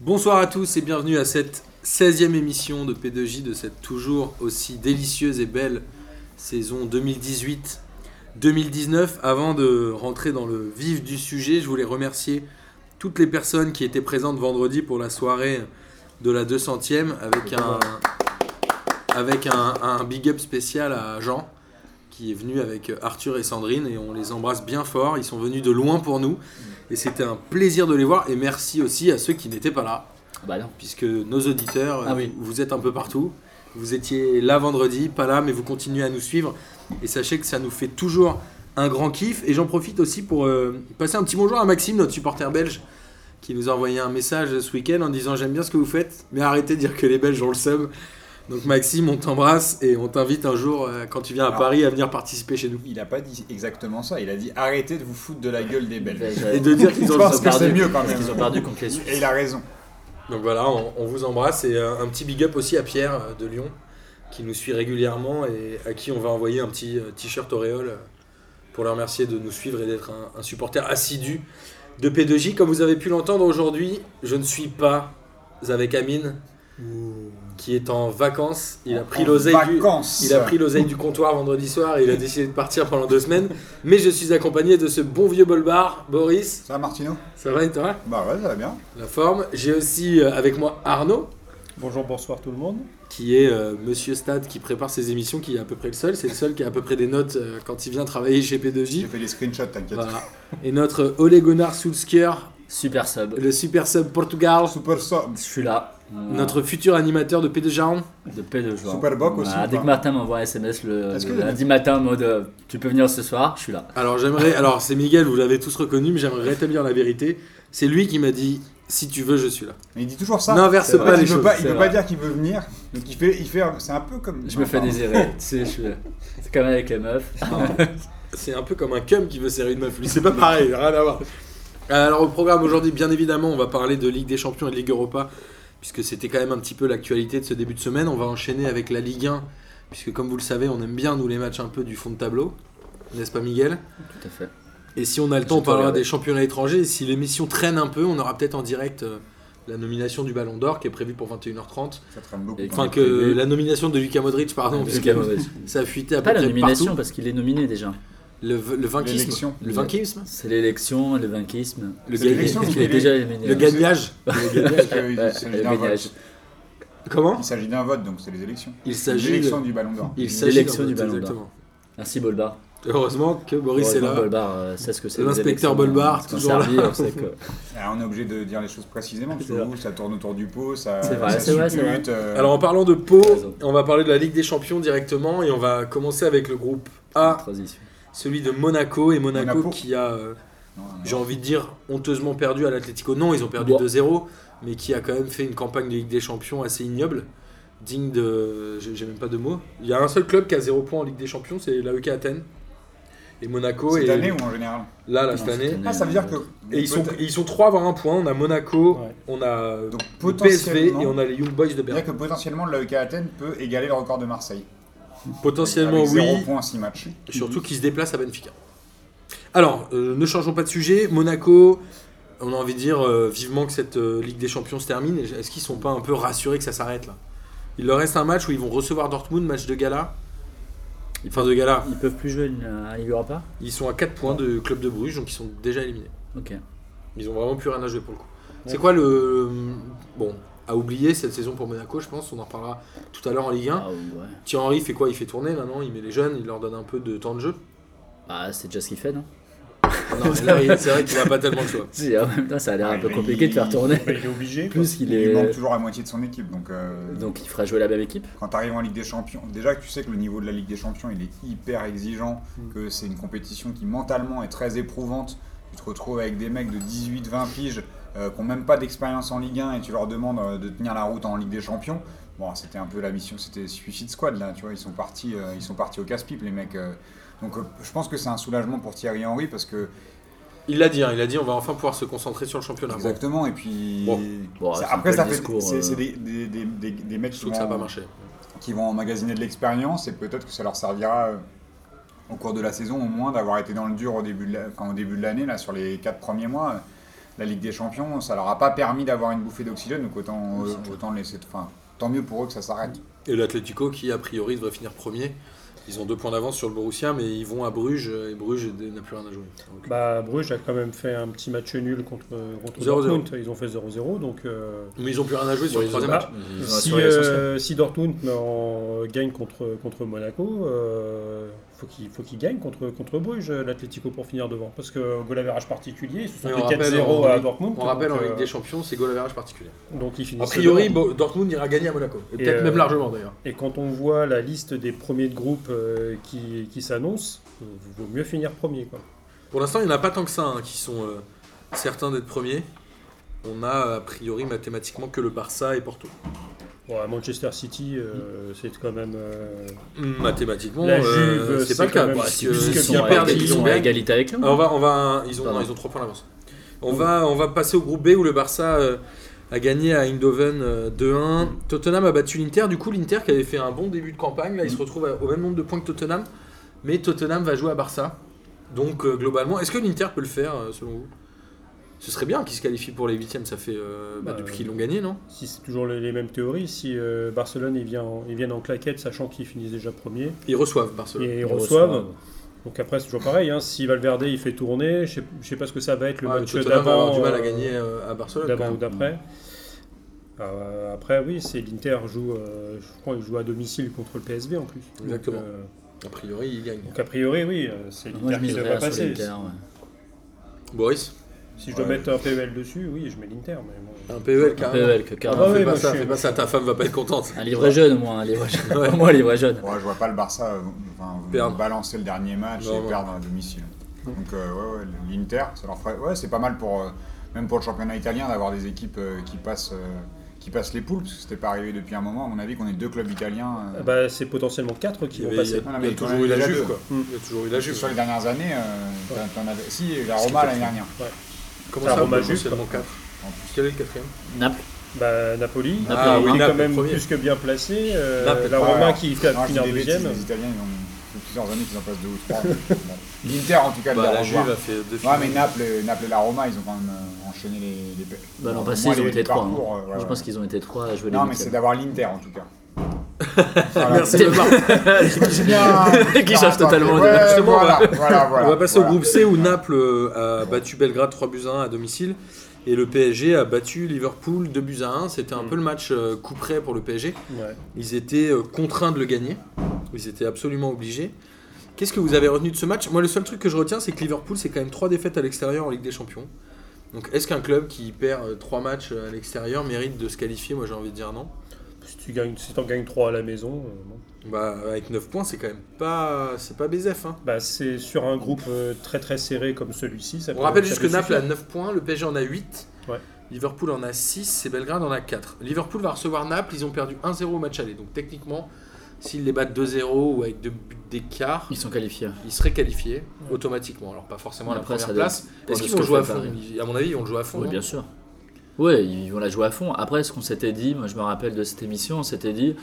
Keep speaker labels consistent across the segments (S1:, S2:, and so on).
S1: Bonsoir à tous et bienvenue à cette 16e émission de P2J de cette toujours aussi délicieuse et belle saison 2018-2019. Avant de rentrer dans le vif du sujet, je voulais remercier toutes les personnes qui étaient présentes vendredi pour la soirée de la 200e avec un, avec un, un big up spécial à Jean qui est venu avec Arthur et Sandrine et on les embrasse bien fort. Ils sont venus de loin pour nous et c'était un plaisir de les voir et merci aussi à ceux qui n'étaient pas là
S2: Bah non.
S1: Hein, puisque nos auditeurs,
S2: Ah
S1: euh,
S2: oui.
S1: vous vous êtes un peu partout. Vous étiez là vendredi, pas là, mais vous continuez à nous suivre. Et sachez que ça nous fait toujours un grand kiff. Et j'en profite aussi pour euh, passer un petit bonjour à Maxime, notre supporter belge, qui nous a envoyé un message ce week-end en disant J'aime bien ce que vous faites, mais arrêtez de dire que les Belges ont le seum. Donc Maxime, on t'embrasse et on t'invite un jour, euh, quand tu viens à
S3: Alors.
S1: Paris, à venir participer chez nous.
S3: Il a pas dit exactement ça, il a dit arrêtez de vous foutre de la gueule des Belges.
S1: Et de dire qu'ils
S3: Je
S1: ont le
S3: pense
S1: seum.
S3: que c'est mieux quand
S2: Parce
S3: même.
S2: qu'ils ont perdu contre les Suisses.
S3: Et il a raison.
S1: Donc voilà, on, on vous embrasse et euh, un petit big up aussi à Pierre euh, de Lyon qui nous suit régulièrement et à qui on va envoyer un petit euh, t-shirt Auréole euh, pour le remercier de nous suivre et d'être un, un supporter assidu de P2J. Comme vous avez pu l'entendre aujourd'hui, je ne suis pas avec Amine qui est en vacances. Il a pris
S3: En
S1: l'oseille du,
S3: vacances.
S1: il a pris l'oseille du comptoir vendredi soir et il a décidé de partir pendant deux semaines. Mais je suis accompagné de ce bon vieux bolbar, Boris.
S3: Ça va Martino
S1: Ça va et toi
S3: Bah ouais, ça va bien.
S1: La forme. J'ai aussi euh, avec moi Arnaud.
S4: Bonjour, bonsoir tout le monde.
S1: qui est euh, Monsieur Stade qui prépare ses émissions, qui est à peu près le seul. C'est le seul qui a à peu près des notes euh, quand il vient travailler chez P2J.
S3: J'ai fait les screenshots, t'inquiète.
S1: Voilà. Et notre Ole Gunnar Solskjaer,
S2: Super sub.
S1: le super sub Portugal,
S3: Super so-
S2: Je suis là. Mon-
S1: notre futur animateur de P2J.
S2: De paix de joie.
S3: Superboc aussi ou
S2: Dès
S3: pas
S2: que Martin m'envoie un SMS le,
S3: Est-ce
S2: le
S3: que-
S2: lundi matin en mode euh, Tu peux venir ce soir Je suis là.
S1: Alors j'aimerais, alors c'est Miguel, vous l'avez tous reconnu, mais j'aimerais rétablir la vérité. C'est lui qui m'a dit si tu veux, je suis là.
S3: Mais il dit toujours ça.
S1: N'inverse
S3: En fait,
S1: pas les
S3: il veut
S1: choses.
S3: pas, il
S2: c'est
S3: veut
S2: vrai.
S3: pas dire qu'il veut venir. Donc il fait, il fait, c'est un peu comme.
S2: Je me fais
S3: Enfin,
S2: désirer. tu sais, je suis- C'est comme avec les meufs.
S1: C'est un peu comme un cum qui veut serrer une meuf, lui. C'est pas pareil, rien à voir. Alors, au programme aujourd'hui, bien évidemment, on va parler de Ligue des Champions et de Ligue Europa, puisque c'était quand même un petit peu l'actualité de ce début de semaine. On va enchaîner avec la Ligue 1, puisque comme vous le savez, on aime bien, nous, les matchs un peu du fond de tableau. N'est-ce pas, Miguel
S2: Tout à fait.
S1: Et si on a le temps,
S2: J'ai
S1: on
S2: tout
S1: parlera
S2: regardé.
S1: des championnats étrangers. Et si l'émission traîne un peu, on aura peut-être en direct euh, la nomination du Ballon d'Or, qui est prévue pour 21h30.
S3: Ça traîne beaucoup.
S2: Et-
S3: quand
S1: Enfin,
S3: même.
S1: que
S2: prévue.
S1: la nomination de Lucas Modric, pardon,
S2: Parce
S1: puisque
S2: que-
S1: ça a fuité à peu
S2: Pas la
S1: près
S2: nomination
S1: partout.
S2: parce qu'il est nominé déjà.
S1: Le, v- le vainquisme.
S3: L'élection.
S1: Le vainquisme
S2: C'est l'élection, le vainquisme.
S1: Le
S3: C'est
S1: gagnage.
S3: l'élection
S2: Parce qu'il
S3: qui
S2: est
S3: est-
S2: déjà éliminé. hein.
S1: Le
S3: gars-
S1: gagnage.
S3: Parce que
S2: Ouais,
S3: il s'agit
S2: le
S3: d'un
S2: gagnage.
S3: vote.
S1: Comment
S3: Il s'agit d'un vote, donc c'est les élections.
S1: Il s'agit de...
S3: L'élection du Ballon d'Or.
S1: Il
S2: de
S1: s'agit
S2: l'élection
S1: d'un-
S2: du Ballon d'Or.
S1: exactement.
S2: Merci Bolbar.
S1: Heureusement que Boris est
S2: Heureusement,
S1: là.
S2: Bolbar, euh, sait ce que c'est.
S1: L'inspecteur
S2: les élections,
S1: Bolbar,
S2: hein, c'est
S1: toujours
S2: servi,
S1: là.
S2: on sait que-
S3: Alors, Ah, on est obligé de dire les choses précisément parce que
S2: C'est
S3: vous, ça tourne autour du pot, ça.
S2: C'est vrai,
S3: ça
S2: c'est vrai, c'est vrai.
S3: suppute, euh,
S1: Alors en parlant de Pau,
S2: Raison.
S1: on va parler de la Ligue des Champions directement et on va commencer avec le groupe
S3: Ah.
S1: A,
S2: Transition.
S1: celui de Monaco et Monaco,
S3: Monaco.
S1: qui a, euh,
S3: non, non, non.
S1: j'ai envie de dire, honteusement perdu à l'Atlético. Non, ils ont perdu
S2: Bon.
S1: 2-0, mais qui a quand même fait une campagne de Ligue des Champions assez ignoble, digne de... J'ai j'ai même pas de mots. Il y a un seul club qui a 0 points en Ligue des Champions, c'est l'AEK Athènes. Et Monaco
S3: Cette
S1: est
S3: année ou en général
S1: là, là,
S2: Non,
S1: cette
S2: cette
S1: année.
S2: année.
S3: Ah, ça veut dire que.
S1: Et ils sont,
S3: peut-être-
S1: ils sont trois à avoir un point. On a Monaco,
S4: Ouais.
S1: on a euh,
S3: Donc
S1: le PSV et
S3: potentiellement.
S1: on a les Young Boys de
S3: cest à
S1: Berlin.
S3: que potentiellement l'AEK Athènes peut égaler le record de Marseille.
S1: Potentiellement,
S3: Avec 0
S1: oui.
S3: points 6 matchs.
S1: Surtout qu'ils se déplacent à Benfica. Alors, euh, ne changeons pas de sujet. Monaco, on a envie de dire euh, vivement que cette euh, Ligue des Champions se termine. Et Est-ce qu'ils sont pas un peu rassurés que ça s'arrête là Il leur reste un match où ils vont recevoir Dortmund, match de gala. Enfin, de gala.
S2: Ils peuvent plus jouer une, à Ligue Europa
S1: Ils sont à 4 points de club de Bruges, donc ils sont déjà éliminés.
S2: Ok.
S1: Ils ont vraiment plus rien à jouer pour le coup. C'est
S4: Ouais.
S1: quoi le. Bon, à oublier cette saison pour Monaco, je pense. On en reparlera tout à l'heure en Ligue 1.
S2: Ah ouais.
S1: Thierry Henry fait quoi Il fait tourner maintenant, il met les jeunes, il leur donne un peu de temps de jeu.
S2: Bah, c'est déjà ce qu'il fait, non
S1: Non, mais là, il- c'est vrai qu'il n'a pas tellement le choix.
S2: Si, en même temps, ça a l'air un peu
S3: Ouais,
S2: compliqué de faire tourner.
S4: il est obligé.
S2: Plus qu'il
S3: Il, manque
S2: est.
S3: toujours la moitié de son équipe. Donc, euh,
S2: Donc, il fera jouer la même équipe.
S3: quand tu arrives en Ligue des Champions, déjà que tu sais que le niveau de la Ligue des Champions il est hyper exigeant, que c'est une compétition qui mentalement est très éprouvante. Tu te retrouves avec des mecs de 18-20 piges euh, qui n'ont même pas d'expérience en Ligue 1 et tu leur demandes euh, de tenir la route en Ligue des Champions. Bon, c'était un peu la mission, c'était Suicide Squad là, tu vois, ils sont partis, euh, ils sont partis au casse-pipe les mecs. euh. donc euh, je pense que c'est un soulagement pour Thierry Henry parce que
S1: Il l'a dit, hein, il a dit on va enfin pouvoir se concentrer sur le championnat. Ah Bon,
S3: Exactement, et puis.
S1: Bon.
S2: Bon,
S3: Ça-
S2: c'est un
S3: après,
S2: peu
S3: ça
S2: le
S3: fait.
S2: discours,
S3: C'est
S2: euh.
S3: c'est des, des, des, des, des mecs
S1: je
S3: qui
S1: trouve que ça n'a pas
S3: vont,
S1: marché.
S3: qui vont emmagasiner de l'expérience et peut-être que ça leur servira euh, au cours de la saison au moins d'avoir été dans le dur au début de la- enfin, au début de l'année, là, sur les quatre premiers mois. la Ligue des Champions, ça leur a pas permis d'avoir une bouffée d'oxygène, donc autant,
S2: Oui,
S3: euh,
S2: c'est clair.
S3: autant laisser. Enfin, tant mieux pour eux que ça s'arrête.
S1: Et l'Atlético qui, a priori, devrait finir premier. Ils ont deux points d'avance sur le Borussia, mais ils vont à Bruges et Bruges n'a plus rien à jouer. Donc,
S5: Bah, Bruges a quand même fait un petit match nul contre, contre
S1: 0-0.
S5: Dortmund. Ils ont fait 0-0. Donc, euh,
S1: Mais ils ont plus rien à jouer sur
S2: Bon,
S1: le
S2: ils
S1: troisième
S2: ont-
S1: match.
S2: ils ont
S5: si,
S2: assuré l'essentiel.
S5: euh, si Dortmund en gagne contre, contre Monaco, euh, faut qu'il faut qu'il gagne contre, contre Bruges, euh, l'Atlético, pour finir devant. Parce que goal average particulier, ils se sont
S1: Oui,
S5: fait
S1: on rappelle,
S5: 4-0
S1: on-
S5: à Dortmund.
S1: On rappelle
S5: donc,
S1: en Ligue des
S5: euh,
S1: Champions, c'est goal average particulier.
S5: Donc ils finissent
S1: A priori,
S5: devant.
S1: Bo- Dortmund ira gagner à Monaco. Et,
S5: Et
S1: peut-être
S5: euh,
S1: même largement d'ailleurs.
S5: Et quand on voit la liste des premiers de groupe euh, qui, qui s'annoncent, euh, vaut mieux finir premier. Quoi.
S1: Pour l'instant, il n'y en a pas tant que ça hein, qui sont euh, certains d'être premiers. On a a priori mathématiquement que le Barça et Porto.
S5: Bon, à Manchester City,
S1: Mmh.
S5: euh, c'est quand même. euh,
S1: Mathématiquement,
S5: La
S1: euh,
S5: Juve,
S1: c'est
S5: c'est
S1: pas le cas.
S5: quand même
S1: parce
S5: plus
S1: que
S5: que
S2: Ils
S1: s'ils
S2: sont à-
S1: perdent et
S2: ils
S1: qu'ils
S2: sont à
S1: gagnent,
S2: égalité avec nous.
S3: Ah
S1: Alors, Ah, on va, on va, ils ont,
S2: Pardon.
S1: non, ils ont 3 points d'avance. On va, on va passer au groupe B où le Barça euh, a gagné à Eindhoven euh, 2-1. Tottenham a battu l'Inter. Du coup, l'Inter qui avait fait un bon début de campagne, là, il se retrouve à- au même nombre de points que Tottenham. Mais Tottenham va jouer à Barça. Donc, euh, globalement, est-ce que l'Inter peut le faire, euh, selon vous Ce serait bien qu'ils se qualifient pour les huitièmes. Ça fait euh, bah,
S5: Bah,
S1: depuis
S5: euh,
S1: qu'ils l'ont gagné, non
S5: Si c'est toujours les, les mêmes théories, si euh, Barcelone ils viennent, en, ils viennent en claquette, sachant qu'ils finissent déjà premier,
S1: Ils reçoivent Barcelone.
S5: et ils reçoivent. Donc après, c'est toujours pareil. hein, si Valverde il fait tourner, je sais- je sais pas ce que ça va être le
S1: Ah,
S5: match
S1: Tottenham va avoir
S5: d'avant.
S1: du mal à
S5: euh,
S1: gagner euh, à Barcelone. quand
S5: d'avant
S1: même.
S5: ou d'après. Euh, après, oui, c'est l'Inter joue, euh, je crois, il joue à domicile contre le PSV en plus. Donc,
S1: Exactement.
S5: euh,
S1: A priori, ils gagnent.
S5: donc a priori, oui, euh, c'est
S2: Moi, je
S5: l'Inter qui
S2: miserais
S5: devrait
S2: là sur
S5: passer.
S2: l'Inter. ouais.
S1: Boris
S5: Si je dois
S3: Ouais.
S5: mettre un PEL dessus, oui, je mets l'Inter. Mais bon.
S1: Un PEL, carrément.
S2: PEL que
S1: Ah,
S5: Ah
S2: Carl-
S5: bah
S1: fais
S5: oui,
S1: pas
S5: moi,
S1: ça,
S5: je suis-
S1: fais pas ça, ta femme va pas être contente.
S2: Un livret jeune au moins, un livret jeune.
S1: Ouais.
S2: Au moins, un livret jeune.
S3: Ouais, je vois pas le Barça euh, enfin,
S1: Perdre.
S3: balancer le dernier match
S1: Non,
S3: et
S1: non.
S3: perdre à domicile. Donc euh, ouais, ouais, l'Inter, ça leur ferait- ouais, c'est pas mal pour euh, même pour le championnat italien d'avoir des équipes euh, qui passent euh, qui passent les poules. parce que C'était pas arrivé depuis un moment. À mon avis, qu'on ait deux clubs italiens. euh,
S5: Ah bah, c'est potentiellement 4 qui
S1: Il y,
S5: vont
S1: avait- il y
S5: passer.
S1: a,
S3: Ah,
S1: il y a
S3: mais
S1: toujours eu la
S3: déjà
S1: Juve,
S3: deux.
S1: quoi. Il y a toujours eu la
S3: parce que
S1: Juve.
S3: sur les dernières années, euh, t'en- t'en avais- si la
S1: Ce qui
S3: Roma
S1: peut
S3: l'année
S1: faire.
S3: dernière.
S1: Comment
S5: la
S1: ça,
S5: Roma
S1: Juve,
S5: Juve,
S1: seulement
S5: quoi.
S1: 4 Quel est le quatrième
S2: Naples.
S5: Bah, Napoli,
S1: oui,
S2: Ah,
S5: Napoli, il est
S1: Naples,
S5: quand même
S1: premier.
S5: plus que bien placé. euh,
S1: Naples,
S5: la
S3: ouais,
S5: Roma
S3: alors,
S5: qui fait
S3: Non, je
S5: finir
S3: dis Ah, des bêtises,
S5: deuxième.
S3: les Italiens, ils ont ça fait plusieurs années qu'ils en passent deux ou trois. Bon. L'Inter, en tout cas,
S5: Bah,
S3: de la
S1: Bah, La
S3: Roma.
S1: Juve a fait deux
S3: Ouais, mais Naples, et- Naples et la Roma, ils ont quand même euh, enchaîné les. les...
S2: Bah,
S3: au
S2: l'an
S3: moins
S2: passé, ils
S3: les-
S2: ont
S3: les
S2: été trois. hein.
S3: parcours, euh, ouais,
S2: Je
S3: ouais.
S2: pense qu'ils ont été trois à jouer les
S3: Non, mais c'est
S2: huitièmes.
S3: d'avoir l'Inter en tout cas. Voilà.
S1: Merci de Marc.
S3: C'est bien.
S2: Qui change totalement de-
S3: Ouais,
S1: Justement, on
S3: voilà,
S1: va-
S3: voilà, voilà.
S1: On va passer
S3: voilà.
S1: au groupe C où Naples euh, a battu Belgrade 3 buts à 1 à domicile et le PSG a battu Liverpool 2 buts à 1. C'était un
S5: Mm.
S1: peu le match euh, coup près pour le PSG.
S5: Ouais.
S1: Ils étaient euh, contraints de le gagner. Ils étaient absolument obligés. Qu'est-ce que vous avez retenu de ce match Moi, le seul truc que je retiens, c'est que Liverpool, c'est quand même trois défaites à l'extérieur en Ligue des Champions. Donc, est-ce qu'un club qui perd euh, trois matchs à l'extérieur mérite de se qualifier Moi, j'ai envie de dire non.
S5: Si tu gagnes, si t'en gagnes 3 à la maison, euh, bon.
S1: Bah, avec 9 points, c'est quand même pas, c'est pas BZF. Hein.
S5: bah, c'est sur un groupe euh, très très serré comme celui-ci. ça
S1: On
S5: peut-
S1: rappelle
S5: ça
S1: juste que
S5: peut
S1: Naples a
S5: suffire.
S1: 9 points, le PSG en a 8,
S5: Ouais.
S1: Liverpool en a 6 et Belgrade en a 4. Liverpool va recevoir Naples, ils ont perdu 1-0 au match aller. Donc techniquement, s'ils les battent 2-0 ou avec 2 buts d'écart,
S2: Ils sont qualifiés.
S1: ils seraient qualifiés automatiquement. Alors pas forcément à la
S2: Après,
S1: première
S2: ça
S1: place.
S2: dépend
S1: Est-ce
S2: de
S1: qu'ils
S2: ce
S1: vont
S2: que
S1: jouer à
S2: fait
S1: fond À mon avis, ils vont jouer à fond. hein.
S2: hein. Oui,
S1: non
S2: bien sûr. Oui, ils vont la jouer à fond. Après, ce qu'on s'était dit, moi je me rappelle de cette émission, on s'était dit,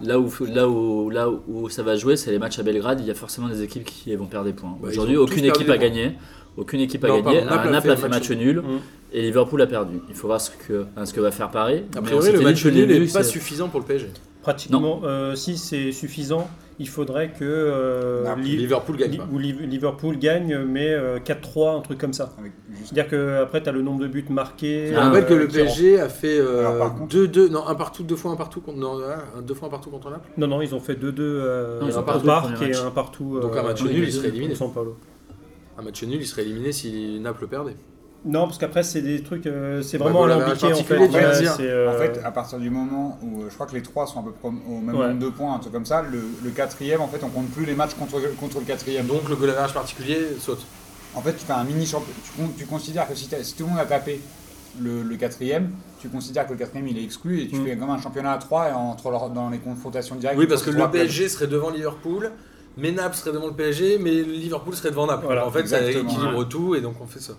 S2: là où, là, où, là où ça va jouer, c'est les matchs à Belgrade, il y a forcément des équipes qui vont perdre des points.
S1: Bah, ils
S2: Aujourd'hui,
S1: ont tous
S2: aucune
S1: perdu
S2: équipe
S1: des
S2: a
S1: points.
S2: gagné. Aucune équipe a
S1: Non,
S2: gagné.
S1: pardon,
S2: Ah, Naples a fait match nul
S5: Mm.
S2: et Liverpool a perdu. Il faut voir ce que, hein, ce que va faire Paris.
S1: A
S2: Mais on
S1: priori,
S2: s'était
S1: le
S2: dit
S1: match
S2: depuis le
S1: nul
S2: début
S1: n'est
S2: que
S1: pas
S2: c'est-
S1: suffisant pour le PSG.
S5: Pratiquement, euh, si c'est suffisant, il faudrait que euh,
S3: Naples,
S5: Li-
S1: Liverpool gagne
S5: Li-
S1: pas.
S5: ou Liv- Liverpool gagne, mais euh, 4-3, un truc comme ça.
S3: Avec juste-
S5: C'est-à-dire qu'après, tu as le nombre de buts marqués.
S1: Je
S2: Ah,
S1: rappelle
S5: euh,
S1: que le
S5: qui rentrent.
S1: PSG a fait
S3: Alors, par contre-
S1: 2-2, non, un partout, deux fois un partout contre, non, un- deux fois un partout contre Naples.
S5: Non, non, ils ont fait 2-2 euh,
S2: Non, ils
S1: ont
S5: au
S1: pas
S2: joué le
S5: parc
S2: premier
S5: et
S2: match.
S5: un partout.
S1: Donc,
S5: euh,
S1: un match
S5: contre
S1: nul, ils seraient éliminés.
S5: San Paolo.
S1: Un match nul, il serait éliminé si Naples perdait.
S5: Non, parce qu'après, c'est des trucs. euh, c'est
S1: Bah,
S5: vraiment
S1: voilà,
S5: alambiqué en fait.
S1: particulier,
S3: tu vas
S5: Ouais,
S1: dire.
S5: c'est, euh,
S3: En fait, à partir du moment où euh, je crois que les trois sont à peu près au même
S5: Ouais.
S3: nombre de points, un truc comme ça, le, le quatrième, en fait, on compte plus les matchs contre, contre le quatrième.
S1: Donc le goal average particulier saute.
S3: En fait, tu fais un mini championnat. Tu, con- tu considères que si, t'as- si tout le monde a tapé le, le quatrième, tu considères que le quatrième il est exclu et tu
S5: Mm.
S3: fais comme un championnat à trois et entre leurs- dans les confrontations directes.
S1: Oui, parce
S3: entre
S1: que
S3: trois
S1: le
S3: clubs.
S1: PSG serait devant Liverpool, mais Naples serait devant le PSG, mais Liverpool serait devant Naples.
S5: Voilà,
S1: en fait, ça
S3: exactement.
S1: équilibre tout et donc on fait ça.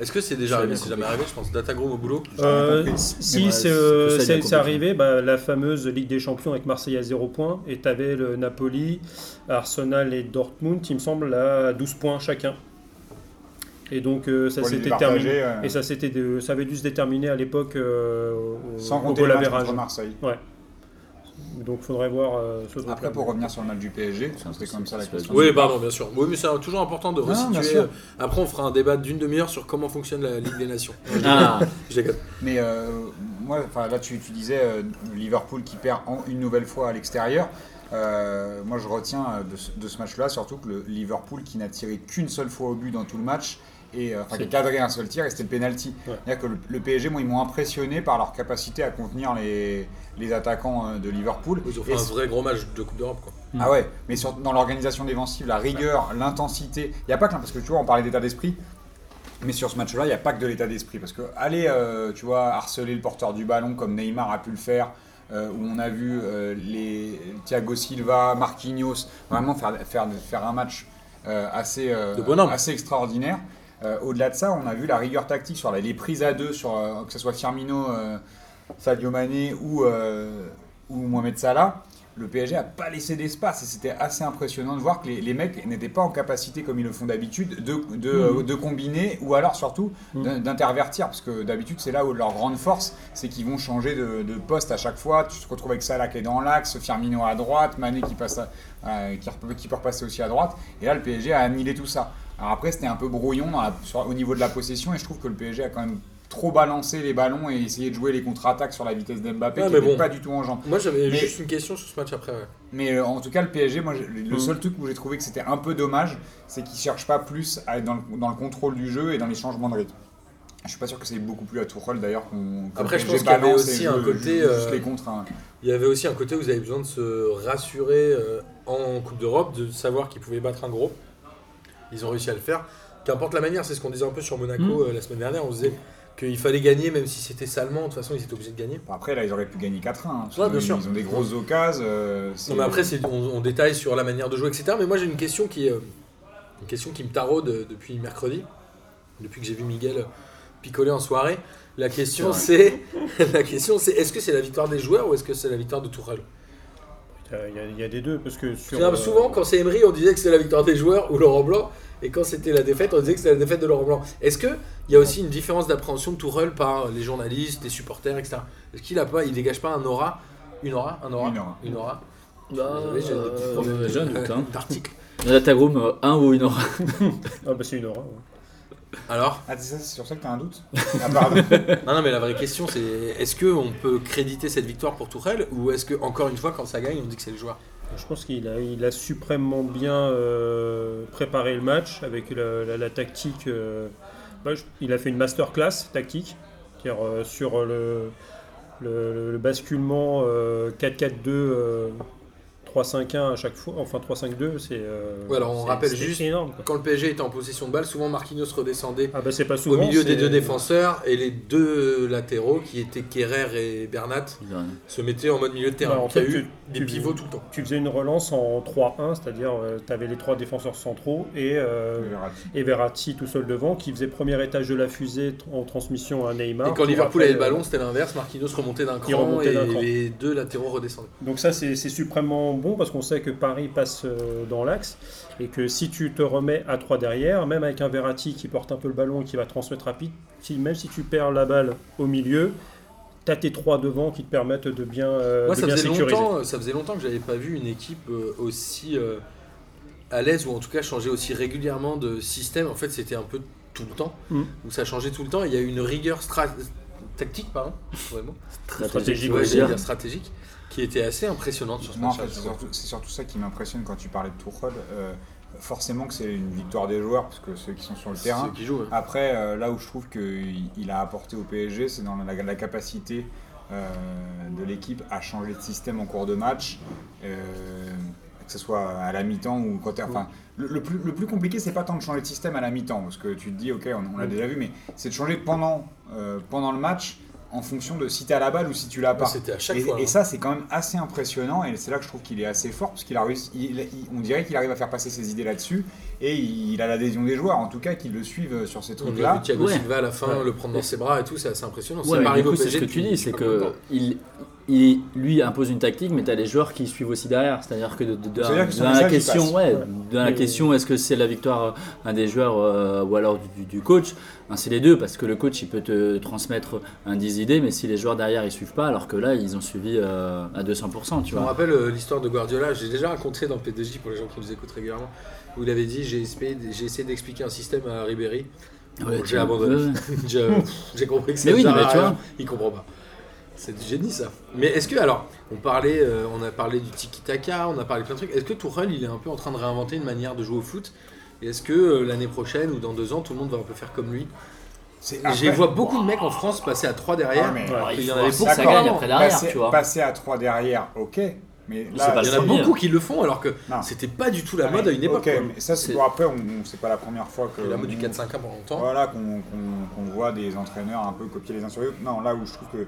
S1: Est-ce que c'est déjà
S2: C'est
S1: arrivé
S2: bien
S1: C'est jamais arrivé, je pense. Datagram au boulot.
S3: J'ai rien
S5: euh,
S3: compris.
S5: si,
S2: Mais ouais,
S5: c'est,
S2: c'est
S5: euh,
S2: tout ça, il y a
S5: c'est-
S2: compris.
S5: c'est arrivé, bah, la fameuse Ligue des Champions avec Marseille à 0 points, et t'avais le Napoli, Arsenal et Dortmund, il me semble, à 12 points chacun. Et donc euh, ça
S3: Pour les euh,
S5: s'était
S3: départager,
S5: terminé.
S3: ouais.
S5: Et ça s'était, dé- ça avait dû se déterminer à l'époque euh, au,
S3: Sans
S5: au
S3: compter le
S5: goal
S3: match
S5: average.
S3: contre Marseille.
S5: Ouais. Donc faudrait voir euh, ce truc-là.
S3: Après, pour revenir sur le match du PSG, c'était comme ça la question.
S1: Oui, pardon, bien sûr. Oui, mais c'est toujours important de
S3: Non, bien
S1: resituer.
S3: sûr.
S1: Après, on fera un débat d'une demi-heure sur comment fonctionne la Ligue des Nations.
S2: Ah,
S1: Je déconne.
S3: Mais euh, moi, enfin, là, tu, tu disais euh, Liverpool qui perd en- une nouvelle fois à l'extérieur. Euh, moi, je retiens euh, de ce, de ce match-là surtout que le Liverpool qui n'a tiré qu'une seule fois au but dans tout le match et euh, enfin, qui a cadré un seul tir et c'était le penalty.
S5: Ouais.
S3: C'est-à-dire que le, le PSG, moi, ils m'ont impressionné par leur capacité à contenir les, les attaquants euh, de Liverpool.
S1: Ils ont
S3: Et
S1: fait un vrai gros match de Coupe d'Europe. quoi.
S3: Ah ouais, mais sur- dans l'organisation défensive, la rigueur, l'intensité, il n'y a pas que, parce que tu vois, on parlait d'état d'esprit, mais sur ce match-là, il n'y a pas que de l'état d'esprit, parce que aller, euh, tu vois, harceler le porteur du ballon comme Neymar a pu le faire, euh, où on a vu euh, les Thiago Silva, Marquinhos, vraiment faire, faire, faire un match euh, assez, euh,
S1: De bonhomme.
S3: assez extraordinaire. Euh, Au-delà de ça, on a vu la rigueur tactique sur la- les prises à deux, sur, euh, que ce soit Firmino, euh, Sadio Mané ou, euh, ou Mohamed Salah. Le PSG a pas laissé d'espace et c'était assez impressionnant de voir que les, les mecs n'étaient pas en capacité, comme ils le font d'habitude, de, de, euh, de combiner ou alors surtout d'in- d'intervertir. Parce que d'habitude, c'est là où leur grande force, c'est qu'ils vont changer de, de poste à chaque fois. Tu te retrouves avec Salah qui est dans l'axe, Firmino à droite, Mané qui, passe à- à- euh, qui, rep- qui peut repasser aussi à droite. Et là, le PSG a annihilé tout ça. Alors après, c'était un peu brouillon dans la- sur- au niveau de la possession et je trouve que le PSG a quand même trop balancé les ballons et essayé de jouer les contre-attaques sur la vitesse d'Mbappé
S1: Ouais,
S3: qui
S1: mais
S3: n'était
S1: bon.
S3: pas du tout en jambes.
S1: Moi, j'avais
S3: Mais-
S1: juste une question sur ce match après. ouais.
S3: Mais euh, en tout cas, le PSG, moi, j'ai- le
S1: Mm.
S3: seul truc où j'ai trouvé que c'était un peu dommage, c'est qu'ils cherchent pas plus à être dans le, dans le contrôle du jeu et dans les changements de rythme. Je suis pas sûr que c'est beaucoup plus à Tourelle d'ailleurs qu'on. que
S1: Après,
S3: le
S1: je
S3: PSG
S1: pense qu'il y avait
S3: balance
S1: aussi
S3: et
S1: un
S3: joue-
S1: côté,
S3: joue
S1: euh,
S3: juste les contre. hein.
S1: Il y avait aussi un côté où vous avez besoin de se rassurer euh, en Coupe d'Europe, de savoir qu'ils pouvaient battre un gros. Ils ont réussi à le faire. Qu'importe la manière, c'est ce qu'on disait un peu sur Monaco euh, la semaine dernière. On se disait qu'il fallait gagner, même si c'était salement. De toute façon, ils étaient obligés de gagner.
S3: Bon, Après, là, ils auraient pu gagner 4-1. hein, parce
S1: Ouais,
S3: que
S1: bien
S3: ils,
S1: sûr.
S3: ils ont des grosses occasions. euh, c'est-
S1: Non, mais après, c'est- on, on détaille sur la manière de jouer, etc. Mais moi, j'ai une question qui, est, euh, une question qui me taraude euh, depuis mercredi, depuis que j'ai vu Miguel euh, picoler en soirée. La question, c'est la question, c'est est-ce que c'est la victoire des joueurs ou est-ce que c'est la victoire de Tourelle
S5: Il y, a- il y a des deux parce que sur,
S1: Parce
S5: euh,
S1: que Souvent, quand c'est Emery, on disait que c'était la victoire des joueurs ou Laurent Blanc, et quand c'était la défaite, on disait que c'était la défaite de Laurent Blanc. Est-ce que il y a aussi une différence d'appréhension de Tourelle par les journalistes, les supporters, etc. Est-ce qu'il a pas, il dégage pas un aura, une aura, un aura,
S3: Une aura.
S1: une aura
S2: bah,
S1: Désolé, j'ai des petits problèmes
S2: j'ai un
S1: de-
S2: doute. Hein.
S1: d'article.
S2: Il y en a ta groom, euh, un ou une aura.
S5: ah, bah, c'est une horreur. ouais.
S1: Alors,
S3: Ah, c'est ça, c'est sur ça que t'as un doute Ah, pardon.
S1: non, non, mais la vraie question, c'est est-ce que on peut créditer cette victoire pour Tourelle ou est-ce que encore une fois, quand ça gagne, on dit que c'est le joueur
S5: Je pense qu'il a, il a suprêmement bien euh, préparé le match avec la, la- la tactique. euh, bah, je- il a fait une masterclass tactique, c'est-à-dire euh, sur le, le- le basculement euh, 4-4-2. euh, 3-5-1 à chaque fois, enfin 3-5-2, c'est. euh,
S1: Ouais, alors, on
S5: c'est-
S1: rappelle
S5: c'est
S1: juste-
S5: énorme. quoi.
S1: Quand le PSG était en possession de balle, souvent Marquinhos redescendait
S5: Ah bah c'est pas
S1: au
S5: souvent.
S1: milieu des
S5: c'est-
S1: deux défenseurs et les deux latéraux qui étaient Kerrer et Bernat se mettaient en mode milieu de terrain.
S5: Bah, en
S1: Donc, il y a
S5: fait,
S1: eu
S5: tu-
S1: des
S5: tu-
S1: pivots tout le temps.
S5: Tu faisais une relance en 3-1, c'est-à-dire tu avais les trois défenseurs centraux et, euh, et Verratti tout seul devant qui faisait premier étage de la fusée tr- en transmission à Neymar.
S1: Et quand
S5: Pour
S1: Liverpool
S5: après,
S1: avait le
S5: euh,
S1: ballon, c'était l'inverse. Marquinhos remontait d'un
S5: Il
S1: cran
S5: remontait
S1: et
S5: d'un cran.
S1: les deux latéraux redescendaient.
S5: euh, Donc ça c'est c'est suprêmement bon parce qu'on sait que Paris passe euh, dans l'axe et que si tu te remets à 3 derrière, même avec un Verratti qui porte un peu le ballon et qui va transmettre rapide, si- même si tu perds la balle au milieu, tu as tes trois devant qui te permettent de bien, euh,
S1: Moi,
S5: de
S1: ça
S5: bien
S1: faisait,
S5: sécuriser.
S1: longtemps, ça faisait longtemps que j'avais pas vu une équipe euh, aussi euh, à l'aise ou en tout cas changer aussi régulièrement de système. En fait, c'était un peu tout le temps
S5: Mm.
S1: où ça changeait tout le temps. Il y a eu une rigueur stra- tactique, pardon, vraiment,
S5: stratégique,
S1: ouais,
S5: ouais,
S2: hein.
S1: j'allais dire stratégique, qui était assez impressionnante sur ce
S3: Non, en
S1: match.
S3: fait, c'est surtout, c'est surtout ça qui m'impressionne quand tu parlais de Tourelle. Euh, forcément que c'est une victoire des joueurs, parce que ceux qui sont sur le
S1: C'est
S3: terrain,
S1: ceux qui jouent. hein.
S3: Après, euh, là où je trouve qu'il il a apporté au PSG, c'est dans la, la capacité euh, de l'équipe à changer de système en cours de match, euh, que ce soit à la mi-temps ou quand t'es- Enfin, le, le plus, le plus compliqué, c'est pas tant de changer de système à la mi-temps, parce que tu te dis, ok, on, on l'a déjà vu, mais c'est de changer pendant, euh, pendant le match en fonction de si t'as la balle ou si tu l'as pas.
S1: C'était à chaque
S3: Et,
S1: fois.
S3: et
S1: hein.
S3: ça, c'est quand même assez impressionnant, et c'est là que je trouve qu'il est assez fort, parce qu'il a réussi, il- il- on dirait qu'il arrive à faire passer ses idées là-dessus, et il, il a l'adhésion des joueurs, en tout cas, qu'ils le suivent sur ces
S1: On a vu
S3: trucs-là.
S1: euh, Thiago
S2: Ouais.
S1: Silva à la fin
S5: Ouais.
S1: le prendre dans ses bras et tout, c'est assez impressionnant.
S2: Ouais,
S1: c'est
S2: mais
S1: pareil
S2: du
S1: au
S2: coup, c'est
S1: PSG
S2: ce que
S1: depuis-
S2: tu dis, c'est
S1: je sais pas combien de
S2: que
S1: temps.
S2: il, il, lui impose une tactique, mais tu as les joueurs qui suivent aussi derrière. C'est-à-dire que de- de- de-
S3: C'est-à-dire qu'ils sont
S2: dans
S3: les
S2: la
S3: seuls qui
S2: question,
S3: passent.
S2: ouais,
S5: Ouais.
S2: dans la
S5: Mais-
S2: question, est-ce que c'est la victoire euh, un des joueurs euh, ou alors du, du- du coach Hein, C'est les deux, parce que le coach il peut te transmettre un 10 idées, mais si les joueurs derrière ils suivent pas, alors que là ils ont suivi euh, à 200%, tu
S1: Je me
S2: vois.
S1: rappelle euh, l'histoire de Guardiola, j'ai déjà raconté dans P2J pour les gens qui nous écoutent régulièrement, où il avait dit j'ai essayé, j'ai essayé d'expliquer un système à Ribéry. Bon,
S2: Ouais, tu-
S1: j'ai abandonné.
S2: ouais.
S1: Je- j'ai compris que
S2: Mais
S1: c'est
S2: oui,
S1: ça,
S2: mais tu vois.
S1: il comprend pas. C'est du génie ça. Mais est-ce que alors, on parlait, euh, on a parlé du tiki taka, on a parlé de plein de trucs. Est-ce que Tourelle, il est un peu en train de réinventer une manière de jouer au foot Et est-ce que euh, l'année prochaine ou dans deux ans, tout le monde va un peu faire comme lui
S3: C'est
S1: Et J'ai vois beaucoup de mecs en France passer à trois derrière.
S3: Ah, mais-
S5: Ouais.
S1: Il
S2: Il
S1: y
S2: faut
S1: en avait
S2: voir si
S1: beaucoup.
S2: ça
S3: D'accord.
S2: gagne après l'arrière,
S3: passer,
S2: tu vois.
S3: passer à 3 derrière, ok. Mais
S1: Il
S2: C'est pas
S3: là,
S1: y en a
S2: c'est bien.
S1: beaucoup qui le font alors que
S3: Non.
S1: c'était pas du tout la
S3: Ah,
S1: mode à
S3: mais-
S1: une époque.
S3: ok,
S1: quoi.
S3: mais ça, c'est
S2: C'est-
S3: pour après, on, on- c'est pas la première fois que.
S1: Et la mode du
S3: on-
S1: 4-5-1 pendant longtemps.
S3: Voilà, qu'on qu'on- qu'on voit des entraîneurs un peu copier les uns sur les autres. Non, là où je trouve que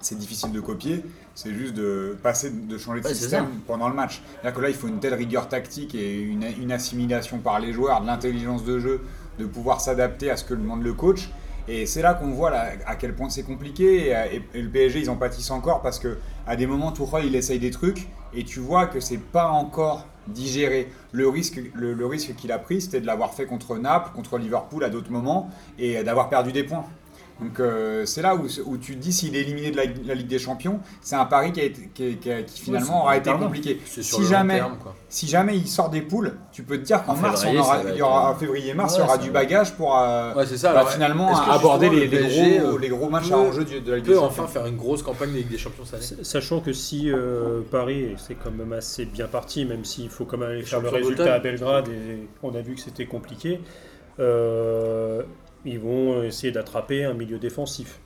S3: c'est difficile de copier, c'est juste de passer, de changer de
S2: Ouais, c'est
S3: système pendant le match. C'est-à-dire que là, il faut une telle rigueur tactique et une, une assimilation par les joueurs, de l'intelligence de jeu, de pouvoir s'adapter à ce que demande le coach. Et c'est là qu'on voit là, à quel point c'est compliqué. Et, à- et- et le PSG, ils en pâtissent encore parce que à des moments, Tourelle, il essaye des trucs et tu vois que c'est pas encore digéré. Le risque, le, le risque qu'il a pris, c'était de l'avoir fait contre Naples, contre Liverpool à d'autres moments et euh, d'avoir perdu des points. Donc euh, c'est là où, où tu te dis s'il est éliminé de la, la Ligue des Champions, c'est un pari qui, a été- qui- qui- qui finalement aura été
S2: pardon.
S3: compliqué.
S1: C'est sur
S3: Si
S1: le long
S3: jamais,
S1: terme, quoi.
S3: si jamais il sort des poules, tu peux te dire qu'en
S2: En
S3: mars,
S2: février,
S3: on
S2: ça
S3: aura,
S2: va
S3: il y
S2: être
S3: aura
S2: un-
S1: euh,
S3: en février, mars,
S2: Ouais,
S3: il y aura
S2: ça
S3: du
S2: va.
S3: bagage pour euh,
S1: Ouais, c'est ça.
S3: bah,
S1: alors,
S3: finalement
S1: est-ce que
S3: aborder
S1: justement,
S3: les,
S1: le
S3: les
S1: PSG,
S3: gros,
S1: euh,
S3: les gros matchs
S1: peut-
S3: à enjeu du- de la Ligue des
S1: peut
S3: Champions.
S1: enfin faire une grosse campagne de Ligue des Champions cette année.
S5: Sachant que si euh, Paris, et c'est quand même assez bien parti, même s'il faut quand même aller faire le
S1: Champion
S5: résultat
S1: d'automne.
S5: à Belgrade, et on a vu que c'était compliqué, euh, ils vont essayer d'attraper un milieu défensif.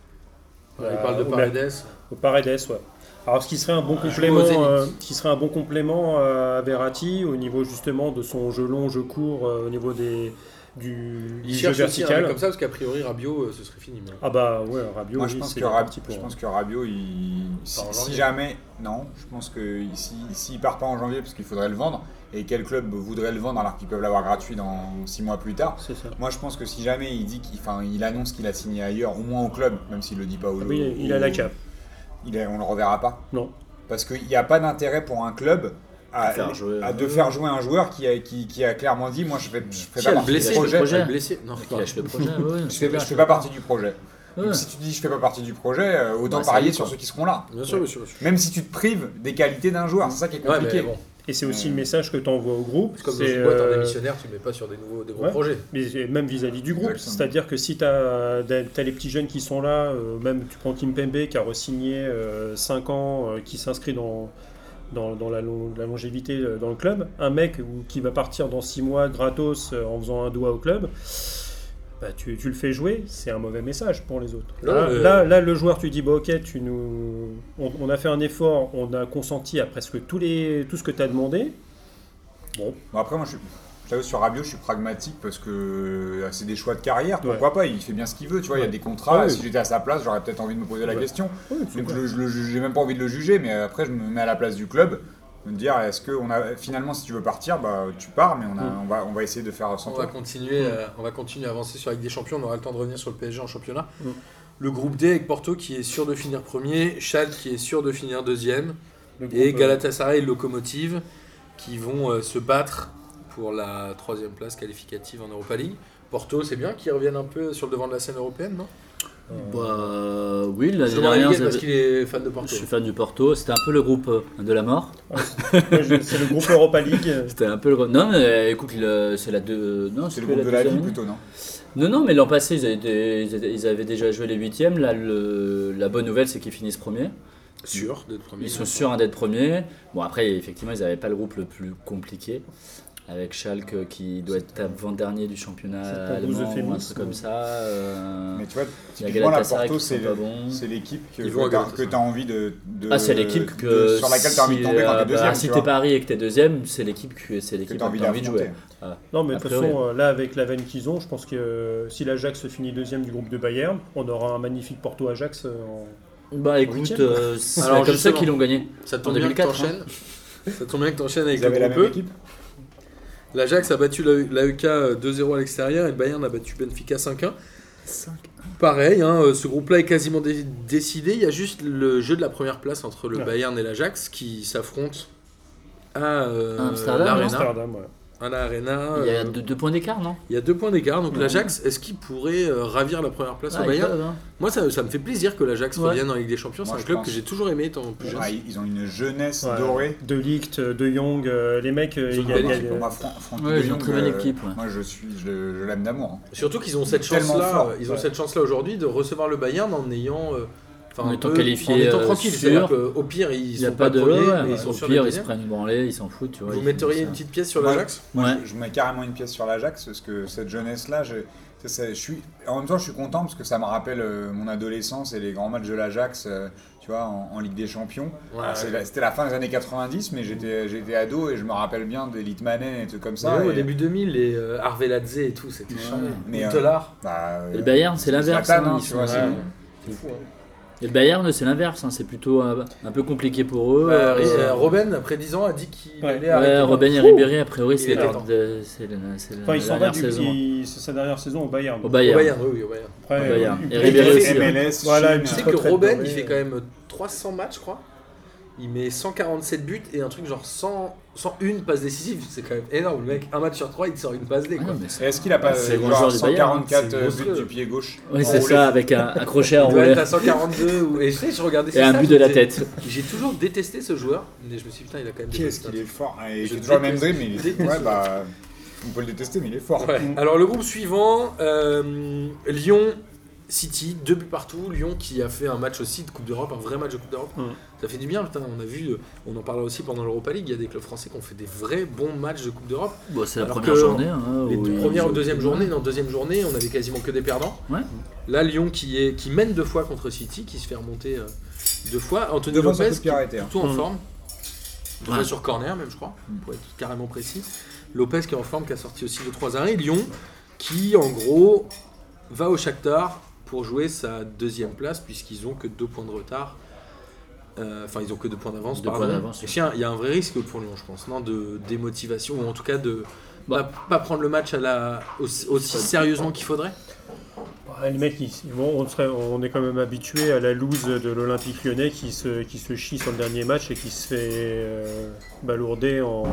S1: Il
S5: Euh,
S1: parle de
S5: au-
S1: Paredes.
S5: Au Paredes, ouais. Alors, ce qui serait un
S1: au
S5: bon
S1: Zénith.
S5: complément, euh, ce qui serait un bon complément à Verratti au niveau justement de son jeu long, jeu court, euh, au niveau des du,
S1: Il
S5: du jeu
S1: cherche aussi un mec
S5: vertical.
S1: comme ça parce qu'a priori Rabiot euh, ce serait fini. mais-
S5: Ah bah ouais, Rabiot,
S3: Moi,
S5: oui,
S3: je pense,
S5: c'est
S3: que Rab-
S5: parti pour-
S3: je pense que Rabiot, il... si,
S1: part en
S3: si
S1: janvier.
S3: jamais. Non, je pense que s'il si, s'il part pas en janvier, parce qu'il faudrait le vendre, et quel club voudrait le vendre alors qu'ils peuvent l'avoir gratuit dans 6 mois plus tard.
S5: C'est ça.
S3: Moi, je pense que si jamais il dit qu'il enfin, il annonce qu'il a signé ailleurs, au moins au club, même s'il le dit pas au
S5: Ah oui, il a la cave.
S3: Il est- on le reverra pas.
S5: Non.
S3: Parce qu'il n'y a pas d'intérêt pour un club à,
S2: De faire jouer,
S3: à
S2: euh,
S3: de faire jouer un joueur qui a, qui, qui a clairement dit Moi, je fais, je fais
S1: Si
S3: pas
S1: elle
S3: partie
S1: blessée,
S3: du projet.
S2: projet.
S1: elle blessée. Non,
S2: Qui lâche le projet, ouais, ouais,
S3: Je
S2: c'est
S3: fais,
S2: bien,
S3: je fais
S2: je
S3: pas partie du projet.
S2: Ouais.
S3: Donc, si tu dis Je fais pas partie du projet, euh, autant
S2: Bah, ça
S3: parier
S2: dit,
S3: sur
S2: quoi.
S3: ceux qui seront là.
S1: Bien sûr, monsieur.
S3: Même si tu te prives des qualités d'un joueur, c'est ça qui est
S1: Ouais,
S3: compliqué.
S1: mais bon,
S5: Et c'est aussi
S3: Euh,
S5: le message que tu envoies au groupe.
S1: Hmm. c'est comme
S5: c'est,
S1: dans une boîte, un
S5: euh,
S1: démissionnaire, tu le mets pas sur des nouveaux, des gros
S5: ouais.
S1: projets.
S5: mais et même vis-à-vis du groupe.
S3: Exactement.
S5: C'est-à-dire que si tu as, les petits jeunes qui sont là, euh, même tu prends Kim Pembe qui a re-signé 5 ans, euh, qui s'inscrit dans, dans, dans la, long- la longévité euh, dans le club, un mec ou- qui va partir dans 6 mois gratos euh, en faisant un doigt au club. bah, tu, tu le fais jouer, c'est un mauvais message pour les autres.
S1: Non,
S5: là,
S1: mais-
S5: là, là, le joueur, tu dis, bah, ok, tu nous... on, on a fait un effort, on a consenti à presque tous les, tout ce que tu as demandé. Bon,
S3: Bon, après, moi, je suis. je t'avoue, sur Rabiot, je suis pragmatique parce que euh, c'est des choix de carrière. Pourquoi pas Il fait bien ce qu'il veut. Tu vois, il y a des contrats.
S5: Ah oui.
S3: Si j'étais à sa place, j'aurais peut-être envie de me poser la
S5: Ouais.
S3: question.
S5: oui, c'est
S3: Donc,
S5: clair.
S3: je, je le juge- j'ai même pas envie de le juger, mais après, je me mets à la place du club. Me dire, est-ce que on a finalement, si tu veux partir, bah tu pars, mais on, a, on va, on va essayer de faire sans
S1: On va
S3: toi. Mm.
S1: continuer, euh, on va continuer à avancer sur la Ligue des Champions. On aura le temps de revenir sur le PSG en championnat.
S5: Mm.
S1: Le groupe D avec Porto qui est sûr de finir premier, Schalke qui est sûr de finir deuxième,
S5: Le groupe,
S1: et
S5: euh,
S1: Galatasaray et Locomotive qui vont euh, se battre pour la troisième place qualificative en Europa League. Porto, c'est bien qu'ils reviennent un peu sur le devant de la scène européenne, non
S2: Bah, oui,
S1: Je
S2: l'année
S1: demande à
S2: dernière,
S1: Miguel
S2: ils
S1: parce
S2: avaient-
S1: qu'il est fan de Porto.
S2: je suis fan du Porto. C'était un peu le groupe euh, de la mort.
S5: euh, Ouais, je- C'est le groupe Europa League.
S2: C'était un peu le gros- Non, mais euh, écoute, le- c'est la deux. Non,
S3: C'est le
S2: que
S3: groupe de la vie
S2: deuxième année.
S3: plutôt, non
S2: Non, non, mais l'an passé, ils avaient, été- ils étaient- ils avaient déjà joué les huitièmes. Là, le- la bonne nouvelle, c'est qu'ils finissent premiers.
S1: Sûr d'être
S3: Ah
S1: premier.
S2: Ils sont sûrs hein, d'être premiers. Bon, après, effectivement, ils n'avaient pas le groupe le plus compliqué. Avec Schalke qui doit être avant-dernier du
S5: C'est
S2: championnat
S5: pas
S2: allemand
S5: vous
S2: ou un
S5: euphémisme.
S2: truc comme ça. euh,
S3: Mais tu vois,
S2: Il y a
S3: typiquement, la
S2: Galatasaray
S3: Porto,
S2: qui sont
S3: c'est
S2: pas
S3: le-
S2: bons.
S3: c'est l'équipe que,
S1: Ils vont à
S3: que
S1: Galatasaray.
S3: tu as envie de, de-
S2: Ah, c'est l'équipe
S3: de-
S2: que.
S3: sur laquelle tu as envie de
S2: si,
S3: tomber quand
S2: euh,
S3: t'es
S2: bah,
S3: deuxième.
S2: si
S3: tu
S2: t'es
S3: vois,
S2: pas Paris et que t'es deuxième, c'est l'équipe que c'est
S3: que
S2: l'équipe
S3: t'as
S2: que
S3: envie
S2: t'as envie de
S3: d'affronter.
S2: jouer.
S5: Non, mais de toute
S2: Après,
S5: façon, euh, là, avec la veine qu'ils ont, je pense que euh, si l'Ajax finit deuxième du groupe de Bayern, on aura un magnifique Porto-Ajax. euh, en-
S2: Bah écoute,
S5: huitième.
S2: euh, c'est
S1: Alors,
S2: comme ça
S1: justement.
S2: qu'ils l'ont gagné.
S1: Ça tombe
S2: En
S1: bien que
S2: 2004,
S1: t'enchaînes. Ça tombe bien que t'enchaînes avec
S3: Ils
S1: le
S3: avaient la
S1: groupe
S3: même
S1: E.
S3: équipe.
S1: euh, L'Ajax a battu l'AEK 2-0 à l'extérieur et le Bayern a battu Benfica 5-1. Pareil, hein, euh, ce groupe-là est quasiment dé- décidé. Il y a juste le jeu de la première place entre le
S5: Ouais.
S1: Bayern et l'Ajax qui s'affrontent à euh,
S2: À Amsterdam,
S1: l'Arena.
S5: Amsterdam, ouais.
S1: À l'Arena,
S2: Il y a
S1: euh,
S2: deux, deux points d'écart, non
S1: il y a deux points d'écart. Donc
S2: Ouais.
S1: l'Ajax, est-ce qu'il pourrait euh, ravir la première place
S2: Ah,
S1: au
S2: ils
S1: Bayern
S2: peuvent, hein.
S1: Moi, ça, ça me fait plaisir que l'Ajax
S2: Ouais.
S1: revienne en Ligue des Champions. C'est
S3: Moi,
S1: un
S3: je
S1: club
S3: pense.
S1: que j'ai toujours aimé étant plus jeune.
S3: Ah, ils ils ont une jeunesse
S5: Ouais.
S3: dorée.
S5: De Ligt, de Jong, euh, les mecs, euh,
S1: Ils ont
S5: il y a-
S1: une
S5: il y a-
S1: belle hein.
S3: Pour moi, Fran- Franck
S2: Ouais,
S3: de
S2: ils ont
S3: Jong,
S2: très bonne
S3: euh,
S2: équipe, ouais.
S3: Moi, je suis, je, je l'aime d'amour. hein.
S1: Surtout qu'ils ont cette
S3: Tellement
S1: chance-là.
S3: fort,
S1: euh, Ils ont
S5: ouais.
S1: cette chance-là aujourd'hui de recevoir le Bayern en ayant. euh, enfin, un
S2: En étant
S1: peu-
S2: qualifié,
S1: En étant
S2: euh,
S1: tranquille.
S2: sûr.
S1: C'est-à-dire qu'au pire, ils
S2: Il
S1: sont
S2: n'y a
S1: pas,
S2: pas de.
S1: premiers,
S2: ouais,
S1: mais ils sont
S2: Au
S1: sur
S2: pire,
S1: la
S2: ils se
S1: première.
S2: prennent une branlée, ils s'en foutent, tu vois.
S1: Vous
S2: ils-
S1: metteriez
S2: ça-
S1: une petite pièce sur
S3: Moi,
S1: l'Ajax
S3: Moi,
S2: Ouais.
S3: je, je mets carrément une pièce sur l'Ajax parce que cette jeunesse-là, je, ça, ça- je suis, en même temps, je suis content parce que ça me rappelle euh, mon adolescence et les grands matchs de l'Ajax, euh, tu vois, en, en Ligue des Champions.
S1: Ouais,
S3: Alors, Ah, c'est
S1: ouais.
S3: la- C'était la fin des années 90, mais j'étais, j'étais ado et je me rappelle bien des Litmanen et tout comme
S1: Mais
S3: ça.
S1: ouais, Au
S3: et-
S1: début 2000, les euh, Harvey Ladze et tout, c'était
S2: Ouais.
S1: charmant.
S3: Mais,
S1: Ou
S3: euh,
S1: Tolar.
S3: bah, euh,
S2: Et le Bayern, c'est l'inverse.
S3: Zlatan,
S2: hein,
S3: hein,
S2: ils
S3: tu
S2: sont-
S3: vois, c'est-
S2: ouais.
S1: C'est fou, hein.
S2: Et le Bayern, c'est l'inverse. hein, C'est plutôt euh, un peu compliqué pour eux.
S1: Bah,
S2: euh,
S1: euh, Robben, après 10 ans, a dit qu'il
S5: Ouais.
S1: allait
S2: Ouais,
S1: arrêter.
S2: Robben et
S1: Ouh
S2: Ribéry, a priori,
S1: Il
S2: c'est
S1: était
S2: la,
S1: temps.
S2: de- c'est la- c'est la-
S5: Enfin, il
S2: la
S5: s'en va
S2: dernière
S5: du.
S2: saison.
S5: il- C'est sa dernière saison au Bayern.
S2: Au
S1: Au
S2: Bayern.
S1: Bayern, oui, oui, au Bayern.
S5: Après,
S2: au Bayern.
S5: une-
S2: Et Ribéry aussi, hein. ouais.
S3: MLS,
S5: Voilà,
S3: Chine.
S5: une
S1: Tu sais
S5: petite
S1: que
S5: retraite
S1: Robben,
S5: dorée,
S1: il fait
S5: euh.
S1: quand même 300 matchs, je crois. Il met 147 buts et un truc genre 100, 101 passes décisives. C'est quand même énorme, le mec. Un match sur trois, il te sort une passe D.
S2: Ah
S1: Quoi.
S2: non, mais c'est-
S3: Et Est-ce qu'il a pas
S2: C'est
S3: euh,
S2: le
S3: genre
S2: joueur du Bayern, hein,
S3: 144
S1: c'est
S3: buts
S1: monstrueux.
S3: du pied gauche
S2: Ouais, c'est
S3: enroulé
S2: ça, avec un, un crochet
S1: Il doit être
S2: enroulé
S1: à 142 ou... et je sais, je regardais
S2: et un
S1: ça,
S2: but
S1: je
S2: de la
S1: disais-
S2: tête.
S1: J'ai toujours détesté ce joueur, mais je me suis dit, putain, il a quand même.
S3: Qu'est-ce
S1: détesté un
S3: qu'il est fort hein, et
S1: Je
S3: J'ai toujours le même
S1: déteste-
S3: dream, mais il
S1: déteste
S3: ouais,
S1: ce
S3: bah, on peut le détester, mais il est fort.
S1: Ouais. Alors le groupe suivant, euh, Lyon, City, deux buts partout. Lyon qui a fait un match aussi de Coupe d'Europe, un vrai match de Coupe d'Europe.
S5: Mm.
S1: Ça fait du bien, putain. On a vu, euh, on en parlera aussi pendant l'Europa League. Il y a des clubs français qui ont fait des vrais bons matchs de Coupe d'Europe.
S2: Bon, c'est la
S1: Alors
S2: première
S1: que
S2: journée. hein,
S1: Les
S2: où
S1: deux-
S2: ils-
S1: première ou deuxième journée, non, deuxième journée, on avait quasiment que des perdants.
S2: Ouais.
S1: Là, Lyon qui est qui mène deux fois contre City, qui se fait remonter euh, deux fois. Anthony
S3: Devant sa
S1: Lopez
S3: coup de
S1: qui
S3: pied arrêté. hein.
S1: plutôt en
S5: Mm.
S1: forme. Deux
S2: Mmh. Ouais.
S1: fois sur corner même je crois, pour être carrément précis. Lopez qui est en forme, qui a sorti aussi 2-3 arrêts. Lyon qui en gros va au Shakhtar pour jouer sa deuxième place puisqu'ils ont que deux points de retard. Euh, Enfin, ils ont que deux points d'avance.
S2: Deux
S1: pardon.
S2: points d'avance,
S1: Et tiens, il y a un vrai risque pour Lyon, je pense, non, de démotivation ou en tout cas de
S2: Bah.
S1: pas, pas prendre le match à la aussi, aussi sérieusement qu'il faudrait.
S5: euh, Ouais, les mecs, ils- ils vont- on, serait- on est quand même habitué à la loose de l'Olympique lyonnais qui se, qui se chie sur le dernier match et qui se fait euh, balourder en,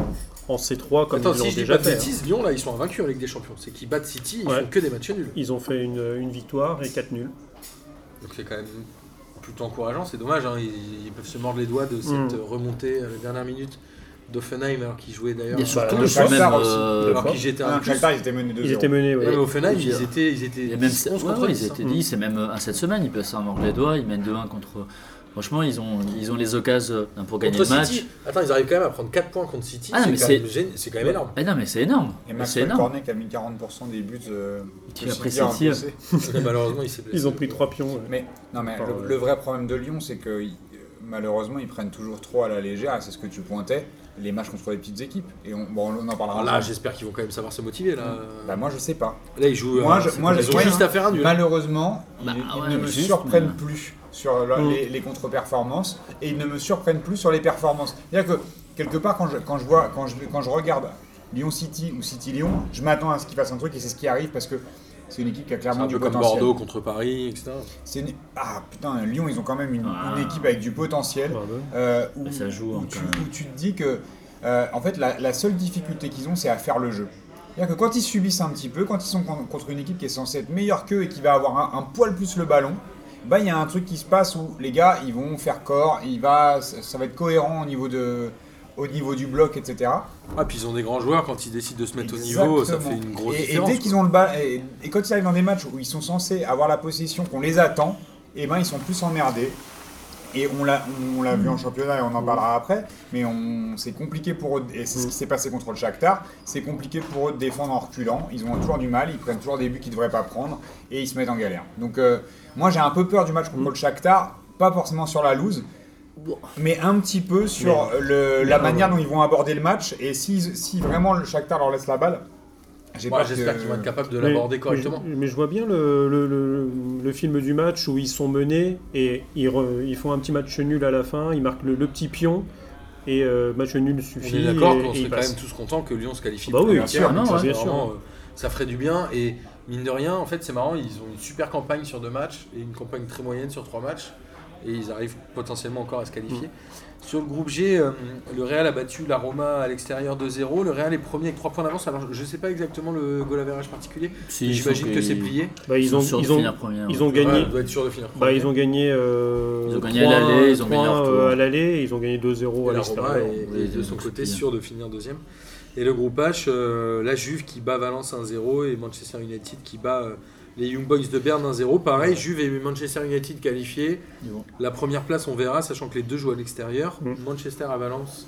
S5: en C3 comme
S1: Attends,
S5: ils l'ont
S1: si je dis
S5: déjà
S1: pas de
S5: fait. hein.
S1: bêtises, Lyon là, ils sont invaincus en Ligue des Champions. C'est qu'ils battent City, ils
S5: Ouais.
S1: font que des matchs nuls.
S5: Ils ont fait une, une victoire et 4 nuls.
S1: Donc c'est quand même plutôt encourageant, c'est dommage, hein, ils, ils peuvent se mordre les doigts de
S5: Mm.
S1: cette euh, remontée à la dernière minute d'Offenheim alors qu'ils jouaient d'ailleurs.
S2: Il y a surtout
S5: le
S2: le
S3: Shakhtar
S2: même,
S3: aussi.
S2: euh,
S1: alors qu'ils étaient
S3: Ah,
S1: un
S3: non, le
S1: plus.
S3: Shakhtar, ils étaient menés de
S5: Ils étaient menés, ouais.
S1: Ouais, mais Offenheim,
S2: Il y a-
S1: ils étaient, ils étaient
S2: Et même,
S1: 11
S2: ouais,
S1: contre
S2: ouais,
S1: 10,
S2: ils
S1: hein.
S2: étaient dit, c'est même euh, à cette semaine, ils peuvent se mordre les doigts, ils mènent 2-1 contre. Franchement, ils ont, ils ont les occasions euh, pour gagner
S1: Contre
S2: le match.
S1: City, attends, ils arrivent quand même à prendre 4 points contre City,
S2: Ah,
S1: c'est
S2: mais
S1: quand,
S2: c'est-
S1: même gén- c'est quand même énorme.
S2: Eh non, mais c'est énorme.
S3: Et
S2: C'est
S3: Maxwell
S2: énorme.
S3: Cornet qui a mis 40% des buts. euh,
S2: Qui
S3: de
S2: a pris
S3: City à
S2: City,
S3: un poussé.
S1: Mais malheureusement, ils s'est blessé.
S5: Ils ont pris 3 pions. ouais.
S3: Mais, non, mais
S5: Enfin,
S3: le,
S5: ouais.
S3: le vrai problème de Lyon, c'est que ils- malheureusement, ils prennent toujours trop à la légère, et c'est ce que tu pointais, les matchs contre les petites équipes. Et on, bon, on en parlera
S1: Alors Ah, là, j'espère qu'ils vont quand même savoir se motiver. Là,
S3: Bah, moi, je sais pas.
S1: là ils jouent.
S3: moi,
S1: euh,
S3: je- moi,
S1: ils
S3: je-
S1: ont
S3: ouais,
S1: juste
S3: hein.
S1: à faire un nul.
S3: Malheureusement,
S2: Bah,
S3: ils, ils
S2: ouais,
S3: ne
S2: mais
S3: me
S2: juste,
S3: surprennent
S2: mais-
S3: plus sur la-
S5: Mm.
S3: les, les contre-performances et ils ne me surprennent plus sur les performances. C'est-à-dire que quelque part, quand je, quand je vois, quand je, quand je regarde Lyon City ou City Lyon, je m'attends à ce qu'il fasse un truc et c'est ce qui arrive parce que c'est une équipe qui a
S1: C'est
S3: clairement
S1: un
S3: du
S1: peu comme
S3: potentiel.
S1: Bordeaux contre Paris, etc.
S3: C'est une- Ah putain, Lyon, ils ont quand même une,
S2: Ah.
S3: une équipe avec du potentiel.
S5: Pardon.
S3: euh, où,
S2: Bah, ça joue,
S3: où
S2: hein,
S3: tu,
S2: quand même.
S3: où tu te dis que, euh, en fait, la, la seule difficulté qu'ils ont, c'est à faire le jeu. C'est-à-dire que quand ils subissent un petit peu, quand ils sont con- contre une équipe qui est censée être meilleure qu'eux et qui va avoir un, un poil plus le ballon, bah il y a un truc qui se passe où les gars, ils vont faire corps, il va, ça, ça va être cohérent au niveau de, au niveau du bloc, etc.
S1: Ah, puis ils ont des grands joueurs, quand ils décident de se mettre au niveau, ça fait
S3: Exactement.
S1: une grosse
S3: et, et
S1: différence.
S3: dès qu'ils ont le bal, et, et quand ils arrivent dans des matchs où ils sont censés avoir la possession, qu'on les attend, et ben ils sont plus emmerdés. Et on l'a, on l'a vu en championnat et on en parlera après, mais on, c'est compliqué pour eux, et c'est ce qui s'est passé contre le Shakhtar, c'est compliqué pour eux de défendre en reculant, ils ont toujours du mal, ils prennent toujours des buts qu'ils ne devraient pas prendre, et ils se mettent en galère. Donc euh, moi j'ai un peu peur du match contre le Shakhtar, pas forcément sur la loose, mais un petit peu sur le, la manière dont ils vont aborder le match, et si, si vraiment le Shakhtar leur laisse la balle, j'ai
S1: Moi,
S3: peur
S1: J'espère
S3: que-
S1: qu'ils vont être capables de
S5: Mais-
S1: l'aborder correctement.
S5: Mais je, mais je vois bien le, le- le- le film du match où ils sont menés et ils, re- ils font un petit match nul à la fin, ils marquent le, le petit pion et euh, match nul
S1: On
S5: suffit.
S1: est d'accord
S5: et-
S1: qu'on
S5: et
S1: serait
S5: ils
S1: quand
S5: passent.
S1: même tous contents que Lyon se qualifie.
S5: Bah oui,
S1: pour la
S5: bien
S1: Ligue des
S5: sûr,
S1: Champions,
S2: non,
S1: ça,
S5: bien
S1: c'est
S5: sûr.
S1: vraiment, euh, ça ferait du bien et mine de rien, en fait, c'est marrant, ils ont une super campagne sur deux matchs et une campagne très moyenne sur trois matchs. Et ils arrivent potentiellement encore à se qualifier.
S5: Mm.
S1: Sur le groupe G, euh, le Real a battu la Roma à l'extérieur 2-0. Le Real est premier avec 3 points d'avance. Alors, je ne sais pas exactement le goal average particulier.
S2: Si,
S1: mais J'imagine
S2: ils sont-
S1: que c'est plié.
S5: Bah, ils, ont,
S2: sûrs de
S5: ils, ont,
S2: finir premier, ouais.
S5: ils ont gagné.
S1: Ouais, on doit être sûr de finir.
S5: Bah,
S1: premier.
S5: ils ont gagné. euh,
S2: Ils ont gagné à
S5: trois-
S2: l'aller, ils ont
S5: trois,
S2: gagné au retour.
S5: euh, à l'aller, ils ont gagné 2-0
S1: Et
S5: à
S1: la Roma
S5: l'extérieur.
S1: est,
S2: Oui,
S1: est
S2: ils
S1: de
S2: ont
S1: son
S2: tout
S1: côté
S2: bien.
S1: sûr de finir deuxième. Et le groupe H, euh, la Juve qui bat Valence 1-0 et Manchester United qui bat euh, les Young Boys de Berne 1-0. Pareil, Juve et Manchester United qualifiés.
S2: Ils vont.
S1: La première place, on verra, sachant que les deux jouent à l'extérieur.
S5: Mm.
S1: Manchester à Valence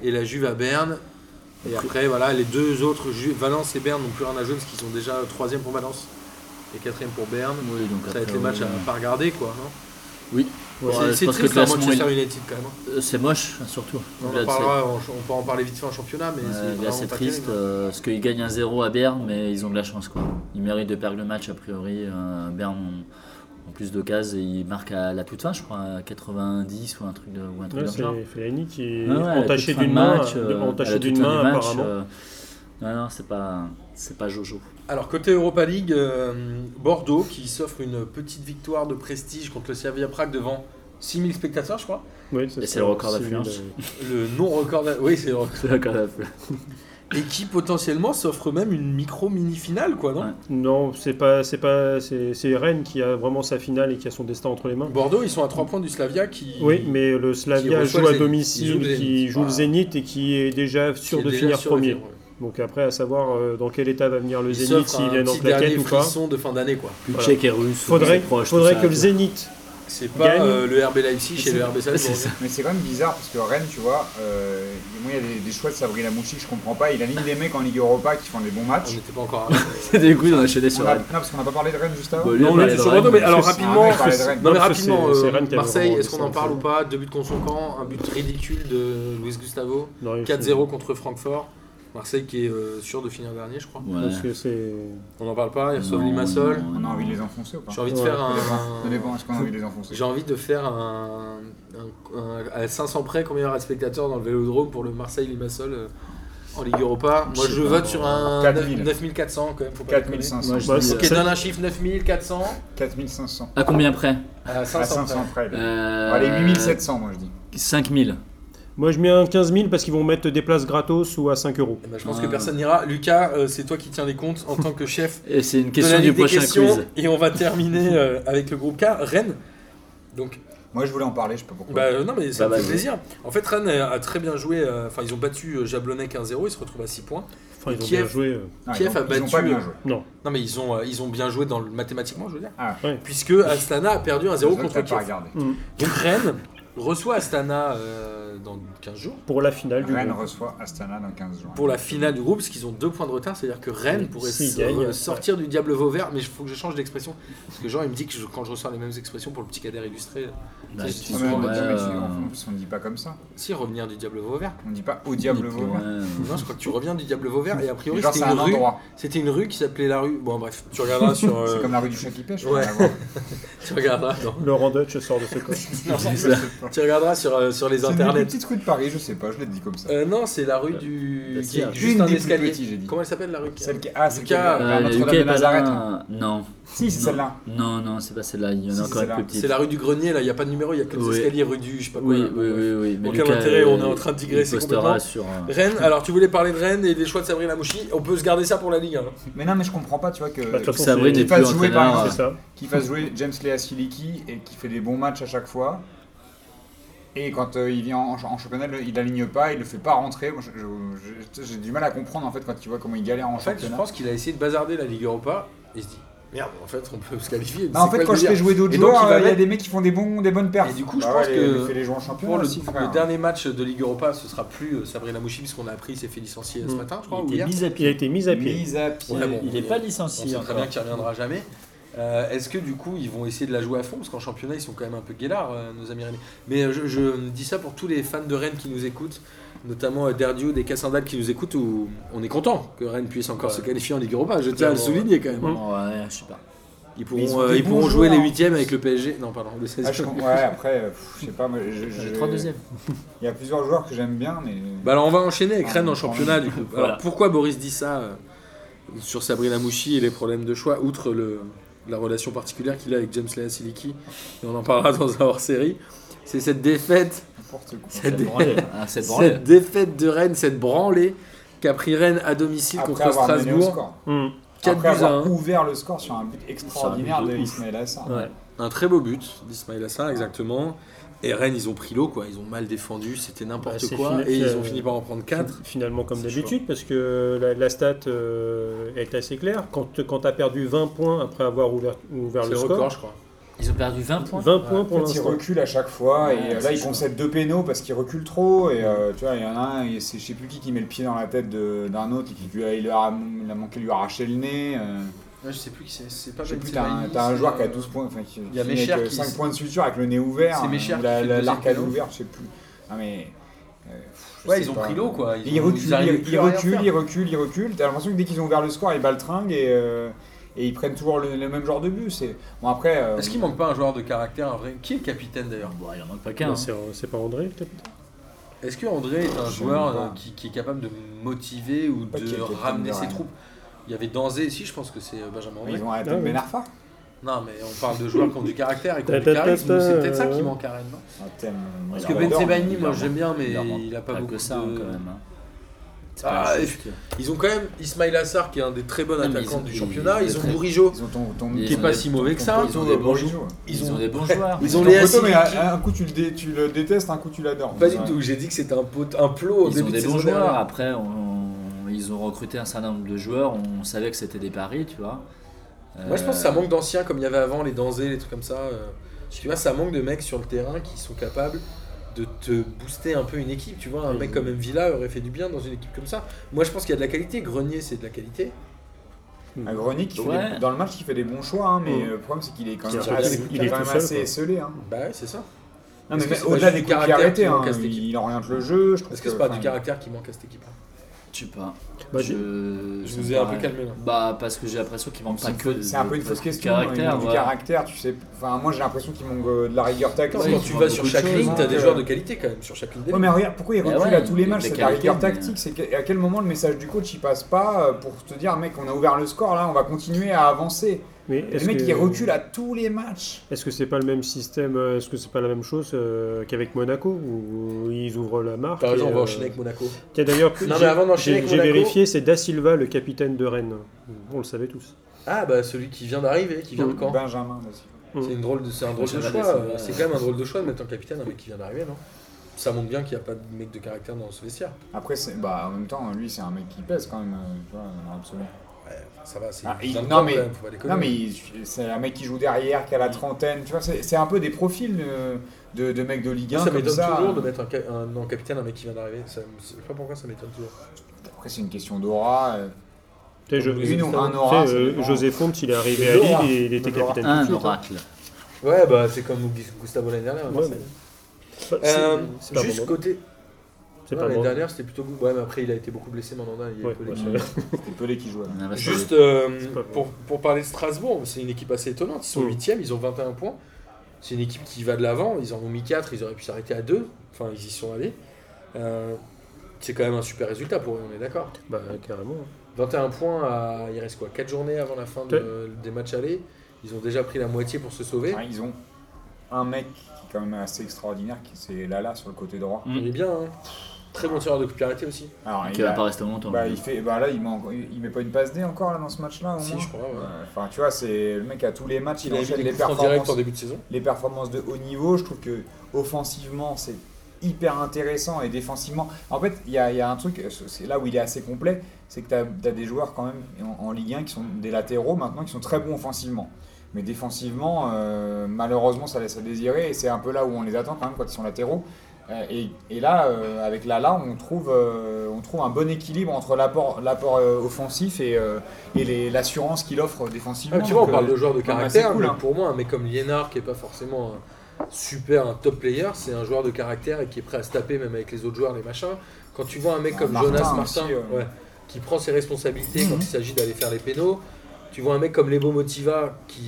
S1: et la Juve à Berne. Et après, voilà, les deux autres, Ju- Valence et Berne, n'ont plus rien à jouer parce qu'ils sont déjà troisième pour Valence et quatrième pour Berne.
S2: Oui, donc
S1: Ça va être
S2: après, euh,
S1: les matchs hein. à
S2: Mm. ouais.
S1: pas regarder, quoi. non
S2: Oui. Ouais,
S1: C'est-
S2: je
S1: c'est
S2: pense que le
S1: triste, hein,
S2: classement,
S1: Manchester United, quand même. hein.
S2: Euh, C'est moche, surtout.
S1: On,
S2: Là,
S1: en parlera, en- on peut en parler vite fait en championnat, mais
S2: c'est-
S1: c'est
S2: euh, là,
S1: vraiment
S2: c'est
S1: pas
S2: triste
S1: terrible. hein.
S2: euh, parce qu'ils gagnent un 0 à Berne, mais ils ont de la chance. quoi. Ils méritent de perdre le match, a priori. Euh, Berne ont, ont plus d'occasions et ils marquent à la toute fin, je crois, à 90 ou un truc de, ou un truc
S5: Ouais,
S2: dans le genre.
S5: c'est Fellaini qui est
S2: Ah Ouais, ouais, à la
S5: entaché
S2: toute fin
S5: d'une
S2: de
S5: main,
S2: match,
S5: euh,
S2: euh, à
S5: entaché
S2: la toute
S5: d'une
S2: fin
S5: main
S2: du match,
S5: apparemment.
S2: euh, non, non, c'est pas, c'est pas Jojo.
S1: Alors côté Europa League, euh, Bordeaux qui s'offre une petite victoire de prestige contre le Slavia Prague devant 6000 spectateurs, je crois.
S5: Ouais, ça,
S2: Et c'est le record d'affluence.
S5: similaire.
S1: Le non-record, d'a- oui c'est vrai.
S2: C'est quand même-
S1: Et qui potentiellement s'offre même une micro mini finale, quoi, non
S2: Ouais.
S5: Non, c'est pas, c'est pas, c'est c'est Rennes qui a vraiment sa finale et qui a son destin entre les mains.
S1: Bordeaux, ils sont à 3 points du Slavia qui.
S5: Oui, mais le Slavia
S1: reçoit
S5: joue
S1: le
S5: à
S1: Zénith. Il joue
S5: domicile,
S1: le
S5: qui
S1: Zénith.
S5: joue le
S1: Ah.
S5: Zénith et qui est déjà sûr
S1: qui est
S5: de
S1: déjà
S5: finir
S1: sur le
S5: premier.
S1: film, ouais.
S5: Donc après, à savoir euh, dans quel état va venir le
S1: Ils
S5: Zénith,
S1: s'offrent un
S5: s'il est en
S1: petit dernier
S5: claquette ou pas.
S1: frisson de fin d'année, quoi.
S2: Plus
S5: Voilà.
S2: tchèque et russe.
S5: Faudrait,
S2: c'est proche, tout
S5: faudrait
S2: ça,
S5: que le
S2: tu vois.
S5: Zénith.
S1: C'est pas
S5: Gagne.
S1: euh, le RB Leipzig et le RB
S2: C'est ça.
S1: Salzbourg.
S3: Mais c'est quand même bizarre parce que Rennes, tu vois, euh, moi il y a des, des choix de Sabrina Mouchi que je comprends pas. Il aligne des mecs en Ligue Europa qui font des bons
S1: Ah. On
S3: match.
S1: n'était pas encore. arrivé.
S2: C'est des coups, on a enchaîné sur
S3: On a-
S2: Rennes.
S3: non, parce qu'on n'a pas parlé de Rennes juste avant.
S2: Bon, lui, on
S1: mais
S2: parlait de
S1: sur
S2: Rennes,
S1: Bordeaux, mais
S2: mais
S1: alors
S5: c'est-
S1: rapidement,
S3: Ah, mais parler de Rennes.
S1: Non mais
S5: Non, ça,
S1: rapidement,
S5: c'est- c'est
S1: euh,
S5: Rennes qui a
S1: Marseille,
S5: vraiment
S1: est-ce qu'on en
S5: laissé
S1: parle ou
S5: entrer.
S1: pas Deux buts contre son camp, un but ridicule de Luis Gustavo,
S5: Non, il faut-
S1: 4-0 contre Francfort. Marseille qui est euh, sûr de finir dernier, je crois.
S2: Ouais.
S5: Parce que c'est.
S1: On n'en parle pas, ils reçoivent
S2: Non,
S1: Limassol.
S2: non,
S3: On a envie de les enfoncer ou pas
S1: J'ai envie de
S5: Ouais.
S1: faire
S3: Ça
S1: un.
S3: dépend- ça dépend, est-ce qu'on a envie de les enfoncer
S1: J'ai envie de faire un, un- un- à 500 près combien il y aura de spectateurs dans le Vélodrome pour le Marseille-Limassol euh, en Ligue Europa. Moi
S2: Je sais
S1: je
S2: pas,
S1: vote
S2: moi.
S1: sur un
S3: 4000.
S1: 9400 quand même, faut pas déconner.
S3: 4500.
S2: Moi, je
S5: Bah,
S2: dis,
S5: c'est-
S2: euh,
S1: Ok, donne un chiffre 9400
S3: 4500.
S2: À combien près
S1: à
S3: À
S1: 500 près.
S3: 500 près. là.
S2: Euh,
S3: Allez, 8700, moi je dis.
S2: 5000.
S5: Moi, je mets un 15 000 parce qu'ils vont mettre des places gratos ou à 5 euros.
S1: Eh ben, je pense que
S2: Ah.
S1: personne n'ira. Lucas, euh, c'est toi qui tiens les comptes en tant que chef
S2: Et c'est
S1: de
S2: une
S1: la
S2: question du
S1: Ligue des
S2: prochain
S1: questions,
S2: quiz.
S1: Et on va terminer euh, avec le groupe K, Rennes. Donc,
S3: Moi je voulais en parler, je sais pas pourquoi.
S1: bah, euh, non, mais ça
S2: Bah,
S1: me fait
S2: vas-y.
S1: plaisir. En fait, Rennes a, a très bien joué. euh, Enfin, ils ont battu euh, Jablonec 1-0. Ils se retrouvent à 6 points.
S5: Enfin, ils ont
S1: Kiev.
S5: bien joué. euh,
S3: Non,
S1: Kiev
S3: ils ont-
S1: a
S3: Ils ont pas
S1: battu-
S3: bien joué.
S5: Non.
S1: Non, mais ils ont, euh, ils ont bien joué dans le, mathématiquement, je veux dire.
S3: Ah.
S5: Ouais.
S1: Puisque Astana a perdu 1-0
S3: Les autres,
S1: contre
S3: t'as pas
S1: Kiev.
S3: regardé.
S1: Donc, Rennes reçoit Astana euh, dans 15 jours
S5: Pour la finale du
S3: Rennes
S5: groupe.
S3: reçoit Astana dans 15 jours.
S1: pour la finale du groupe, parce qu'ils ont deux points de retard. C'est-à-dire que Rennes pourrait
S5: S'ils
S1: se-
S5: gagnent, ouais.
S1: sortir du diable Vauvert. Mais il faut que je change d'expression. Parce que Jean, il me dit que je- quand je ressors les mêmes expressions pour le petit cadère illustré.
S2: Bah,
S1: Ouais,
S2: tu
S3: Ah,
S2: sais,
S3: mais
S2: ouais,
S3: en fait, mais tu-
S2: euh,
S3: En plus, on dit pas comme ça.
S1: Si, revenir du diable Vauvert.
S3: On dit pas au diable
S2: ouais,
S3: vauvert.
S2: euh,
S1: Non, je crois que tu reviens du Diable Vauvert et a priori
S3: Genre,
S1: c'était
S3: c'est
S1: une,
S3: un
S1: rue,
S3: endroit.
S1: c'était une rue qui s'appelait la rue. Bon, bref, tu regarderas sur. euh,
S3: C'est comme la rue du chat qui pêche.
S1: ouais.
S3: on va voir.
S1: tu regarderas, non.
S5: Laurent Dutch sort de ce coin.
S1: Non, tu regarderas sur, euh, sur les
S3: C'est une des
S1: internets.
S3: petites rues de Paris, je sais pas, je l'ai dit comme ça.
S1: Euh, non, c'est la rue du.
S2: Bah,
S1: qui
S2: si,
S1: est
S2: hein.
S1: juste
S3: Une
S1: un
S3: des plus
S1: escalier.
S3: petits, j'ai dit.
S1: Comment elle s'appelle la rue qui-
S3: Celle qui ah, celle qui
S1: Lucas,
S3: est vers
S2: euh,
S3: Notre-Dame
S2: Lucas
S3: de
S2: est pas
S3: Nazareth.
S2: là. Non.
S3: Si, c'est
S2: Non.
S3: celle-là.
S2: Non, non, c'est pas celle-là. Il y en
S3: Si,
S2: a
S3: c'est
S2: encore une
S3: celle-là.
S2: plus petite.
S1: C'est la rue du grenier, là, il n'y a pas de numéro, il y a que des
S2: Oui.
S1: escaliers rue du. Je sais pas quoi.
S2: Oui,
S1: là.
S2: oui, oui, oui. Mais
S1: Aucun
S2: Lucas,
S1: intérêt, on est
S2: euh,
S1: en train de
S2: il
S1: digresser complètement.
S2: postera sur. euh,
S1: Rennes, alors tu voulais parler de Rennes et des choix de Sabrina Mouchi, on peut se garder ça pour la Ligue. hein.
S3: Mais non, mais je comprends pas, tu vois,
S5: Bah, de
S3: que
S5: toute façon,
S2: Sabrine
S5: c'est-
S2: n'est
S3: qui passe
S2: plus
S3: jouer par
S2: entraîneur.
S5: C'est ça.
S3: qui fasse jouer James Lea Siliki et qui fait des bons matchs à chaque fois. Et quand euh, il vient en, en championnat, le- il aligne pas, il le fait pas rentrer. Moi, je- je- je- J'ai du mal à comprendre en fait quand tu vois comment il galère en,
S1: En fait, je
S3: championnat.
S1: pense qu'il a essayé de bazarder la Ligue Europa et il se dit merde, en fait, on peut se qualifier.
S3: Bah, en
S1: C'est
S3: fait,
S1: quoi
S3: quand
S1: le
S3: je fais
S1: délire
S3: jouer d'autres
S1: Et donc,
S3: joueurs,
S1: il va
S3: euh, il y a
S1: mettre-
S3: des mecs qui font des, bons, des bonnes perfs.
S1: Et du coup, je
S3: Bah
S1: pense
S3: ouais,
S1: que
S3: les- fais les jouer en championnat
S1: Pour le,
S3: aussi,
S1: le
S3: frère.
S1: dernier match de Ligue Europa, ce sera plus euh, Sabrina Mouchi, puisqu'on a appris, il s'est fait licencier ce
S5: Mm.
S1: matin, je crois. ou
S2: Il
S1: hier.
S2: est mis à
S5: Il a
S2: pied.
S5: été mis à pied.
S3: Mise à pied.
S1: Ouais, bon,
S2: Il n'est
S1: on-
S2: pas
S1: On sait
S2: licencié
S1: très
S2: encore.
S1: bien qu'il ne reviendra jamais. Euh, Est-ce que du coup ils vont essayer de la jouer à fond Parce qu'en championnat ils sont quand même un peu guélards, euh, nos amis rennais. Mais euh, je, je dis ça pour tous les fans de Rennes qui nous écoutent, notamment euh, Derdiou des Cassandales qui nous écoutent, où on est content que Rennes puisse encore se qualifier en Ligue Europa. Je tiens à le
S2: Clairement,
S1: souligner quand même.
S5: Mm.
S2: Ouais, je sais pas.
S1: Ils
S3: ils
S1: pourront,
S3: ont
S1: euh,
S3: des
S1: ils
S3: bons
S1: pourront jouer les
S3: joueurs.
S1: huitièmes avec le PSG. Non, pardon, le 16
S3: Ah, je comprends- ouais, après, euh, pff, je sais pas. moi, je- je-
S2: J'ai
S1: Euh,
S2: trois deuxièmes.
S3: Il y a plusieurs joueurs que j'aime bien, mais.
S6: Bah
S1: Bah alors on va enchaîner avec
S3: Ah,
S1: Rennes en
S3: on
S1: championnat du coup. Alors
S2: Voilà.
S1: pourquoi Boris dit ça euh,
S6: sur Sabrina Mouchi et les problèmes de choix, outre le, la relation particulière qu'il a avec James Lea Siliki, et on en parlera dans un hors-série, c'est cette défaite,
S3: N'importe quoi.
S6: cette,
S2: Cette
S6: dé-
S2: branlée,
S3: Ah,
S2: hein, cette branlée.
S6: cette défaite de Rennes, cette branlée qu'a pris Rennes à domicile
S3: Après
S6: contre
S3: avoir mené au
S6: Strasbourg.
S3: score.
S5: Hmm.
S6: 4
S3: Après
S6: buts à
S3: avoir
S6: 1.
S3: ouvert le score sur un but extraordinaire
S2: Sur un but
S3: de
S2: de ouf.
S3: Ismaël Assar.
S2: Ouais.
S6: Un très beau but d'Ismail Assar, exactement. Et Rennes, ils ont pris l'eau, quoi. Ils ont mal défendu, c'était
S5: Bah,
S6: n'importe
S5: c'est
S6: quoi.
S5: fini-
S6: et ils
S5: euh,
S6: ont fini par en prendre 4.
S5: Finalement, comme
S6: C'est
S5: d'habitude, parce que la, la stat euh, est assez claire. Quand, quand tu as perdu 20 points après avoir ouvert, ouvert
S1: C'est
S5: le
S1: le
S5: score,
S1: record, je crois.
S2: Ils ont perdu 20 points.
S5: 20 points pour
S3: En fait, il
S5: l'instant.
S3: recule à chaque fois
S2: Ouais,
S3: et euh,
S2: c'est
S3: là il
S2: chaud.
S3: concède deux pénaux parce qu'il recule trop et euh, tu vois il y en a un et c'est je sais plus qui qui met le pied dans la tête de- d'un autre et qui lui a, il a, il a manqué de lui arracher le nez. euh.
S1: Ouais, je sais plus qui c'est. C'est pas
S3: je sais
S1: Ben
S3: plus t'as un,
S1: Sebaini,
S3: t'as un
S1: c'est,
S3: joueur qui a
S1: euh,
S3: 12 points enfin qui,
S1: il y a
S3: finit
S1: Méchère
S3: avec
S1: qui-
S3: 5 points de suture avec le nez ouvert,
S1: C'est
S3: hein,
S1: Méchère
S3: ou
S1: qui
S3: la-
S1: fait le
S3: la-
S1: deuxième
S3: l'arcade
S1: pénal.
S3: ouverte je sais plus. Non mais euh, je
S1: Ouais,
S3: sais
S1: ils ont
S3: pas.
S1: pris l'eau, quoi. Ils,
S3: Ils
S1: ont-
S3: reculent,
S1: arrivaient
S3: ils,
S1: plus
S3: ils
S1: à rien
S3: reculent,
S1: faire.
S3: ils reculent, ils reculent. T'as l'impression que dès qu'ils ont ouvert le score, ils baltringuent et, euh, et ils prennent toujours le, le même genre de but. C'est bon après. euh,
S1: Est-ce qu'il manque pas un joueur de caractère, un vrai Qui est le capitaine d'ailleurs
S2: Bon, il en manque pas
S5: Non,
S2: qu'un. hein.
S5: C'est euh, c'est pas André, le capitaine
S1: Est-ce que André est un
S3: Je
S1: joueur
S3: sais pas.
S1: euh, qui, qui est capable de motiver ou
S3: Pas qu'il est
S1: de
S3: capitaine
S1: ramener
S3: de
S1: ses
S3: rien.
S1: troupes Il y avait Danzé si je pense que c'est euh, Benjamin André.
S3: Ils ont arrêté
S5: Ah ouais.
S3: Ben Arfa.
S1: Non, mais on parle de joueurs qui ont du caractère et qui ont du
S5: Ta, ta, ta,
S1: charisme.
S5: ta,
S1: C'est peut-être ça
S5: euh,
S1: qui manque à Rennes. non
S3: Un euh, thème-
S1: Parce
S3: il
S1: que
S3: en
S1: Ben
S3: adore,
S1: Sebaini,
S3: il
S1: moi
S3: en
S1: j'aime bien, mais
S2: Il en manque
S1: il a pas
S2: Pas
S1: beaucoup
S2: que ça hein,
S1: de-
S2: quand même. hein. C'est
S1: Ah,
S2: pas
S1: et-
S2: juste.
S1: Ils ont quand même Ismail Assar qui est un des très bons
S2: Non, mais
S1: attaquants
S2: ils-
S1: du
S2: ils-
S1: championnat.
S2: ils-
S1: Ils ont
S2: ils-
S1: Bourigeau
S3: Ils ont ton, ton
S2: Ils
S1: qui est
S2: ont
S1: pas
S2: des-
S1: si mauvais que ça.
S3: ton-
S2: ils ont
S3: ton
S2: des
S3: poteau,
S2: bons
S3: il
S1: joueurs.
S3: joue.
S2: Ils
S1: Ils
S2: ont
S1: ont
S2: des bons joueurs.
S1: Ils
S3: Ton
S1: ont
S3: poteau,
S1: les Assis.
S3: mais un, un coup tu le, dé- tu le détestes, un coup tu l'adores.
S1: Pas du tout. J'ai dit que c'était un pote, un plot. au
S2: Ils ont
S1: début de
S2: des bons
S1: saison
S2: joueurs.
S1: dernière.
S2: Après, on- ils ont recruté un certain nombre de joueurs. On savait que c'était des paris, tu vois.
S1: Moi, je pense que
S2: Euh,
S1: ça manque d'anciens comme il y avait avant, les Danzé, les trucs comme ça. euh, Tu vois, ça manque de mecs sur le terrain qui sont capables de te booster un peu une équipe. Tu vois, un
S5: Oui.
S3: Mmh.
S1: mec comme Villa aurait fait du bien dans une équipe comme ça. Moi, je pense qu'il y a de la qualité. Grenier, c'est de la qualité.
S3: Un Grenier qui fait
S2: Ouais.
S3: des- dans le match qui fait des bons choix, hein, mais
S5: Mm.
S3: euh, le problème c'est qu'il est quand
S5: Il
S3: même
S5: est
S3: assez-
S5: tout
S3: il est quand
S5: seul,
S3: même
S5: quoi.
S3: assez esselé. hein.
S1: Bah, ouais, c'est ça. Est-ce
S3: Non, mais
S1: que
S3: même
S1: c'est pas
S3: au-delà
S1: juste
S3: des
S1: du
S3: coups qui
S1: caractère qui
S3: arrêtaient, hein,
S1: manque à cette équipe
S3: il oriente le jeu. je trouve
S1: Est-ce que c'est pas
S3: enfin,
S1: du caractère qui manque à cette équipe
S2: Je sais pas.
S5: Bah,
S1: Je
S2: je, ça
S1: vous
S2: me
S1: ai un
S2: paraît-
S1: peu calmé là.
S2: Bah parce que j'ai l'impression qu'il manque
S3: c'est
S2: pas
S3: une-
S2: que. de-
S3: C'est un peu une
S2: de-
S3: fausse
S2: de
S3: question. hein, il
S2: Caractère.
S3: manque du
S2: ouais.
S3: caractère, tu sais. Enfin, moi j'ai l'impression qu'il manque euh, de la rigueur tactique.
S1: Quand
S2: Ouais,
S1: tu
S2: ils font
S1: vas sur
S3: beaucoup de
S1: chaque
S3: choses,
S1: ligne,
S3: hein,
S1: t'as des
S3: que-
S1: joueurs de qualité quand même sur chaque ligne. des
S3: Ouais, mais regarde, pourquoi il
S2: Bah
S3: recule
S2: ouais,
S3: à tous les
S2: des-
S3: matchs
S2: des
S3: C'est la rigueur
S2: qualités, mais-
S3: tactique. C'est que- à quel moment le message du coach il passe pas euh, pour te dire, mec, on a ouvert le score là, on va continuer à avancer.
S5: Mais
S3: Le
S5: est-ce
S3: mec
S5: que-
S3: il recule à tous les matchs.
S5: Est-ce que c'est pas le même système, euh, est-ce que c'est pas la même chose euh, qu'avec Monaco où ils ouvrent la marque
S1: T'as raison,
S5: et,
S1: on va
S5: euh,
S1: enchaîner avec Monaco.
S5: Tiens d'ailleurs,
S1: Non,
S5: j'ai-
S1: mais avant d'enchaîner
S5: j'ai
S1: avec
S5: j'ai
S1: Monaco-
S5: vérifié, c'est Da Silva le capitaine de Rennes. On le savait tous.
S1: Ah bah celui qui vient d'arriver, qui vient de Caen.
S3: Benjamin aussi.
S1: C'est une drôle de,
S3: Mmh.
S1: c'est un drôle de
S2: Benjamin
S1: choix. euh,
S2: Dessau, ouais.
S1: C'est quand même un drôle de choix de mettre en capitaine un mec qui vient d'arriver, non Ça montre bien qu'il n'y a pas de mec de caractère dans ce vestiaire.
S3: Après, c'est- bah, en même temps, lui, c'est un mec qui pèse quand même, euh, tu vois, dans l'absolu.
S1: Enfin, ça va, c'est
S3: Ah, il-
S1: dans le
S3: non,
S1: corps,
S3: mais-
S1: quand même, faut pas déconner.
S3: Non, mais il- c'est un mec qui joue derrière, qui a la trentaine, tu vois, c'est c'est un peu des profils euh, de, de mecs de Ligue 1
S1: ça hein.
S3: comme
S1: m'étonne
S3: ça.
S1: toujours de mettre un, ca- un- en capitaine un mec qui vient d'arriver. Ça me- Je sais pas pourquoi ça m'étonne toujours.
S3: Après, c'est une question d'aura. euh.
S5: Tu sais, je-
S3: Une
S5: je-
S3: ou
S5: tu
S3: un
S5: sais,
S3: aura, ça
S5: euh,
S3: dépend.
S5: José Font, il est arrivé à
S3: Le aura.
S5: Lille et il était
S3: Le aura.
S5: capitaine.
S2: Un
S5: tout de suite, hein.
S2: oracle.
S1: Ouais, bah c'est comme Gustavo l'année dernière.
S5: Ouais, mais- Bah, c'est-
S1: Euh,
S5: c'est pas
S1: juste
S5: bon.
S1: côté.
S5: C'est
S1: Non,
S5: pas
S1: L'année
S5: bon.
S1: dernière, c'était plutôt good. Ouais, mais après, il a été beaucoup blessé, Mandanda. Il est
S5: Ouais,
S1: collé.
S5: ouais.
S3: C'était Pelé qui jouait.
S2: On a vachement-
S1: Juste euh,
S5: C'est pas bon.
S1: pour, pour parler de Strasbourg, c'est une équipe assez étonnante. Ils sont
S5: Mm.
S1: 8 ils ont 21 points. C'est une équipe qui va de l'avant. Ils en ont mis 4, ils auraient pu s'arrêter à 2. Enfin, ils y sont allés. Euh, c'est quand même un super résultat pour eux, on est d'accord.
S5: Bah, carrément.
S1: 21 points, à, il reste quoi 4 journées avant la fin de- des matchs allés. Ils ont déjà pris la moitié pour se sauver.
S3: Ah, ils ont un mec qui est quand même assez extraordinaire, qui c'est Lala sur le côté droit.
S2: Mm.
S1: Il est bien, hein. Très bon tireur de coup de pied arrêté aussi.
S3: Alors,
S2: Qui
S3: il,
S2: va
S3: a-
S2: pas rester longtemps.
S3: bah, il fait, bah, là, il met, encore- il met pas une passe D encore là, dans ce match-là, au
S1: Si,
S3: moins.
S1: je crois. ouais.
S3: Ouais, Enfin, tu vois, c'est le mec à tous les matchs, il,
S1: Il a
S3: enchaîne
S1: mis
S3: les
S1: des coups francs directs
S3: performances.
S1: en début de saison.
S3: les performances de haut niveau. Je trouve que offensivement, c'est hyper intéressant et défensivement. En fait, il y, a il y a un truc, c'est là où il est assez complet, c'est que tu as, des joueurs quand même en, en Ligue 1 qui sont des latéraux maintenant qui sont très bons offensivement. Mais défensivement, euh, malheureusement, ça laisse à désirer et c'est un peu là où on les attend quand même quand ils sont latéraux. Euh, et, et là, euh, avec Lala, on trouve, euh, on trouve un bon équilibre entre l'apport l'apport, euh, offensif et, euh, et les- l'assurance qu'il offre défensivement.
S1: Ah, tu vois, on
S3: Donc,
S1: parle
S3: euh,
S1: de joueurs de
S3: non, mais
S1: caractère.
S3: c'est cool,
S1: mais
S3: hein.
S1: Pour moi, un mec comme Liénard, qui est pas forcément un super un top player, c'est un joueur de caractère et qui est prêt à se taper même avec les autres joueurs, les machins. Quand tu vois un mec
S3: Ah,
S1: comme
S3: Martin
S1: Jonas
S3: aussi,
S1: Martin,
S3: euh. Mhm.
S1: ouais, qui prend ses responsabilités quand il s'agit d'aller faire les pénaux, tu vois un mec comme Lebo Motiva qui,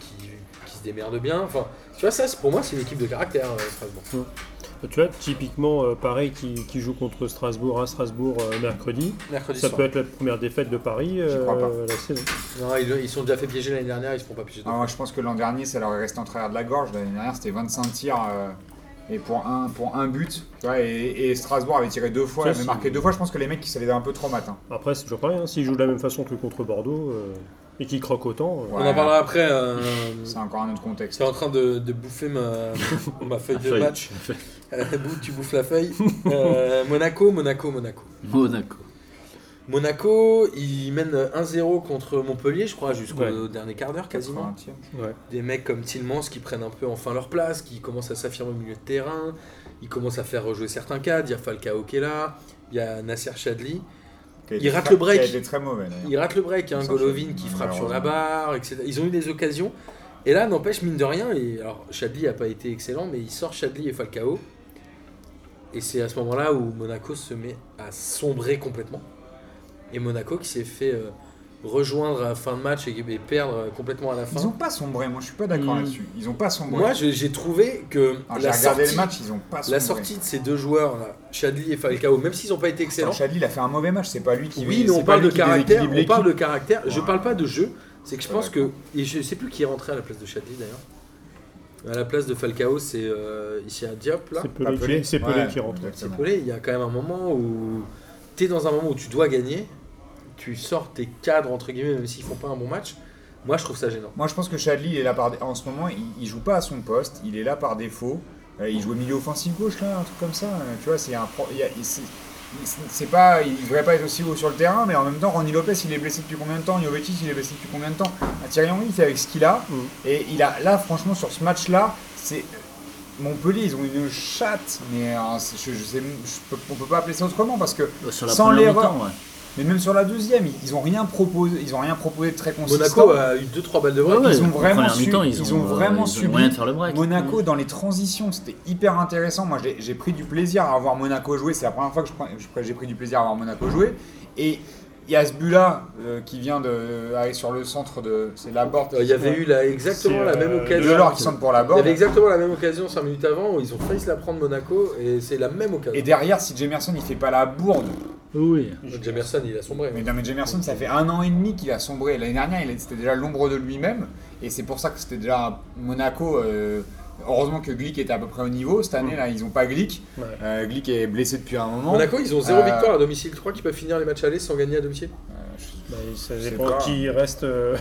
S1: qui, qui se démerde bien. Enfin, tu vois, ça, c'est- pour moi, c'est une équipe de caractère, euh, Strasbourg.
S5: Bah, Tu vois, typiquement, euh, pareil, qui, qui joue contre Strasbourg à Strasbourg euh, mercredi,
S7: Mercredi
S5: ça
S7: soir.
S5: peut être la première défaite de Paris
S3: J'y crois pas.
S5: euh, la saison.
S7: Non, ils, ils sont déjà fait piéger l'année dernière, ils se font pas piéger. deux
S3: Ah, moi, je pense que l'an dernier, ça leur est resté en travers de la gorge. L'année dernière, c'était 25 tirs euh, et pour un, pour un but. Tu vois, et, et Strasbourg avait tiré deux fois,
S5: Ça,
S3: avait
S5: c'est-
S3: marqué deux fois. Je pense que les mecs, ils s'étaient un peu trop matin.
S5: Après, c'est toujours pareil, hein, s'ils jouent de la même façon que contre Bordeaux euh, et qu'ils croquent autant,
S3: Ah,
S5: euh,
S1: On en parlera après. euh,
S3: C'est encore un autre contexte.
S1: C'est en train de, de bouffer ma, ma feuille de match. Euh, Bou, tu bouffes la feuille. Euh, Monaco, Monaco, Monaco.
S2: Monaco.
S1: Monaco, ils mènent 1-0 contre Montpellier, je crois, jusqu'au
S5: Ouais.
S1: dernier quart d'heure quasiment.
S3: 80e.
S1: Des mecs comme Tillmans qui prennent un peu enfin leur place, qui commencent à s'affirmer au milieu de terrain, ils commencent à faire rejouer certains cadres. Il y a Falcao qui est là, il y a Nasser Chadli.
S3: Qui a
S1: Il
S3: été
S1: rate
S3: très-
S1: le break.
S3: Qui a été très mauvais, d'ailleurs.
S1: Ils ratent le break, hein,
S3: Ça,
S1: Golovin
S3: c'est-
S1: qui frappe sur la
S3: malheureusement.
S1: barre, etc. Ils ont eu des occasions. Et là, n'empêche, mine de rien, et alors Chadli n'a pas été excellent, mais il sort Chadli et Falcao. Et c'est à ce moment-là où Monaco se met à sombrer complètement. Et Monaco qui s'est fait euh, rejoindre à la fin de match et, et perdre euh, complètement à la
S3: Ils ont
S1: fin.
S3: pas sombré, moi je suis pas d'accord
S2: Mm.
S3: là-dessus. Ils ont pas sombré.
S1: Hmm. Moi, je- j'ai trouvé que
S3: Alors, Ah, j'ai
S1: la,
S3: regardé
S1: sortie,
S3: le match, ils ont pas sombré.
S1: la sortie de ces deux joueurs, là, Chadli et Falcao, même s'ils n'ont pas été
S3: Attends,
S1: excellents,
S3: Chadli, il a fait un mauvais match, c'est pas lui qui.
S1: Oui, mais
S3: c'est
S1: on
S3: pas
S1: parle
S3: lui
S1: de
S3: qui
S1: caractère.
S3: déséquilibre
S1: On parle de
S3: l'équipe.
S1: caractère. Je
S3: Ouais.
S1: parle pas de jeu. C'est que je
S3: Ouais,
S1: pense que
S3: d'accord.
S1: et je sais plus qui est rentré à la place de Chadli d'ailleurs. À la place de Falcao, c'est euh, ici à Diop là.
S5: c'est Pelé,
S3: Pelé.
S5: qui- c'est Pelé
S3: Ouais,
S5: qui rentre.
S3: exactement.
S1: Pelé, Il y a quand même un moment où tu es dans un moment où tu dois gagner. Tu sors tes cadres entre guillemets, même s'ils font pas un bon match. Moi, je trouve ça gênant.
S3: Moi je pense que Chadli, il est là par dé- en ce moment, il, il joue pas à son poste, il est là par défaut. Euh, il joue au milieu offensif gauche là, un truc comme ça. Euh, tu vois, c'est un pro- il y a- il- c'est- il- c'est pas, il devrait pas être aussi haut sur le terrain, mais en même temps, Randy Lopez, il est blessé depuis combien de temps Jovetic, il est blessé depuis combien de temps Ah, Thierry Henry, il fait avec ce qu'il a.
S5: Mm.
S3: Et il a, là, franchement, sur ce match-là, c'est Montpellier, ils ont une chatte, mais euh, c'est- je, je sais, je peux- on peut pas appeler ça autrement parce que
S2: Bah, Sur la
S3: Sans
S2: première
S3: l'erreur.
S2: mi-temps, ouais.
S3: Mais même sur la deuxième, ils- ils ont rien proposé, ils ont rien proposé de très consistant.
S1: Monaco a eu 2-3 balles de vrai.
S2: Ouais, ouais,
S3: ont
S2: en
S3: vraiment
S2: première
S3: su-
S2: mi-temps,
S3: ils ont vraiment
S2: ils
S3: subi.
S2: moyen de faire le break.
S3: Monaco dans les transitions, c'était hyper intéressant. Moi, j'ai j'ai pris du plaisir à voir Monaco jouer. C'est la première fois que je prends- je prends- j'ai pris du plaisir à voir Monaco jouer. Et il y a ce but-là euh, qui vient de aller sur le centre de, c'est la porte.
S1: Euh, Il y avait eu la, exactement
S5: C'est,
S1: la même
S5: euh,
S3: de
S1: occasion.
S3: l'or qui centre pour la
S1: Il y
S3: borne.
S1: avait exactement la même occasion 5 minutes avant où ils ont failli se la prendre Monaco et c'est la même
S3: Et
S1: occasion.
S3: derrière, si Jemerson il fait pas la bourde,
S2: Oui.
S1: Jamerson, il a sombré.
S3: mais non mais Jemerson, ça fait un an et demi qu'il a sombré. L'année dernière, il était déjà l'ombre de lui-même, et c'est pour ça que c'était déjà un Monaco. euh, heureusement que Glick était à peu près au niveau. Cette année, là, ils ont pas Glick.
S5: Ouais.
S3: Euh, Glick est blessé depuis un moment.
S1: Monaco, ils ont 0
S3: Euh,
S1: victoire à domicile. Tu crois qu'ils peuvent finir les matchs aller sans gagner à domicile
S3: Euh, je-
S5: Bah, ça
S3: Je sais
S5: dépend
S3: pas.
S5: qui reste euh,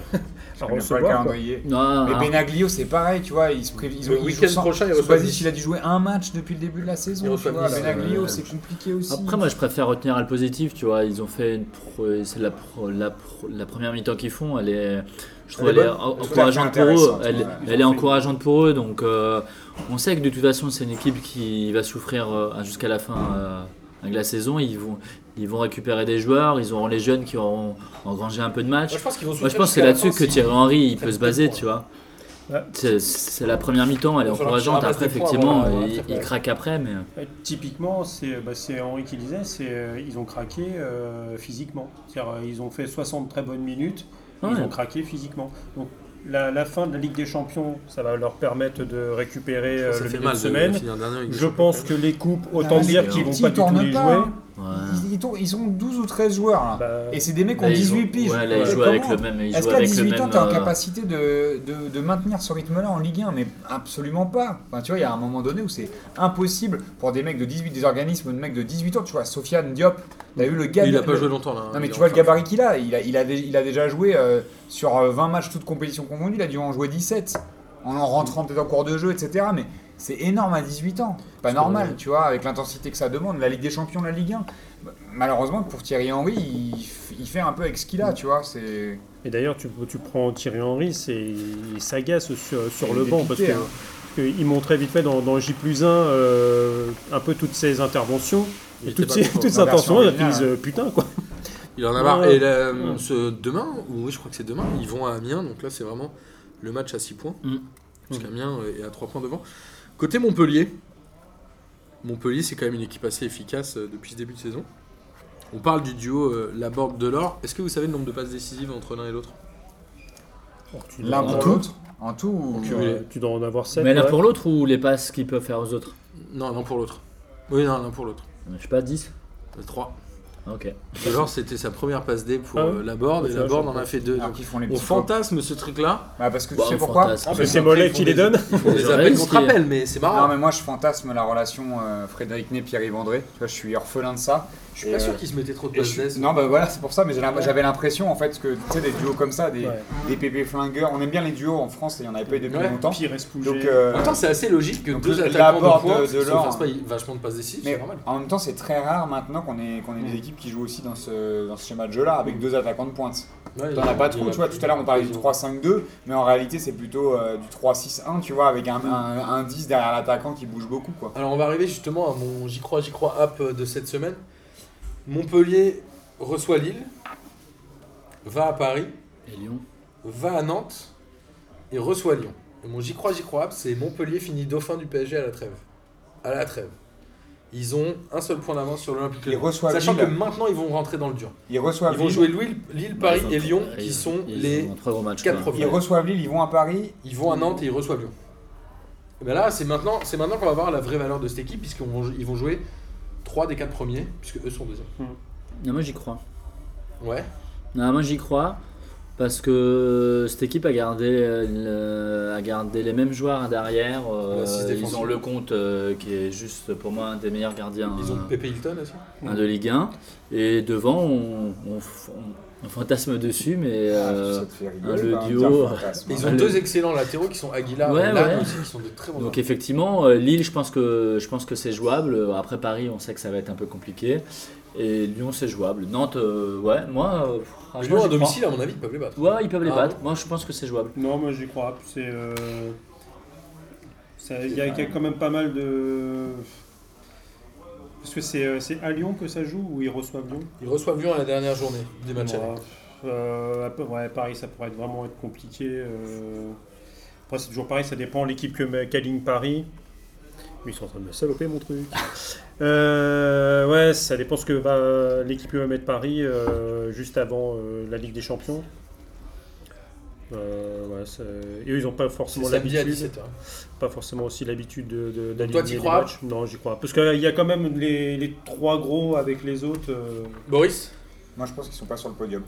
S3: Je connais
S5: à
S3: pas le
S5: recevoir. quoi.
S3: calendrier.
S2: Non,
S3: Mais
S2: non.
S3: Benaglio, c'est pareil, tu vois, ils se prévi- ils
S1: Le
S3: ils
S1: week-end
S3: jouent sans-
S1: prochain, ils
S3: Subasic,
S1: reçoivent Nice.
S3: il a dû jouer un match depuis le début de la
S1: Ils
S3: saison. Tu
S1: reçoivent
S3: vois,
S1: Nice,
S3: Benaglio,
S2: ouais.
S3: c'est compliqué aussi.
S2: Après, moi, je préfère retenir le positif, tu vois. Ils ont fait une pro- c'est la, pro- la, pro- la première mi-temps qu'ils font, elle est, je trouve,
S1: Elle
S2: elle,
S1: est
S2: est
S1: bonne.
S2: en-
S3: trouve
S2: encourageante
S3: qu'elle est
S2: pour eux.
S3: intéressante,
S2: Elle,
S3: ouais.
S2: elle est encourageante pour eux, donc euh, on sait que de toute façon, c'est une équipe qui va souffrir euh, jusqu'à la fin euh, de la saison. Ils vont, ils vont récupérer des joueurs, ils auront les jeunes qui auront engrangé un peu de matchs.
S1: pense qu'ils vont
S2: Moi, je pense que c'est là-dessus que Thierry Henry il peut se baser, tu vois.
S5: Ouais.
S2: C'est- C'est la première mi-temps, elle est
S1: Il va falloir qu'il
S2: encourageante.
S1: ramasse
S2: Après,
S1: des points
S2: effectivement,
S1: avant la-
S2: il, il craque après, mais
S5: Euh, Typiquement, c'est bah, c'est Henri qui disait, c'est euh, ils ont craqué euh, physiquement. C'est-à-dire, euh, ils ont fait 60 très bonnes minutes,
S2: Ouais.
S1: Ah
S5: ils ont craqué physiquement. Donc, la, la fin de la Ligue des Champions, ça va leur permettre de récupérer euh, le milieu de semaine. Je pense que les coupes, autant
S3: Ah, mais
S5: dire
S3: les
S5: qu'ils vont
S3: petits,
S5: pas
S3: ils
S5: du tout
S3: tournent
S5: les
S3: pas,
S5: jouer.
S3: hein.
S2: ouais.
S3: Ils, ils tournent- ils ont 12 ou 13 joueurs là.
S5: Bah,
S3: Et c'est des mecs qui ont
S2: Là, ils
S3: 18
S2: jouent-
S3: piges.
S2: Ouais, là,
S3: Euh,
S2: ils jouent avec
S3: comment
S2: le même. Ils
S3: Est-ce
S2: jouent
S3: qu'à
S2: avec le
S3: 18 ans,
S2: même.
S3: t'es en
S2: euh,
S3: capacité de, de, de maintenir ce rythme-là en Ligue 1 Mais absolument pas. Enfin, tu vois, il y a un moment donné où c'est impossible pour des mecs de 18, des organismes de mecs de 18 ans. Tu vois, Sofiane Diop, t'as vu le gars
S1: Hein, Il
S3: de-
S1: a pas
S3: le-
S1: joué longtemps là.
S3: Non mais tu vois le gabarit qu'il a, il a, il a, dé- il a déjà joué euh, sur euh, 20 matchs toutes compétitions confondues, il a dû en jouer 17 en en rentrant peut-être en cours de jeu, etc. Mais c'est énorme à 18 ans, pas normal, tu vois, avec l'intensité que ça demande, la Ligue des Champions, la Ligue 1. Bah, Malheureusement pour Thierry Henry, il, f- il fait un peu avec ce qu'il a, tu vois, c'est...
S5: Et d'ailleurs, tu, tu prends Thierry Henry, c'est, il s'agace sur, sur
S3: Il
S5: le
S3: est
S5: banc parce
S3: dépité,
S5: que,
S3: hein.
S5: parce que il montrait vite fait dans, dans J 1 un peu toutes ses interventions.
S1: Il
S5: Et
S1: était
S5: toutes
S1: pas
S5: ses,
S1: content.
S5: toutes ses
S3: La version
S5: interventions, il a
S3: originale,
S5: fini, euh, putain quoi.
S1: Il en a marre.
S5: Ouais.
S1: Et là, ce- demain, ou oui, je crois que c'est demain, ils vont à Amiens. Donc là, c'est vraiment le match à 6 points.
S2: Mm.
S1: Parce qu'Amiens est à 3 points devant. Côté Montpellier, Montpellier, c'est quand même une équipe assez efficace euh, depuis ce début de saison. On parle du duo euh, Laborde-Delors. Est-ce que vous savez le nombre de passes décisives entre l'un et l'autre
S3: L'un
S2: en
S3: pour
S2: tout
S3: l'autre, en tout... ou-
S5: euh, Tu, tu dois en avoir 7.
S2: Mais l'un pour l'autre ou les passes qu'ils peuvent faire aux autres Euh,
S1: Non, l'un pour l'autre. Oui, non, l'un pour l'autre. Euh,
S2: Je sais pas, 10
S1: Le 3.
S2: Ok.
S1: Genre, c'était sa première passe D pour
S5: Ah ouais
S1: euh, la board,
S5: Ouais,
S1: et
S5: ça,
S1: la
S5: je
S1: board
S5: vois
S1: en a
S5: pas.
S1: fait deux.
S3: Alors
S1: Donc,
S3: qu'ils font les
S1: on
S3: petits pots.
S1: fantasme ce truc-là.
S3: Bah, parce que tu
S2: Bah,
S3: sais
S2: on
S3: pourquoi
S2: fantasme.
S3: Ah,
S5: Parce que c'est
S3: parce qu'après,
S5: Mollet
S3: ils
S5: qui
S3: font
S5: les
S3: des-
S5: donne.
S1: On les
S2: Je
S1: appelle
S2: réalise
S1: contre
S2: qu'il y a-
S1: appel, mais c'est
S3: Non,
S1: marrant.
S3: mais moi je fantasme la relation euh, Frédéric Ney, Pierre Yvandré. Tu vois, je suis orphelin de ça.
S1: Je suis
S3: Et,
S1: pas
S3: euh,
S1: sûr qu'ils se mettaient trop de
S3: et je
S1: passes
S3: suis-
S1: D.
S3: Non, bah voilà, c'est pour ça, mais j'ai l'im- j'avais l'impression en fait que tu sais, des duos comme ça, des,
S5: Ouais.
S3: des pépés flingueurs, on aime bien les duos en France et il n'y en avait pas eu depuis
S1: Ouais.
S3: longtemps.
S5: Pire Espouger.
S3: Donc, euh,
S1: En même temps, c'est assez logique que
S3: Donc,
S1: deux
S3: la
S1: attaquants
S3: board
S1: de points
S3: de- de
S1: se
S3: l'or,
S1: fassent pas
S3: hein.
S1: vachement de passes décisives,
S3: mais
S1: c'est normal.
S3: en même temps, c'est très rare maintenant qu'on ait, qu'on ait des équipes qui jouent aussi dans ce, dans ce schéma de jeu-là avec deux attaquants de pointe.
S1: Ouais,
S3: T'en
S1: il y
S3: as
S1: a-
S3: pas
S1: Mm. il y
S3: trop,
S1: a-
S3: tu vois. Tout à l'heure, on parlait du 3-5-2, mais en réalité, c'est plutôt euh, du 3-6-1, tu vois, avec un,
S1: Mm.
S3: un, un 10 derrière l'attaquant qui bouge beaucoup, quoi.
S1: Alors on va arriver justement à mon J'y crois, j'y crois app euh, de cette semaine. Montpellier reçoit Lille, va à Paris,
S2: Et Lyon
S1: va à Nantes et reçoit Lyon. Et mon J'y crois, j'y crois app, c'est Montpellier finit dauphin du PSG à la trêve. À la trêve. Ils ont un seul point d'avance sur l'Olympique
S3: Ils
S1: Lyonnais.
S3: reçoivent
S1: Sachant
S3: Lille.
S1: que maintenant ils vont rentrer dans le dur.
S3: Ils reçoivent
S1: Ils vont
S3: Lille.
S1: jouer Lille, Lille, Paris
S2: Bah, Ils
S1: et
S2: ont-
S1: Lyon
S2: ils-
S1: qui sont
S2: ils
S1: les...
S2: ont trois gros matchs.
S1: quatre
S2: quoi.
S1: premiers.
S3: Ils reçoivent Lille, ils vont à Paris.
S1: Ils vont à Nantes et ils reçoivent Lyon. Et ben là, c'est maintenant, c'est maintenant qu'on va voir la vraie valeur de cette équipe, puisqu'ils vont, ils vont jouer 3 des 4 premiers, puisque eux sont deuxièmes.
S2: Non, moi j'y crois.
S1: Ouais.
S2: Non, moi j'y crois parce que cette équipe a gardé, euh, le- a gardé les mêmes joueurs derrière. euh,
S1: L'assise
S2: ils
S1: défensive.
S2: ont le compte euh, qui est juste pour moi un des meilleurs gardiens
S1: Ils ont
S2: euh,
S1: Pepe Hilton aussi.
S2: un de Ligue 1. Et devant, on, on f- on- on fantasme dessus, mais
S1: Ah,
S2: euh,
S3: Ah, Ça te fait rigoler,
S2: le
S3: quand même,
S2: duo,
S3: dire fantasme. hein.
S1: Et ils
S2: Ah,
S1: ont
S2: le-
S1: deux excellents latéraux qui sont Aguilar
S2: Ouais,
S1: et Lane
S2: ouais.
S1: aussi, qui sont de très bons.
S2: Donc
S1: joueurs.
S2: effectivement, euh, Lille, je pense que je pense que c'est jouable. Après Paris, on sait que ça va être un peu compliqué. Et Lyon, c'est jouable. Nantes, euh, ouais, moi, euh,
S1: Mais Lyon
S2: franchement,
S1: à
S2: j'y crois.
S1: domicile, à mon avis, ils peuvent les battre.
S2: Ouais, ils peuvent les
S1: Ah,
S2: battre. Moi, je pense que c'est jouable.
S5: Non, moi j'y crois. C'est. euh, ça- Il y, a il y a quand même pas mal de. Parce que c'est euh, c'est à Lyon que ça joue ou ils reçoivent Lyon
S1: Ils reçoivent Lyon à la dernière journée des matchs. allés.
S5: Ouais, euh, à peu- ouais, Paris, ça pourrait être vraiment être compliqué. euh. Après, c'est toujours pareil, ça dépend l'équipe que qu'aligne Paris. Mais Ils sont en train de me saloper mon truc. Euh, ouais, ça dépend ce que va l'équipe que va mettre Paris euh, juste avant euh, la Ligue des Champions. Euh, ouais, ça- Et eux, ils n'ont pas
S1: C'est
S5: forcément
S1: samedi à
S5: l'habitude.
S1: 17h.
S5: Pas forcément aussi l'habitude de- de- d'aligner
S1: t'y
S5: les
S1: crois
S5: matchs. Non, j'y crois. pas. Parce qu'il y a quand même les, les trois gros avec les autres. euh,
S1: Boris
S3: Moi, je pense qu'ils sont pas sur le podium.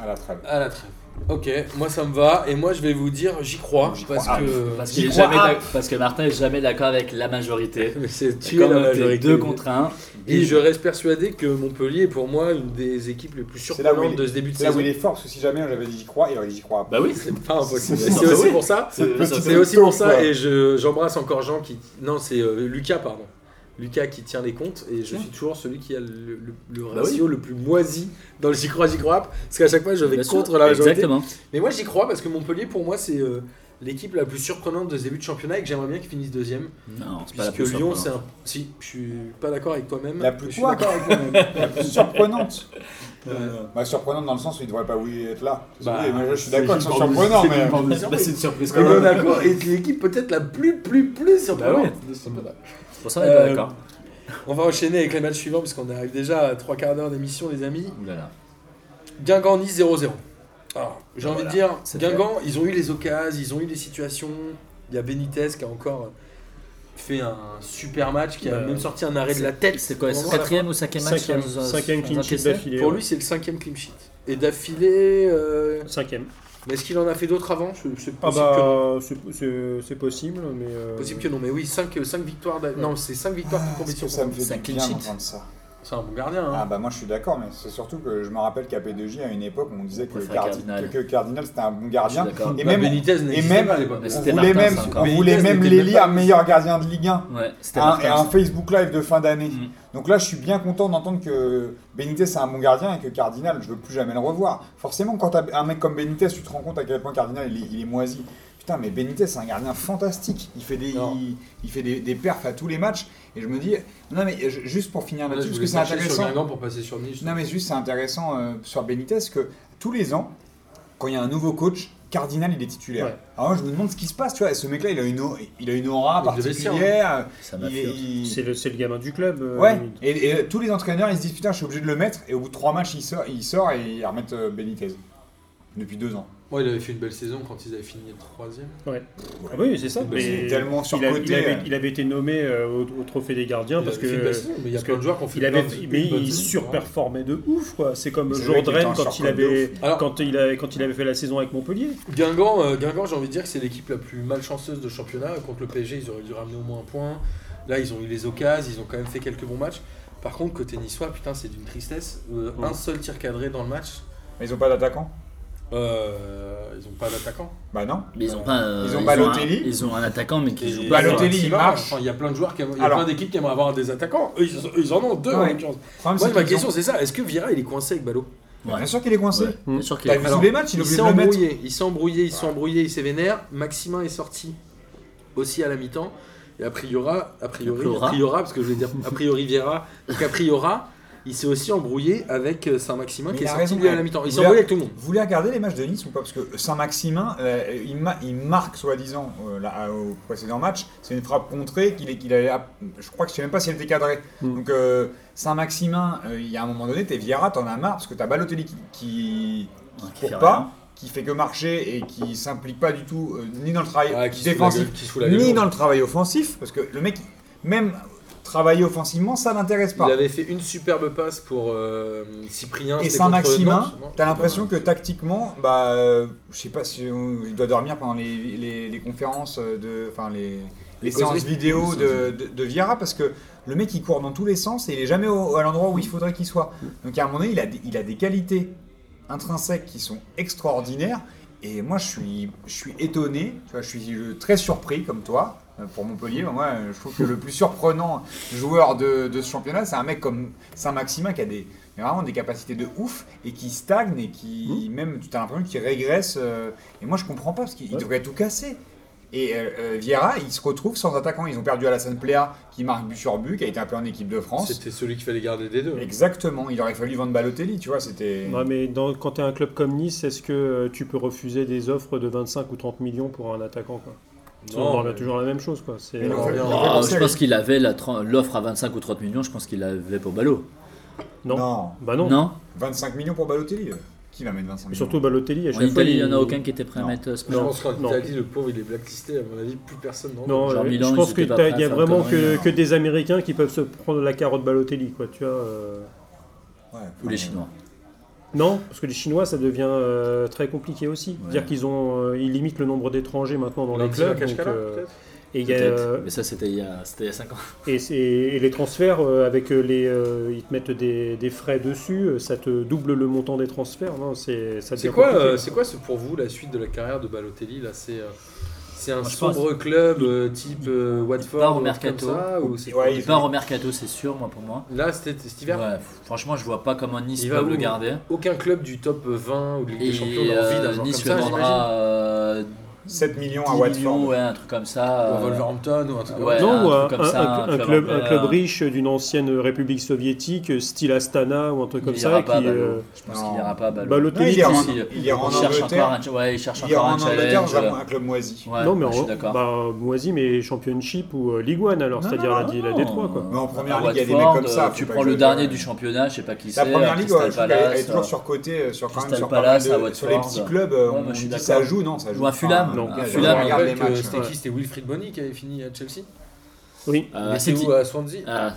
S3: À la trêve.
S1: À la trêve. Ok, moi ça me va, et moi je vais vous dire j'y crois,
S3: J'y
S1: parce
S3: crois. Ah,
S1: que.
S2: Parce,
S3: J'y
S2: qu'il est
S3: crois
S2: jamais
S3: pas.
S2: d'ac- parce que Martin est jamais d'accord avec la majorité.
S1: Mais c'est
S2: Tu
S1: tuer
S2: es
S1: la majorité.
S2: deux contre un.
S1: Et je reste persuadé que Montpellier est pour moi une des équipes les plus
S3: C'est là où il
S1: surprenantes
S3: est-
S1: de ce début de
S3: C'est là
S1: saison.
S3: où il est fort, parce que si jamais j'avais dit j'y crois, il aurait dit j'y crois.
S2: Bah oui.
S1: C'est pas impossible.
S3: C'est- Ah
S1: C'est
S2: bah
S1: aussi
S2: oui.
S1: pour ça.
S3: C'est-
S2: ça
S3: c'est-
S1: C'est aussi pour ça
S3: quoi.
S1: et je- j'embrasse encore Jean qui non c'est euh, Lucas pardon. Lucas qui tient les comptes et je
S2: Ouais.
S1: suis toujours celui qui a le, le- le
S2: Bah
S1: ratio le plus moisi dans le j'y crois j'y crois parce qu'à chaque fois je vais
S2: Bien sûr.
S1: contre la majorité.
S2: Exactement.
S1: Mais moi j'y crois parce que Montpellier pour moi c'est euh, l'équipe la plus surprenante de ce début de championnat et que j'aimerais bien qu'ils finissent deuxième
S2: Non, c'est pas la
S1: puisque
S2: plus
S1: Lyon c'est
S2: surprenante.
S1: un si je suis pas d'accord avec toi-même.
S3: La plus
S1: je suis
S3: quoi
S1: d'accord avec moi-même.
S3: La plus surprenante.
S1: Euh,
S3: Bah, surprenante dans le sens où il devrait pas oui être là.
S1: Bah,
S3: Oui, moi, je suis d'accord, ils sont surprenants, mais.
S1: Bah, c'est
S2: une surprise
S1: Et Monaco est l'équipe peut-être la plus plus
S2: Bah
S1: plus surprenante. de ce championnat.
S2: C'est pour ça qu'on est pas
S1: Euh,
S2: d'accord.
S1: On va enchaîner avec les matchs suivants parce qu'on arrive déjà à trois quarts d'heure d'émission les amis.
S2: Ouh là là.
S1: Guingamp Nice 0-0. Alors, j'ai
S2: Ben
S1: envie
S2: voilà,
S1: de dire,
S2: c'est
S1: Guingamp, ils ont eu les occasions, ils ont eu les situations. Il y a Benitez qui a encore fait un super match, qui a
S5: Bah,
S1: même sorti un arrêt de la tête.
S2: C'est quoi
S1: Pour
S2: C'est
S1: moi,
S2: quatrième ou cinquième match
S5: Cinquième,
S2: sans-
S5: cinquième
S2: sans
S5: clean sheet
S2: encaisser
S5: d'affilée.
S1: Pour
S5: ouais.
S1: lui, c'est le cinquième clean sheet. Et d'affilée, euh,
S5: Cinquième.
S1: mais est-ce qu'il en a fait d'autres avant C'est c'est possible,
S5: Ah
S1: que
S3: euh,
S1: non.
S5: bah, c'est- c'est c'est possible, mais... euh,
S1: possible que non. Mais oui, 5 victoires. d'a- Non, c'est 5 victoires pour
S3: Est-ce que
S1: compétition.
S3: ça me fait
S2: C'est un
S3: du
S2: clean
S3: bien
S2: sheet.
S3: d'entendre ça
S1: C'est un bon gardien. hein.
S3: Ah bah moi je suis d'accord, mais c'est surtout que je me rappelle qu'à P2J à une époque on disait que,
S2: On préfère
S3: Cardi-
S2: Cardinal.
S3: que- que Cardinal c'était un bon gardien.
S2: Je suis d'accord.
S3: Et
S1: Bah,
S3: même,
S1: Benitez
S3: et
S1: n'existait
S3: même Ah,
S1: pas à l'époque.
S2: Mais
S3: on
S2: c'était
S3: voulait
S2: Martin,
S3: même,
S2: ça, encore.
S3: on
S1: Benitez
S3: voulait même
S1: n'était même
S3: l'élire
S1: pas-
S3: meilleur gardien de Ligue 1.
S2: Ouais, c'était
S3: Un,
S2: marquant,
S3: et un
S2: ça.
S3: Facebook Live de fin d'année.
S2: Mm.
S3: Donc là, je suis bien content d'entendre que Benitez c'est un bon gardien et que Cardinal, je veux plus jamais le revoir. Forcément, quand t'as un mec comme Benitez, tu te rends compte à quel point Cardinal il est, il est moisi. Putain, mais Benitez c'est un gardien fantastique. Il fait des,
S1: Non.
S3: il, il fait des, des perfs à tous les matchs. Et je me dis, non mais je- juste pour finir
S1: Là,
S3: là-dessus,
S1: je
S3: parce
S1: voulais
S3: que c'est
S1: marcher sur
S3: intéressant.
S1: Guingamp pour passer sur Nice.
S3: Non mais juste c'est intéressant euh, sur Benitez que tous les ans, quand il y a un nouveau coach, Cardinal il est titulaire.
S5: Ouais.
S3: Alors moi je me demande ce qui se passe, tu vois, ce mec-là il a une, au- il a une aura
S1: Il devait s'y rendre.
S3: particulière.
S2: Ça
S3: Il,
S2: m'a fait.
S3: il-
S5: C'est le, c'est le gamin du club. euh,
S3: Ouais,
S5: limite.
S3: et, et tous les entraîneurs ils se disent putain je suis obligé de le mettre et au bout de trois matchs il sort, il sort et ils remettent euh, Benitez. Depuis deux ans.
S1: Moi, il avait fait une belle saison quand ils avaient fini troisième.
S5: Ah oui, c'est ça.
S3: Il
S5: mais
S3: est tellement
S5: il, a-
S3: surcoté.
S5: il avait, il avait été nommé euh, au, au trophée des gardiens
S1: Il
S5: parce
S1: avait fait une belle
S5: que.
S1: saison, mais il y a
S5: parce
S1: plein
S5: que
S1: de joueurs qui ont fait
S5: Il
S1: une
S5: avait,
S1: bonne- une
S5: mais
S1: bonne
S5: il
S1: saison, hein.
S5: surperformait de ouf, quoi. C'est comme
S3: C'est vrai qu'il était
S5: Jourdain
S3: en
S5: quand il
S3: surcote de
S5: avait,
S3: ouf. Mm.
S1: Alors-
S5: quand il avait, quand il avait fait la saison avec Montpellier.
S1: Guingamp, euh, Guingamp, j'ai envie de dire que c'est l'équipe la plus malchanceuse de championnat. Contre le PSG, ils auraient dû ramener au moins un point. Là, ils ont eu les occasions, ils ont quand même fait quelques bons matchs. Par contre, côté niçois, putain, c'est d'une tristesse. Euh,
S5: Mm.
S1: Un seul tir cadré dans le match.
S3: Mais ils ont pas d'attaquant
S1: Euh, ils n'ont pas d'attaquant.
S3: Bah non.
S2: Mais ils ont pas. euh,
S3: Ils ont
S2: un,
S3: Balotelli.
S2: ils ont un attaquant, mais qui
S1: Et
S2: joue pas.
S3: Balotelli,
S1: Maxima,
S3: il marche.
S1: enfin, Il y a plein de joueurs qui aiment- il y a
S3: Alors-
S1: plein d'équipes qui aimeraient avoir des attaquants. Eux, ils, eux, ils en ont deux en
S3: Ouais.
S1: l'occurrence.
S3: Le
S1: Moi,
S3: problème, c'est
S1: ma
S3: qu'ils ont-
S1: question, c'est ça. Est-ce que Vira, il est coincé avec Ballot
S3: Bien sûr qu'il est coincé.
S2: Ouais. Bien sûr qu'il
S3: T'as
S2: est
S3: vu
S1: Alors,
S3: tous les matchs, il est
S1: Il
S3: obligé
S1: s'est
S3: de le mettre.
S1: embrouillé, il s'est embrouillé, il s'est embrouillé, il s'est vénère. Maximin est sorti aussi à la mi-temps. Et a priori, a priori,
S2: A priori.
S1: a priori, parce que je vais dire a priori Vieira, donc a priori, il s'est aussi embrouillé avec Saint-Maximin
S3: Mais
S1: qui est
S3: il a
S1: sorti
S3: raison,
S1: lui à
S3: ouais.
S1: la mi-temps. Il
S3: Il
S1: s'est
S3: a-
S1: embrouillé avec tout le monde.
S3: Vous voulez regarder les matchs de Nice ou pas Parce que Saint-Maximin, euh, il, ma- il marque soi-disant euh, là, au précédent match. C'est une frappe contrée qu'il est- qu'il allait. app- Je crois que je sais même pas si elle était cadrée.
S5: Mm.
S3: Donc euh, Saint-Maximin, euh, il y a un moment donné, t'es Vieira, t'en as marre parce que t'as Balotelli qui, qui, qui
S2: Ouais, qui fait
S3: court
S2: rien.
S3: pas, qui fait que marcher et qui s'implique pas du tout euh, ni dans le travail
S1: Ah, qui se fout la
S3: défensif
S1: gueule, qui se fout la gueule.
S3: ni dans le travail offensif parce que le mec, même travailler offensivement, ça l'intéresse pas.
S1: Il avait fait une superbe passe pour euh, Cyprien.
S3: Et
S1: c'était
S3: Saint-Maximin,
S1: contre Nantes, non
S3: t'as l'impression que tactiquement, bah, euh, je sais pas si on- il doit dormir pendant les, les, les conférences euh, de, enfin les, les, séances
S1: causeries.
S3: vidéo de, de, de Vieira parce que le mec il court dans tous les sens et il est jamais au- à l'endroit où il faudrait qu'il soit. Donc à un moment donné, il a des, il a des qualités intrinsèques qui sont extraordinaires et moi je suis, je suis étonné, tu vois, je suis euh, très surpris comme toi. euh, Pour Montpellier, moi euh, je trouve que le plus surprenant joueur de, de ce championnat, c'est un mec comme Saint-Maximin qui a des, mais vraiment des capacités de ouf et qui stagne et qui même tu as l'impression qu'il régresse euh, et moi je comprends pas parce qu'il il devrait tout casser et euh, euh, Vieira il se retrouve sans attaquant ils ont perdu Alassane Plea qui marque but sur but qui a été appelé en équipe de France
S1: C'était celui qu'il fallait garder des deux.
S3: exactement il aurait fallu vendre Balotelli tu vois c'était
S5: Non, mais dans- quand t'es un club comme Nice, est-ce que euh, tu peux refuser des offres de 25 ou 30 millions pour un attaquant quoi On revient
S1: mais-
S5: toujours à la même chose quoi. C'est-
S3: Mais
S1: non,
S5: euh,
S1: non.
S2: Ah,
S3: Pensez
S2: je
S3: à
S2: pense
S3: lui.
S2: qu'il avait la tran- l'offre à 25 ou 30 millions, je pense qu'il l'avait pour Ballot.
S5: non.
S3: Non,
S5: Bah non.
S2: Non,
S3: 25 millions pour Balotelli euh. qui va mettre 25
S5: Et
S3: millions
S5: surtout bah, Balotelli. À
S2: En
S5: chaque fois,
S2: Italie, il n'y en a aucun qui était prêt à
S3: Non.
S2: mettre euh, ce
S1: Je
S2: prix.
S1: pense qu'en
S5: non.
S1: Italie, le pauvre, il est blacklisté. À mon avis, plus personne. n'en veut.
S5: Non,
S2: Genre
S5: euh,
S2: Milan,
S5: je
S2: ils
S5: pense
S2: étaient
S5: qu'il
S2: pas prêts
S5: y
S2: à
S5: a
S2: faire
S5: vraiment que,
S3: conneries,
S5: que
S3: non.
S5: des Américains qui peuvent se prendre la carotte Balotelli, quoi. Tu vois. euh.
S3: Ouais,
S2: Ou les
S3: enfin,
S2: Chinois.
S5: Non, parce que les Chinois, ça devient euh, très compliqué aussi.
S2: Ouais.
S5: Dire qu'ils ont, euh, ils limitent le nombre d'étrangers maintenant dans les
S1: Lanzini,
S5: clubs. donc,
S1: Kashkala,
S5: euh,
S1: peut-être
S5: et il y a, euh,
S2: Peut-être. Mais ça, c'était il y a 5 ans.
S5: Et, c'est- et les transferts, euh, avec euh, les, euh, ils te mettent des, des frais dessus, euh, ça te double le montant des transferts. Non, c'est ça
S1: C'est
S5: devient
S1: quoi,
S5: compliqué.
S1: euh, c'est quoi ce, pour vous la suite de la carrière de Balotelli là C'est euh, c'est un
S2: Moi, je
S1: sombre club euh, type euh, Watford
S2: part au
S1: ou un truc comme
S2: mercato.
S1: ça, ou c'est
S3: Ouais,
S1: quoi
S3: il-
S2: Il part au mercato, c'est sûr, moi, pour moi.
S1: Là, c'était cet hiver,
S2: Ouais, f- franchement, je vois pas comment Nice
S1: Il
S2: peut
S1: va
S2: le
S1: où
S2: garder.
S1: aucun club du top 20 ou de Ligue
S2: Et
S1: des Champions n'a envie d'un
S2: euh,
S1: joueur
S2: Nice
S1: comme
S2: le
S1: ça, j'imagine.
S2: vendra euh,
S3: 7
S2: 10
S3: millions à
S2: millions,
S3: Ah, Watford
S2: ouais, un truc comme ça.
S1: Ou à
S2: euh,
S1: Wolverhampton ou un truc comme
S2: ouais.
S1: ça.
S5: non,
S2: un
S5: ou un,
S2: truc
S5: un-
S2: comme ça,
S5: un-
S2: un
S5: un
S2: club euh,
S5: club, un
S2: européen.
S5: club riche d'une ancienne République soviétique, euh, style Astana ou un truc
S2: il
S5: comme
S2: ira
S5: ça.
S2: pas à
S5: qui,
S2: Ballot.
S5: euh,
S2: Je pense qu'il
S3: Non.
S2: n'ira pas à Ballot.
S5: Balotelli,
S3: Ouais, il ira en-
S2: Si,
S3: il ira en
S2: il cherche
S3: Angleterre.
S2: encore un- ouais, il cherche
S3: il y
S2: encore
S3: aura
S2: un
S3: en Angleterre
S2: challenge. euh,
S3: vraiment un club moisi
S2: Ouais,
S5: non, mais
S2: je suis
S5: en-
S2: d'accord.
S5: bah, Moisy, mais Championship ou euh, Ligue 1 alors,
S2: Non,
S5: c'est-dire
S2: non,
S5: la,
S2: non,
S5: la
S2: non.
S5: Détroit quoi.
S3: Mais en première
S2: À
S3: ligue, il y a des
S2: Watford,
S3: mecs comme ça,
S2: euh,
S3: faut
S2: Tu
S3: pas
S2: prends
S3: que je
S2: le
S3: le-
S2: dernier du championnat, je sais pas qui c'est.
S3: La première
S2: euh,
S3: ligue,
S2: Crystal
S3: ouais, je trouve qu'elle est- elle
S2: Palace,
S3: est toujours
S2: euh,
S3: surcotée, sur, quand même,
S2: Crystal
S3: sur,
S2: Palace
S3: pas mal
S2: à
S3: de- sur les
S2: Watford.
S3: petits clubs. euh,
S2: Ouais,
S3: on
S2: moi, je suis
S3: dit
S2: d'accord.
S3: ça joue, non, ça joue.
S2: Ou un Fulham.
S1: Je
S2: un
S5: non, je
S1: me
S3: Fulham,
S2: Fulham.
S3: regarde
S1: rappelle
S3: les
S1: que
S3: matchs.
S1: c'était
S5: ouais.
S1: qui C'était Wilfried Bonny qui avait fini à Chelsea.
S5: Oui,
S2: Euh,
S1: il était
S2: City.
S1: où à Swansea
S2: Ah,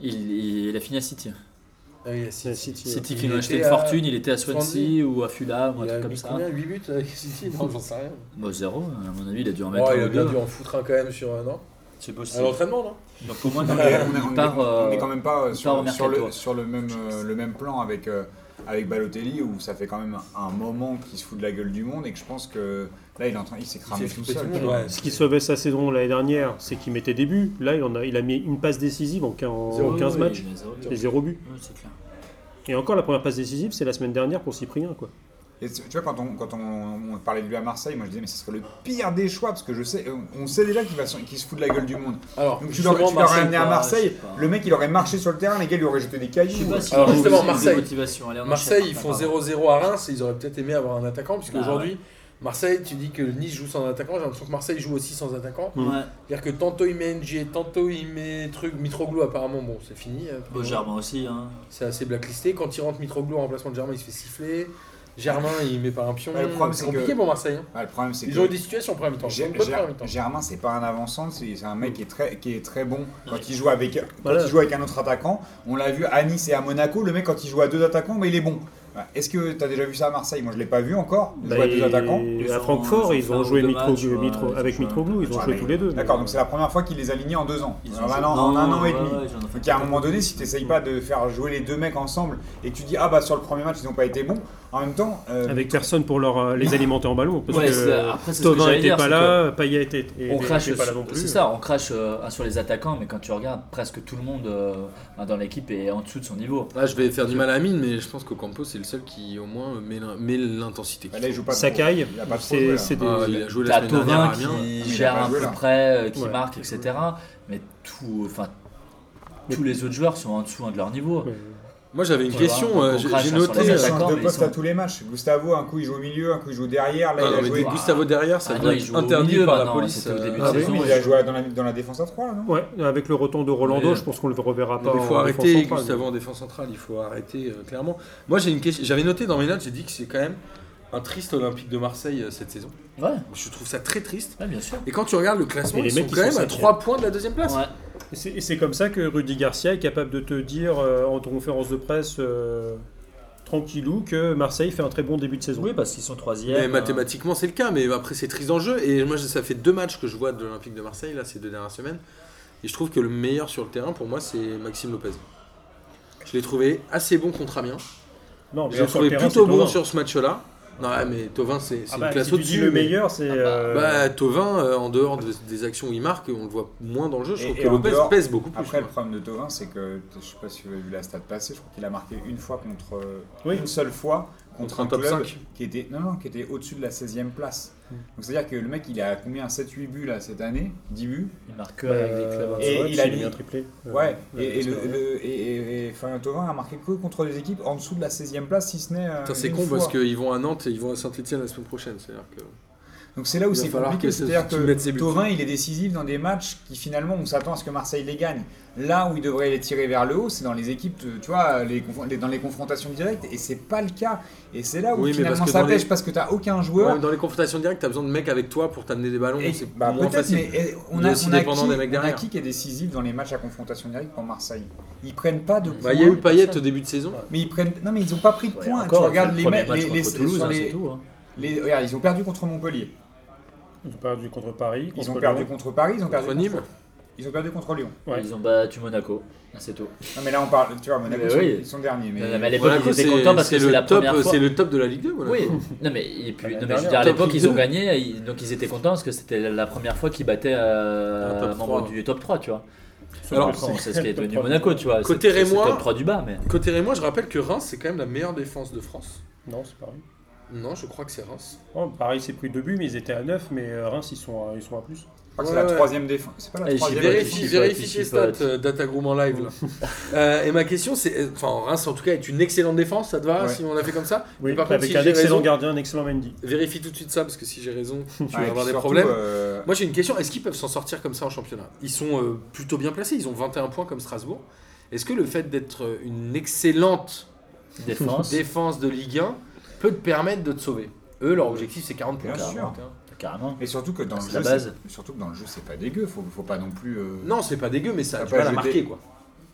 S2: il, il- il a fini à City.
S1: Ah oui, à
S5: la
S1: City.
S5: City,
S2: City
S1: Il
S2: qui lui a acheté une
S1: était à-
S2: fortune, il était à Swansea
S1: Swansea.
S2: ou à Fulham ou un
S1: Il a
S2: truc comme
S1: mis
S2: ça.
S1: combien 8 buts avec City Non, j'en sais rien.
S2: Bah, zéro, à mon avis, il a dû en mettre
S1: Oh, il
S2: un
S1: a
S2: ou
S1: bien
S2: deux.
S1: dû en foutre un quand même sur un an.
S2: C'est
S1: À
S2: possible.
S1: l'entraînement, non
S2: Donc, au moins,
S3: On
S2: il
S3: est- on est-
S2: il
S3: on est-
S2: part,
S3: on
S2: euh,
S3: est quand même pas euh,
S2: il part
S3: sur,
S2: au
S3: sur le,
S2: mercato.
S3: sur le même, euh, le même plan avec, euh, avec Balotelli où ça fait quand même un moment qu'il se fout de la gueule du monde et que je pense que là il, est en train- il s'est cramé
S1: fait
S3: tout
S1: flipper tout
S3: seul.
S1: le
S3: tu
S1: monde,
S3: vois.
S1: ouais.
S5: Ce qui sauvait sa saison l'année dernière, c'est qu'il mettait des buts. Là, il, en a, il a mis une passe décisive en, quin- en
S1: Zéro,
S5: 15
S2: oui,
S5: matchs.
S2: mais zéro.
S5: Et zéro but.
S2: Ouais, c'est clair.
S5: Et encore, la première passe décisive, c'est la semaine dernière pour Cyprien. Quoi.
S3: Et tu tu vois, quand, on, quand on, on parlait de lui à Marseille, moi je disais, mais ce serait le pire des choix parce que je sais, on sait déjà qu'il va se- qu'il se fout de la gueule du monde.
S1: Alors,
S3: Donc tu
S1: justement,
S3: l'aurais tu l'aurais
S1: Marseille-
S3: amené à
S2: pas,
S3: Marseille,
S2: je sais pas.
S3: le mec il aurait marché sur le terrain, les gars lui auraient jeté des
S2: Je
S3: cailloux.
S2: sais pas si
S1: Alors,
S2: vous
S1: justement,
S2: avez des
S1: Marseille.
S2: motivations. Allez, on
S1: Marseille,
S2: enchaîne.
S1: ils font 0-0 à Reims, ils auraient peut-être aimé avoir un attaquant, parce
S2: Bah,
S1: qu'aujourd'hui, Marseille, tu dis que Nice joue sans attaquant, j'ai l'impression que Marseille joue aussi sans attaquant.
S2: Ouais,
S1: C'est-à-dire que tantôt il met NG, tantôt il met truc, Mitroglou apparemment, bon, c'est fini. euh,
S2: Beau Germain aussi. Hein.
S1: C'est assez blacklisté. Quand il rentre Mitroglou en remplacement de Germain, il se fait siffler.
S8: Germain, il met pas un pion.
S3: Ouais, le problème, c'est
S8: compliqué
S3: que-
S8: pour Marseille. hein.
S3: Ah, le problème, c'est
S8: Ils
S3: que-
S8: ont eu des situations en premier temps. Ils ont
S3: Ger-
S8: eu beaucoup de
S3: Ger-
S8: premier temps.
S3: Germain, c'est pas un avançant, c'est c'est un mec qui est très, qui est très bon quand il joue avec, quand
S5: Voilà.
S3: il joue avec un autre attaquant. On l'a vu à Nice et à Monaco, le mec quand il joue à deux attaquants, bah, il est bon. Bah, Est-ce que tu as déjà vu ça à Marseille Moi, je l'ai pas vu encore. de
S5: Bah,
S3: jouer à deux
S5: et-
S3: attaquants.
S2: Ils
S5: à
S2: ont-
S5: Francfort,
S2: ils ont
S5: ils
S2: fait un
S5: ont
S2: ou
S5: joué
S2: deux
S5: Mitro-
S2: matchs, ouais,
S5: Mitro-
S2: ils ont
S5: avec
S2: fait un-
S5: Mitroglou, ils ont
S3: Ah,
S5: joué
S3: mais-
S5: tous les deux.
S3: D'accord, donc c'est la première fois qu'il les alignait en deux ans.
S2: Ils
S3: En
S2: ont
S3: bah un
S2: joué-
S3: an, en un an et
S2: Ouais, ouais,
S3: demi.
S2: ils en ont fait
S3: Donc à un
S2: quatre.
S3: moment donné, si tu n'essayes pas de faire jouer les deux mecs ensemble et que tu dis ah bah sur le premier match ils n'ont pas été bons, en même temps, euh,
S5: Avec personne pour leur, euh, les alimenter en ballon. Parce
S2: Ouais, c'est- après,
S5: que
S2: c'est ce que
S5: Thauvin
S2: j'allais
S5: n'était
S2: dire,
S5: pas
S2: c'est
S5: là, Payet était et-
S2: On crache,
S5: était pas là non
S2: sur-
S5: plus.
S2: c'est ça, on crache euh, sur les attaquants, mais quand tu regardes, presque tout le monde euh, dans l'équipe est en dessous de son niveau.
S1: Là, je vais faire du mal à Amine, mais je pense qu'Ocampo, c'est le seul qui, au moins, met l'in- met l'intensité.
S3: bah, là, il joue pas trop.
S5: Sakai,
S3: Il a pas trop
S5: c'est-
S3: joué, là.
S5: c'est des-
S1: Ah, il a joué la
S2: T'as
S1: semaine dernière à
S2: Tovin
S1: Amiens.
S2: qui
S3: il a
S2: gère
S3: pas
S2: à
S3: joué,
S2: peu
S3: là.
S2: près, euh, qui
S5: Ouais.
S2: marque, etc. Mais tout, enfin,
S5: Mais-
S2: tous les autres joueurs sont en dessous hein, de leur niveau.
S5: Ouais.
S1: Moi, j'avais une
S2: Ouais,
S1: question.
S2: on
S1: euh, J'ai
S2: crache
S1: j'ai
S2: sur les
S3: Ouais,
S1: noté.
S3: mais
S2: attaquants.
S3: il
S1: euh,
S3: change de
S2: mais ils
S3: poste
S2: sont-
S3: à tous les matchs. Gustavo, un coup il joue au milieu, un coup il joue derrière. Là,
S1: Ah,
S3: il
S1: non,
S3: a
S1: mais
S3: joué.
S1: Gustavo derrière, ça
S2: Ah
S1: doit
S2: non, il
S1: être
S2: joue au
S1: interdit
S2: milieu
S1: par la
S2: maintenant,
S1: police.
S2: c'était au
S1: euh,
S2: début de
S3: Ah
S1: ah
S3: oui,
S1: oui.
S3: mais il a joué dans la, dans la défense à 3 non
S5: Ouais, avec le retour de Rolando,
S1: Mais-
S5: je pense qu'on le reverra pas.
S1: Il faut
S5: en
S1: arrêter
S5: défense centrale.
S1: Gustavo en défense centrale, il faut arrêter euh, clairement. Moi j'ai une question, j'avais noté dans mes notes, j'ai dit que c'est quand même un triste Olympique de Marseille euh, cette saison.
S2: Ouais,
S1: Je trouve ça très triste.
S2: ouais, bien sûr.
S1: Et quand tu regardes le classement,
S5: Et les
S1: ils sont
S5: mecs, ils
S1: quand
S5: sont
S1: même à
S5: cinquième.
S1: 3 points de la deuxième place.
S2: Ouais.
S5: Et c'est- Et c'est comme ça que Rudy Garcia est capable de te dire euh, en conférence de presse euh, tranquillou que Marseille fait un très bon début de saison.
S2: Oui, parce qu'ils sont
S1: Mais
S2: troisième.
S1: mathématiquement c'est le cas, mais après c'est triste en jeu. Et moi je- ça fait deux matchs que je vois de l'Olympique de Marseille là ces deux dernières semaines. Et je trouve que le meilleur sur le terrain pour moi c'est Maxime Lopez. Je l'ai trouvé assez bon contre Amiens.
S5: Non, mais
S1: Je l'ai
S5: sur
S1: trouvé
S5: le terrain,
S1: plutôt
S5: c'est
S1: bon
S5: Thauvin.
S1: sur ce match-là. Non ouais, mais Tovin c'est c'est
S5: Ah
S1: une
S5: bah,
S1: classe
S5: si tu dis
S1: au-dessus.
S5: le
S1: mais-
S5: meilleur, c'est. euh,
S1: Bah, Tovin, euh, en dehors de- des actions où il marque, on le voit moins dans le jeu. Je
S3: Et-
S1: trouve
S3: et
S1: que
S3: en
S1: Lopez
S3: dehors-
S1: pèse beaucoup plus.
S3: Après, le
S1: moi.
S3: problème de Tovin, c'est que je sais pas si vous avez vu la stat passée, je crois qu'il a marqué une fois contre euh,
S5: Oui.
S3: une seule fois contre,
S1: Contre un
S3: un,
S1: top
S3: club
S1: 5.
S3: qui était non non qui était au-dessus de la 16e place.
S5: Mm.
S3: Donc c'est-à-dire que le mec, il a combien 7 8 buts là cette année, 10 buts.
S2: Il marque
S5: euh,
S2: bah, avec les clubs.
S3: et
S5: ouais,
S3: il
S5: parce
S3: a
S5: qu'il
S3: mis-
S5: un triplé. Euh,
S3: Ouais,
S5: ouais,
S3: et, et
S5: c'est
S3: le,
S5: vrai.
S3: le- et, et- et- enfin, Thauvin a marqué que contre des équipes en dessous de la 16e place, si ce n'est. euh,
S1: Putain, c'est
S3: une
S1: con
S3: fois.
S1: parce qu'ils vont à Nantes et ils vont à Saint-Etienne la semaine prochaine. C'est-à-dire que.
S3: Donc c'est là où
S1: Il va
S3: c'est
S1: falloir
S3: compliqué,
S1: que ce-
S3: c'est-à-dire
S1: qu'il mette ses
S3: que
S1: buts.
S3: Thauvin il est décisif dans des matchs qui finalement on s'attend à ce que Marseille les gagne. Là où il devrait les tirer vers le haut, c'est dans les équipes, euh, tu vois, les, confron- les- dans les confrontations directes, et c'est pas le cas. Et c'est là où
S1: Oui, mais
S3: finalement
S1: parce que
S3: ça
S1: dans les-
S3: pêche parce que t'as aucun
S1: Ouais,
S3: joueur.
S1: mais dans les confrontations directes, t'as besoin de mecs avec toi pour t'amener des ballons.
S3: Et-
S1: C'est
S3: bah,
S1: moins
S3: peut-être,
S1: facile.
S3: mais eh, on
S1: Il est
S3: a,
S1: aussi
S3: on a
S1: dépendant
S3: qui,
S1: des mecs
S3: on a
S1: derrière.
S3: qui qui est décisif dans les matchs à confrontation directe pour Marseille Ils prennent pas de points.
S1: Bah, il y a eu
S2: pas
S1: Payet
S2: seul.
S1: au début de saison.
S3: Mais ils prennent. Non, mais ils ont pas pris de
S2: Ouais,
S3: points.
S2: encore,
S3: tu regardes
S2: le
S3: les,
S2: premier
S3: mecs-
S2: match
S3: les,
S2: contre
S3: les-
S2: Toulouse,
S3: sur
S2: hein,
S3: les-
S2: c'est tout. hein.
S3: les- regarde, ils ont perdu contre Montpellier.
S5: Ils ont perdu contre Paris.
S3: Ils
S5: contre
S3: ont perdu
S5: Lyon.
S3: contre Paris. Ils ont perdu
S1: Contre Nîmes.
S3: Ils ont perdu contre Lyon.
S5: Ouais.
S2: Ils ont battu Monaco, hein, c'est tout.
S3: Non mais là on parle, tu vois, Monaco,
S2: Mais
S3: ils sont-
S2: oui.
S3: ils sont derniers. Mais,
S2: Non, non, mais à l'époque,
S1: Monaco,
S2: ils étaient
S1: c'est-
S2: contents parce
S1: c'est
S2: que c'est la
S1: le top,
S2: première fois.
S1: c'est le top de la Ligue 2. Monaco.
S2: Oui, non mais, et puis,
S5: La
S2: non, mais je
S5: dernière,
S2: veux dire, à
S1: top
S2: l'époque
S1: Ligue
S2: ils ont
S1: 2.
S2: gagné, ils- donc ils étaient contents parce que c'était la- la première fois qu'ils battaient euh,
S1: Un
S2: un
S1: top
S2: membre
S1: 3.
S2: du top 3, tu vois.
S1: Alors,
S2: Alors, après, on sait ce qui est devenu
S5: top 3.
S2: Monaco, tu vois.
S1: Côté
S2: C'est- c'est le
S1: Rémois-
S2: top 3 du bas, mais.
S1: Côté Rémois, je rappelle que Reims, c'est quand même la meilleure défense de France.
S5: Non, c'est Paris.
S1: Non, je crois que c'est Reims.
S5: Oh, Paris s'est pris deux buts, mais ils étaient à 9, mais euh, Reims, ils sont à, ils sont à plus.
S3: Je crois que c'est
S1: Ouais,
S3: la
S1: ouais.
S3: troisième défense. C'est pas la
S2: Et
S3: troisième.
S2: j'ai
S3: défense.
S1: Vérifie,
S2: pas,
S1: vérifie
S2: tu
S1: tes
S2: sais pas,
S1: stats, euh, Datagroom en live. là. Euh, et ma question, c'est. Enfin, Reims en tout cas est une excellente défense, ça te va
S3: Ouais.
S1: si on a fait comme ça
S5: Oui,
S1: Mais par contre,
S5: avec
S1: si
S5: un
S1: j'ai
S5: excellent
S1: raison-
S5: gardien, un excellent Mendy.
S1: Vérifie tout de suite ça parce que si j'ai raison, tu
S3: Ah, et
S1: vas
S3: puis
S1: avoir des
S3: surtout,
S1: problèmes.
S3: euh,
S1: Moi j'ai une question, est-ce qu'ils peuvent s'en sortir comme ça en championnat Ils sont euh, plutôt bien placés, ils ont 21 points comme Strasbourg. Est-ce que le fait d'être euh, une excellente
S2: Défense,
S1: défense de Ligue 1 peut te permettre de te sauver Eux, leur objectif c'est 40 points.
S3: Bien sûr.
S1: 41.
S2: carrément.
S3: Et surtout que dans le
S2: C'est
S3: jeu,
S2: la base.
S3: c'est- surtout que dans le jeu, c'est pas dégueu. Faut, faut pas non plus. euh,
S1: Non, c'est pas dégueu, mais ça a
S3: T'as
S1: du
S3: pas
S1: mal à
S3: jeté.
S1: marquer quoi.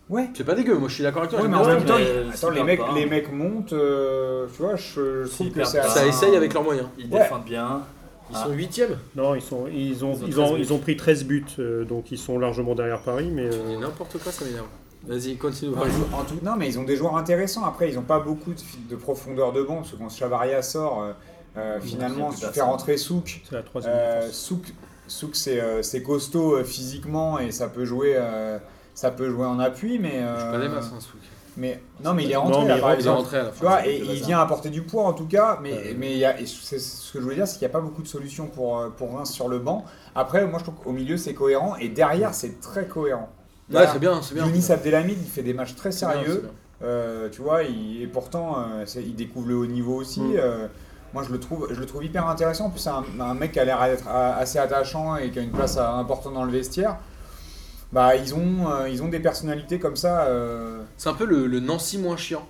S3: Ouais.
S1: C'est pas dégueu, moi je suis d'accord avec toi.
S3: Ouais,
S1: j'aime
S3: mais
S1: bien ça.
S3: en même temps,
S2: mais
S3: ils- attends,
S2: s'ils
S3: les
S2: perdent
S3: mecs,
S2: pas,
S3: les
S2: hein.
S3: mecs montent. euh, tu vois, je, je trouve
S2: S'ils
S3: que
S2: perdent
S3: c'est.
S2: pas,
S1: ça
S3: assez-
S1: essaye avec leurs moyens.
S2: Ils
S3: Ouais.
S2: défendent bien.
S1: Ils
S2: Ah.
S1: sont 8ème
S5: Non, ils, sont, ils, ont,
S2: Ils ont
S5: ils, ont,
S2: 13
S5: ils ont pris 13 buts, euh, donc ils sont largement derrière Paris. Mais, euh,
S1: N'importe quoi, ça m'énerve. Vas-y, continue.
S3: En tout- en tout- non, mais ils ont des joueurs intéressants. Après, ils ont pas beaucoup de, de profondeur de banc parce que quand Chavaria sort, euh, euh,
S2: Ils ont
S3: finalement,
S2: pris
S3: si
S2: plus
S3: tu fais rentrer Souk,
S5: c'est la troisième
S3: Euh,
S5: défense.
S3: Souk, Souk, c'est euh, c'est costaud euh, physiquement et ça peut jouer, euh, ça peut jouer en appui, mais euh,
S1: Je connais pas ça, un Souk.
S3: mais non, mais il est rentré
S5: mais
S3: là,
S5: il
S3: par
S5: rentre,
S1: Il est
S3: exemple.
S1: rentré à la
S3: Tu
S1: fin.
S3: vois, et il vient apporter du poids en tout cas, mais,
S5: Ouais.
S3: mais il y a- et c'est- ce que je voulais dire, c'est qu'il n'y a pas beaucoup de solutions pour, euh, pour Reims sur le banc. Après, moi je trouve qu'au milieu c'est cohérent et derrière c'est très cohérent.
S1: Ouais, c'est bien, c'est bien.
S3: Younis
S1: C'est bien,
S3: Abdelhamid, il fait des matchs très
S1: c'est bien.
S3: sérieux. Euh, tu vois, il- et pourtant, euh, c'est- il découvre le haut niveau aussi.
S5: Mm.
S3: euh, moi, je le trouve, je le trouve hyper intéressant. En plus, c'est un, un mec qui a l'air d'être a- assez attachant et qui a une place euh, importante dans le vestiaire. Bah, ils ont, euh, ils ont des personnalités comme ça. euh,
S1: C'est un peu le, le Nancy moins chiant.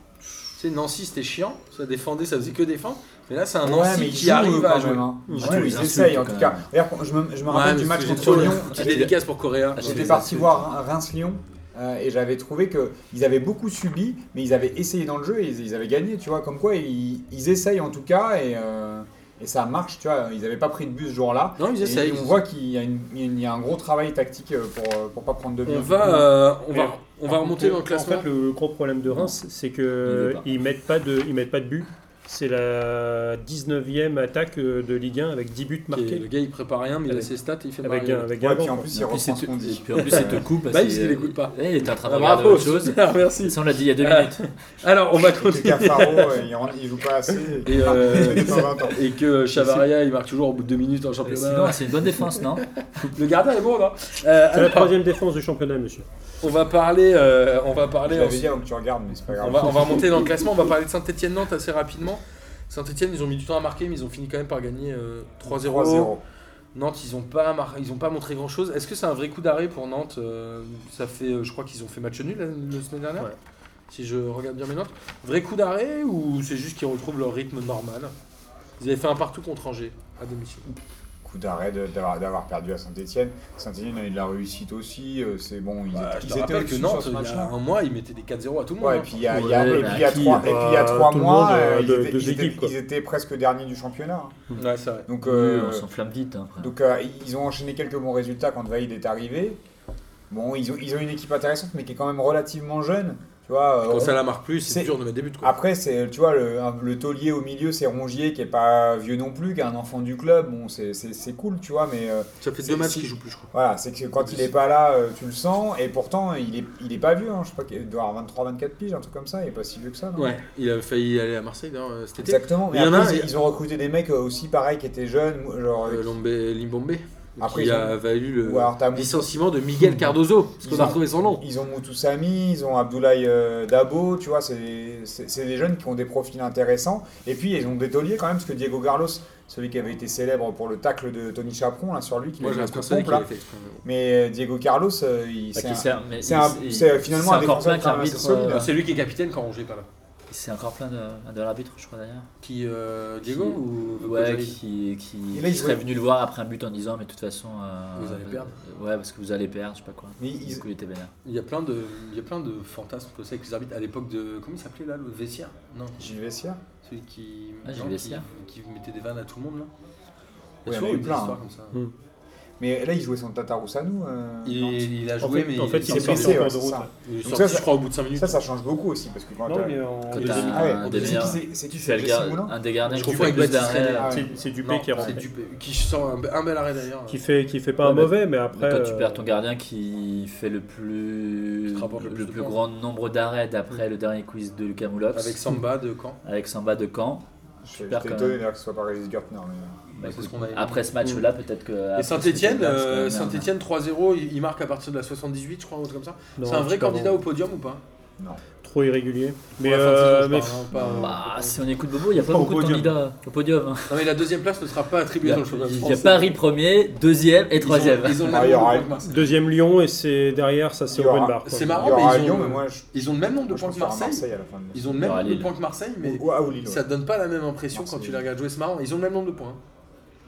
S1: C'est Tu sais, Nancy, c'était chiant, ça défendait, ça faisait que défendre. Mais là, c'est un
S3: Ouais,
S1: Nancy
S3: mais ils
S1: qui
S3: jouent,
S1: arrive
S3: eux,
S1: à
S3: quand
S1: jouer.
S3: même, hein.
S2: Ils
S3: Ouais,
S2: jouent,
S3: ils
S2: ils
S3: essayent
S2: insultent,
S3: en tout
S2: quand
S3: cas.
S2: même.
S3: D'ailleurs, je me, je me
S6: Ouais,
S3: rappelle
S6: mais
S3: du match
S6: c'est
S3: contre
S6: trop-
S3: Lyon.
S1: C'est dédicace pour Correa.
S2: Ah,
S3: J'étais
S2: les
S3: parti
S2: insultes.
S3: voir Reims-Lyon euh, et j'avais trouvé qu'ils avaient beaucoup subi, mais ils avaient essayé dans le jeu et ils, ils avaient gagné, tu vois. Comme quoi, ils, ils essayent en tout cas et, euh, et ça marche, tu vois. Ils n'avaient pas pris de bus ce jour-là.
S1: Non, ils
S3: Et
S1: essayent.
S3: on voit qu'il y, a une- il y a un gros travail tactique euh, pour euh, pour pas prendre de
S1: On
S3: buts.
S1: va, euh, on
S5: Et-
S1: va, on va remonter dans le classement.
S5: En fait, le gros problème de Reims, c'est
S2: Il veut
S5: que
S2: pas.
S5: ils mettent pas de, ils mettent pas de but. C'est la 19e attaque euh, de Ligue 1 avec 10 buts
S1: Et Le
S5: marqués.
S1: gars, il prépare rien, mais il a
S5: Avec-
S1: ses stats, il fait
S5: Avec
S1: marrer.
S5: un, avec un
S3: Ouais, puis
S5: gant,
S3: en
S5: quoi.
S3: plus, ils
S2: En plus,
S3: reprend
S2: il
S3: ce qu'on
S2: te- et
S3: dit.
S2: puis en plus, il te coupe.
S1: Bah,
S2: parce
S1: il
S2: que-
S1: l'écoute pas.
S2: Eh, Il est en train de
S1: Ah,
S2: regarder
S1: bravo.
S2: autre chose.
S1: Ah, Merci.
S2: Ça, on l'a dit il y a deux
S1: Ah.
S2: minutes.
S1: Alors, on va
S3: Et que
S1: continuer.
S3: Cafaro, euh, il rentre- il joue pas assez.
S1: Et, euh,
S3: Il est pas 20 ans.
S1: Et que Chavaria, il marque toujours au bout de deux minutes en
S2: Et
S1: championnat.
S2: Sinon, c'est une bonne défense, non
S1: Le gardien est bon, non Euh,
S5: C'est la
S1: alors,
S5: troisième défense du championnat, monsieur.
S1: On va parler, euh, on va
S3: Je
S1: parler
S3: l'avais dit avant que tu regardes, mais c'est pas grave.
S1: On va, on va remonter dans le classement, on va parler de Saint-Etienne-Nantes assez rapidement. Saint-Etienne, ils ont mis du temps à marquer, mais ils ont fini quand même par gagner euh, 3-0.
S3: 3-0.
S1: Nantes, ils n'ont pas, mar- ils ont pas montré grand-chose. Est-ce que c'est un vrai coup d'arrêt pour Nantes Euh, Ça fait, euh, Je crois qu'ils ont fait match nul la, la semaine dernière,
S5: Ouais.
S1: si je regarde bien mes notes. Vrai coup d'arrêt ou c'est juste qu'ils retrouvent leur rythme normal Ils avaient fait un partout contre Angers, à domicile.
S3: coup d'arrêt de- d'avoir d'avoir perdu à Saint-Etienne. Saint-Etienne a eu de la réussite aussi. euh, C'est bon, ils,
S1: Bah,
S3: étaient,
S1: je
S3: ils
S1: te
S3: étaient
S1: rappelle que
S3: au-dessus
S1: Nantes,
S3: sur ce
S1: il y a
S3: match-là.
S1: un mois, ils mettaient des 4-0 à tout le monde.
S3: Ouais, et
S1: hein.
S3: puis il y a, il y
S2: Ouais,
S3: a, et
S2: bah,
S3: puis il y a
S2: qui,
S3: trois, et puis il y a
S5: bah,
S3: trois
S5: tout le
S3: mois,
S5: monde,
S3: euh,
S5: euh,
S3: ils,
S5: de-
S3: étaient,
S5: deux
S3: ils étaient-
S5: équipes, quoi.
S3: ils étaient presque derniers du championnat. hein.
S1: Ouais, c'est vrai.
S3: Donc,
S2: On
S3: euh,
S2: s'enflamme vite. hein, après.
S3: donc euh, ils ont enchaîné quelques bons résultats quand Vaïd est arrivé. Bon, ils ont, ils ont une équipe intéressante, mais qui est quand même relativement jeune. Tu vois, euh,
S1: Quand
S3: on-
S1: ça la marque plus, c'est
S3: c'est- Ah,
S1: dur de mettre des buts. Quoi.
S3: après, c'est tu vois le, un- le taulier au milieu, c'est Rongier qui est pas vieux non plus, qui est un enfant du club. Bon, c'est c'est- c'est cool, tu vois, mais euh,
S1: ça fait deux
S3: c'est-
S1: matchs
S3: si-
S1: qu'ils jouent plus, je crois.
S3: Voilà, c'est que quand il est pas là, euh, tu le sens, et pourtant il est, il est pas vieux, hein, je sais pas, il doit avoir 23-24 piges, un truc comme ça, il est pas si vieux que ça. non
S1: Ouais, il a failli aller à Marseille d'ailleurs euh, cet été.
S3: Exactement, mais
S1: Il y en a
S3: après,
S1: un-
S3: ils, ils ont recruté des mecs euh, aussi pareils qui étaient jeunes, mou- genre.
S1: Euh, Lombé- Limbombe.
S3: Après,
S1: qui
S3: ils
S1: a valu le
S3: ou alors t'as Mou-
S1: licenciement de Miguel Cardozo, parce qu'on
S3: Ils
S1: a
S3: ont-
S1: retrouvé son nom.
S3: Ils ont Moutoussami, ils ont Abdoulaye euh, Dabo, tu vois, c'est c'est- c'est des jeunes qui ont des profils intéressants. Et puis ils ont des tauliers quand même, parce que Diego Carlos, celui qui avait été célèbre pour le tacle de Tony Chaperon, là, sur lui, qui
S1: Moi,
S3: lui
S1: je
S3: a mis
S1: reste
S3: un coup
S1: persuadé
S3: de pompe,
S1: qu'il
S3: là.
S1: avait fait exprès, mais bon.
S3: Mais euh, Diego Carlos, euh, il
S2: Bah,
S3: c'est
S2: qui
S3: un-
S2: sert, mais
S3: c'est
S2: il-
S3: un-
S2: il-
S3: c'est finalement un
S2: c'est encore
S3: défenseur
S2: plein
S3: qui est quand même assez solide.
S2: qu'arbitre.
S1: Euh, C'est lui qui est capitaine quand Angers est pas là.
S2: C'est euh, encore plein de, de l'arbitre, je crois d'ailleurs.
S1: Qui euh, Diego ou
S2: Ouais,
S1: Kozai
S2: qui, qui,
S3: Et là,
S2: qui
S3: ils
S2: serait
S3: ont-
S2: venu le voir après un but en disant, mais de toute façon. euh,
S1: Vous allez perdre.
S2: Ouais, parce que vous allez perdre, je sais pas quoi.
S3: Mais
S2: Du
S3: ils-
S2: coup, il était vénère.
S1: Il y a plein de il y a plein de fantasmes que c'est avec les arbitres à l'époque de comment il s'appelait là le Vessière Non,
S3: Gilles Vessière
S1: celui qui
S2: Ah, Gilles
S1: non, qui-
S2: Vessière.
S1: qui, mettait des vannes à tout le monde là. Il y
S3: Ouais,
S1: a toujours
S3: il y en a
S1: eu
S3: eu
S1: des
S3: plein,
S1: histoires
S3: hein.
S1: comme ça.
S5: Mm.
S3: Mais là, il jouait son Tatarusanu. Euh, Nantes.
S1: Il, il a
S5: En
S1: joué mais
S5: fait, en fait, il
S1: est
S5: s'est
S1: sorti,
S3: blessé,
S5: passé en
S3: ouais,
S5: cours de
S3: c'est
S5: route.
S3: ça.
S1: il est
S3: Donc
S1: sorti,
S3: ça, ça-
S1: je crois au bout de 5 minutes.
S3: Ça, ça change beaucoup aussi parce que quand
S5: Non,
S3: t'as-
S1: euh,
S5: mais en
S2: Quand
S5: deuxième-
S2: t'as
S3: Ah ouais,
S2: un
S3: on
S2: des
S3: dit
S2: meilleurs-
S3: qui c'est- c'est qui
S2: Tu fais le
S3: c'est
S2: gar-
S3: Moulin
S2: un des gardiens
S1: Je
S2: qui
S1: confonds
S2: fait le
S1: avec
S2: plus
S1: Baptiste
S2: d'arrêts.
S1: Reynel.
S3: Ah ouais.
S5: C'est c'est Dupé
S1: Non,
S5: qui est rentré.
S1: c'est bah, Dupé, qui sent un, un bel arrêt d'ailleurs.
S5: Qui fait, qui fait pas un
S2: Ouais, mais-
S5: mauvais, mais
S2: Mais
S5: après.
S2: quand tu
S5: euh,
S2: perds ton gardien qui fait le plus,
S1: Qui te rapporte le
S2: le
S1: plus
S2: plus,
S1: de points. Mm.
S2: grand nombre d'arrêts d'après le dernier quiz de Lucas
S3: euh,
S2: Moulox,
S1: avec Samba de Caen.
S2: avec Samba de Caen,
S3: Je suis
S2: Super, quand
S3: étonné
S2: même.
S3: d'ailleurs que ce soit pas Régis Gertner. mais- euh,
S2: Bah,
S1: C'est
S2: écoute,
S1: ce qu'on avait
S2: après ce match-là, peut-être que.
S1: Ah, Et euh,
S2: après
S1: Saint-Etienne,
S2: ce match-là, c'est quand même un-
S1: Saint-Etienne 3-0, il il marque à partir de la 78, je crois, un truc comme ça.
S5: non,
S1: C'est un vrai
S5: pas
S1: candidat
S5: bon.
S1: au podium ou pas
S3: Non.
S5: Trop irrégulier. Mais,
S1: Pour la fin de
S5: euh,
S1: saison, je
S5: mais
S1: parle, hein, pas- euh.
S2: Bah, si on écoute Bobo, il n'y a pas,
S5: Pas au
S2: beaucoup de
S5: podium.
S2: candidats au podium. hein.
S1: Non, mais la deuxième place ne sera pas
S2: Il y
S1: attribuée
S2: a,
S1: dans le championnat
S2: il y a
S1: français.
S2: Paris premier, deuxième et
S1: Ils ont-
S2: troisième.
S1: Ils ont le
S3: Ah,
S1: même
S3: il y
S1: nombre
S3: aura-
S1: de points que Marseille.
S5: deuxième Lyon, et c'est derrière, ça c'est
S3: Il y aura-
S5: open bar. quoi.
S1: C'est
S3: Il y
S1: marrant,
S3: aura
S1: mais ils
S3: Lyon,
S1: ont,
S3: mais moi, je
S1: ils ont le même nombre de
S3: moi, je
S1: points
S3: pense
S1: que
S3: qu'il y aura
S1: Marseille.
S3: Marseille à la fin de
S1: Ils ont le
S2: Il y
S1: même
S2: aura
S1: nombre de
S2: Lille.
S1: points que Marseille, mais
S3: Ou- ah, ou Lille, ouais.
S1: ça ne donne pas la même impression quand
S3: Marseille.
S1: tu les regardes jouer. C'est marrant, ils ont le même nombre de points. hein.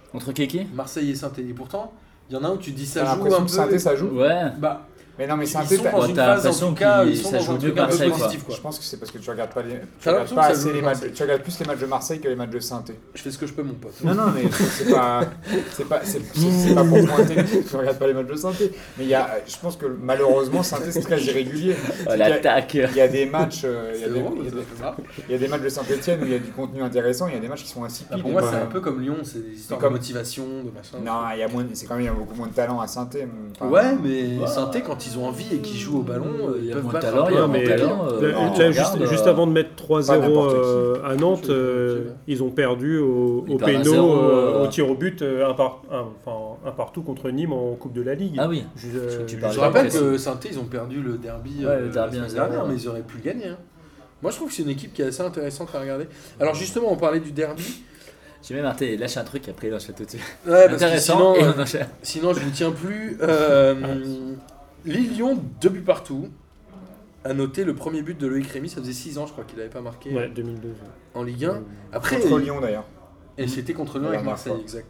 S2: Contre Kiki
S1: Marseille et Saint-Etienne. Et pourtant, il y en a un où tu dis ça
S3: T'as
S1: joue un
S3: l'impression que Saint-Etienne,
S1: peu.
S3: ça joue.
S2: Ouais.
S1: Bah,
S3: Mais non, mais
S1: ils sont
S3: Saint-Etienne, t'as-
S1: dans
S2: Ouais,
S1: une
S2: t'as
S1: phase, en
S2: l'impression
S1: tout cas,
S2: qu'ils-
S1: ils sont
S2: ça
S1: dans
S2: joue
S1: un
S2: mieux
S1: truc
S2: que
S1: un peu
S2: Marseille, quoi.
S1: positif, quoi.
S3: Je pense que c'est parce que tu regardes pas les. Tu
S1: T'as
S3: regardes
S1: l'impression que
S3: pas
S1: ça
S3: assez
S1: joue
S3: les
S1: le
S3: matchs.
S1: Marseille.
S3: Tu regardes plus les matchs de Marseille que les matchs de Saint-Etienne.
S1: Je fais ce que je peux, mon pote.
S3: Non, non, mais c'est pas, c'est pas, c'est, c'est- c'est pas pour pointer que tu regardes pas les matchs de Saint-Etienne. Mais il y a, je pense que malheureusement, Saint-Etienne, c'est très irrégulier.
S2: Oh, L'attaque.
S3: Il y a des matchs, euh, il y a
S1: C'est
S3: des,
S1: drôle,
S3: il y a des-
S1: ça.
S3: il y a des matchs de Saint-Etienne où il y a du contenu intéressant, il y a des matchs qui sont
S1: Ah,
S3: insipides.
S1: pour moi,
S3: Et
S1: c'est
S3: ben,
S1: un peu comme Lyon, c'est des histoires
S3: comme-
S1: de motivation, de machin.
S3: Non, il y a moins, c'est quand même il y a beaucoup moins de talent à Saint-Etienne. Enfin,
S1: ouais, mais Saint-Étienne, quand ils ont envie et qu'ils jouent au ballon, euh,
S2: Il y
S1: ils
S2: a
S1: peuvent
S2: moins
S1: pas
S2: de talent, il y a
S5: Non,
S2: moins
S5: mais
S2: de talent. euh,
S5: Là,
S3: non,
S2: on
S5: là,
S2: regarde,
S5: juste,
S2: euh,
S5: juste avant de mettre 3-0
S3: n'importe qui.
S5: euh, à Nantes,
S1: Je-
S5: euh, ils ont perdu au,
S2: Ils
S5: au
S2: perdent à
S5: péno,
S2: zéro,
S5: euh,
S2: euh,
S5: au tir au but, euh, un, par- un- enfin, un partout contre Nîmes en Coupe de la Ligue.
S2: Ah oui.
S5: Je-
S2: que tu
S5: je-
S2: parlais
S1: Je
S2: Ouais,
S1: rappelle
S2: c'est-
S1: que Saint-Étienne, ils ont perdu le derby,
S2: Ouais,
S1: euh,
S2: le
S1: la
S2: derby
S1: semaine
S2: 1-0,
S1: dernière,
S2: ouais.
S1: mais ils auraient pu gagner. hein. Moi, je trouve que c'est une équipe qui est assez intéressante à regarder. Alors, justement, on parlait du derby.
S2: J'ai même arrêté, lâche un truc, après il lâche tout de suite.
S1: Ouais, parce que
S2: Intéressant.
S1: sinon,
S2: et
S1: euh,
S2: on enchaîne.
S5: Ah,
S1: sinon, je ne tiens plus. Euh, Lille-Lyon, deux buts partout. à noter le premier but de Loïc Rémy, ça faisait 6 ans, je crois, qu'il n'avait pas marqué
S5: Ouais, 2002.
S1: en Ligue 1. Après,
S3: Contre
S1: il-
S3: Lyon d'ailleurs.
S1: et c'était contre Lyon avec
S3: La dernière
S1: Marseille,
S3: fois.
S1: exact.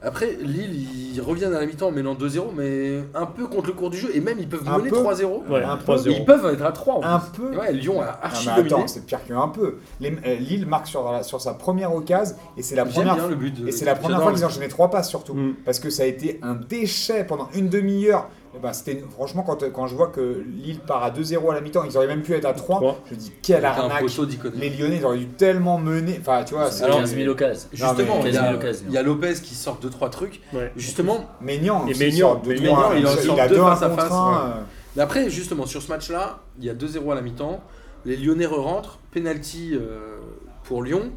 S1: Après, Lille, ils reviennent à la mi-temps en menant 2-0, mais un peu contre le cours du jeu. Et même, ils peuvent
S3: Un
S1: mener
S3: peu.
S1: 3-0.
S5: Ouais,
S3: Un
S1: Et Ils
S5: 3-0.
S1: peuvent être à 3. en
S3: Un
S1: plus.
S3: peu.
S1: Ouais, Lyon a
S3: Non,
S1: archi
S3: mais
S1: dominé.
S3: attends, c'est pire qu'un peu. Les- euh, Lille marque sur, la- sur sa première occasion et c'est la
S1: J'aime
S3: première
S1: bien le but. de-
S3: Et c'est la première
S1: j'adore
S3: fois
S1: le-
S3: qu'ils enchaînaient trois passes surtout.
S5: Mm.
S3: Parce que ça a été un déchet pendant une demi-heure. Eh ben, c'était franchement quand, quand je vois que Lille part à 2-0 à la mi-temps, ils auraient même pu être à 3.
S5: Trois.
S3: Je dis quelle
S1: T'as un
S3: arnaque.
S1: poteau d'icône.
S3: Les Lyonnais ils auraient dû tellement mener. Enfin tu vois, c'est
S1: Alors,
S2: 15 000 occasions.
S1: Justement,
S3: mais-
S1: il y a-
S2: 15 000 occasions.
S1: il y a Lopez qui sort 2-3 trucs.
S5: Ouais.
S1: Justement,
S3: Maignan.
S5: Et
S3: qui
S5: Maignan,
S3: sort de
S5: Maignan,
S3: trois.
S1: il en sort
S3: il a
S1: deux
S3: deux un
S1: face à
S3: contre
S1: face,
S3: un,
S1: ouais.
S3: euh,
S1: Mais après, justement, sur ce match-là, il y a 2-0 à la mi-temps. Les Lyonnais re-rentrent. Penalty euh, pour Lyon.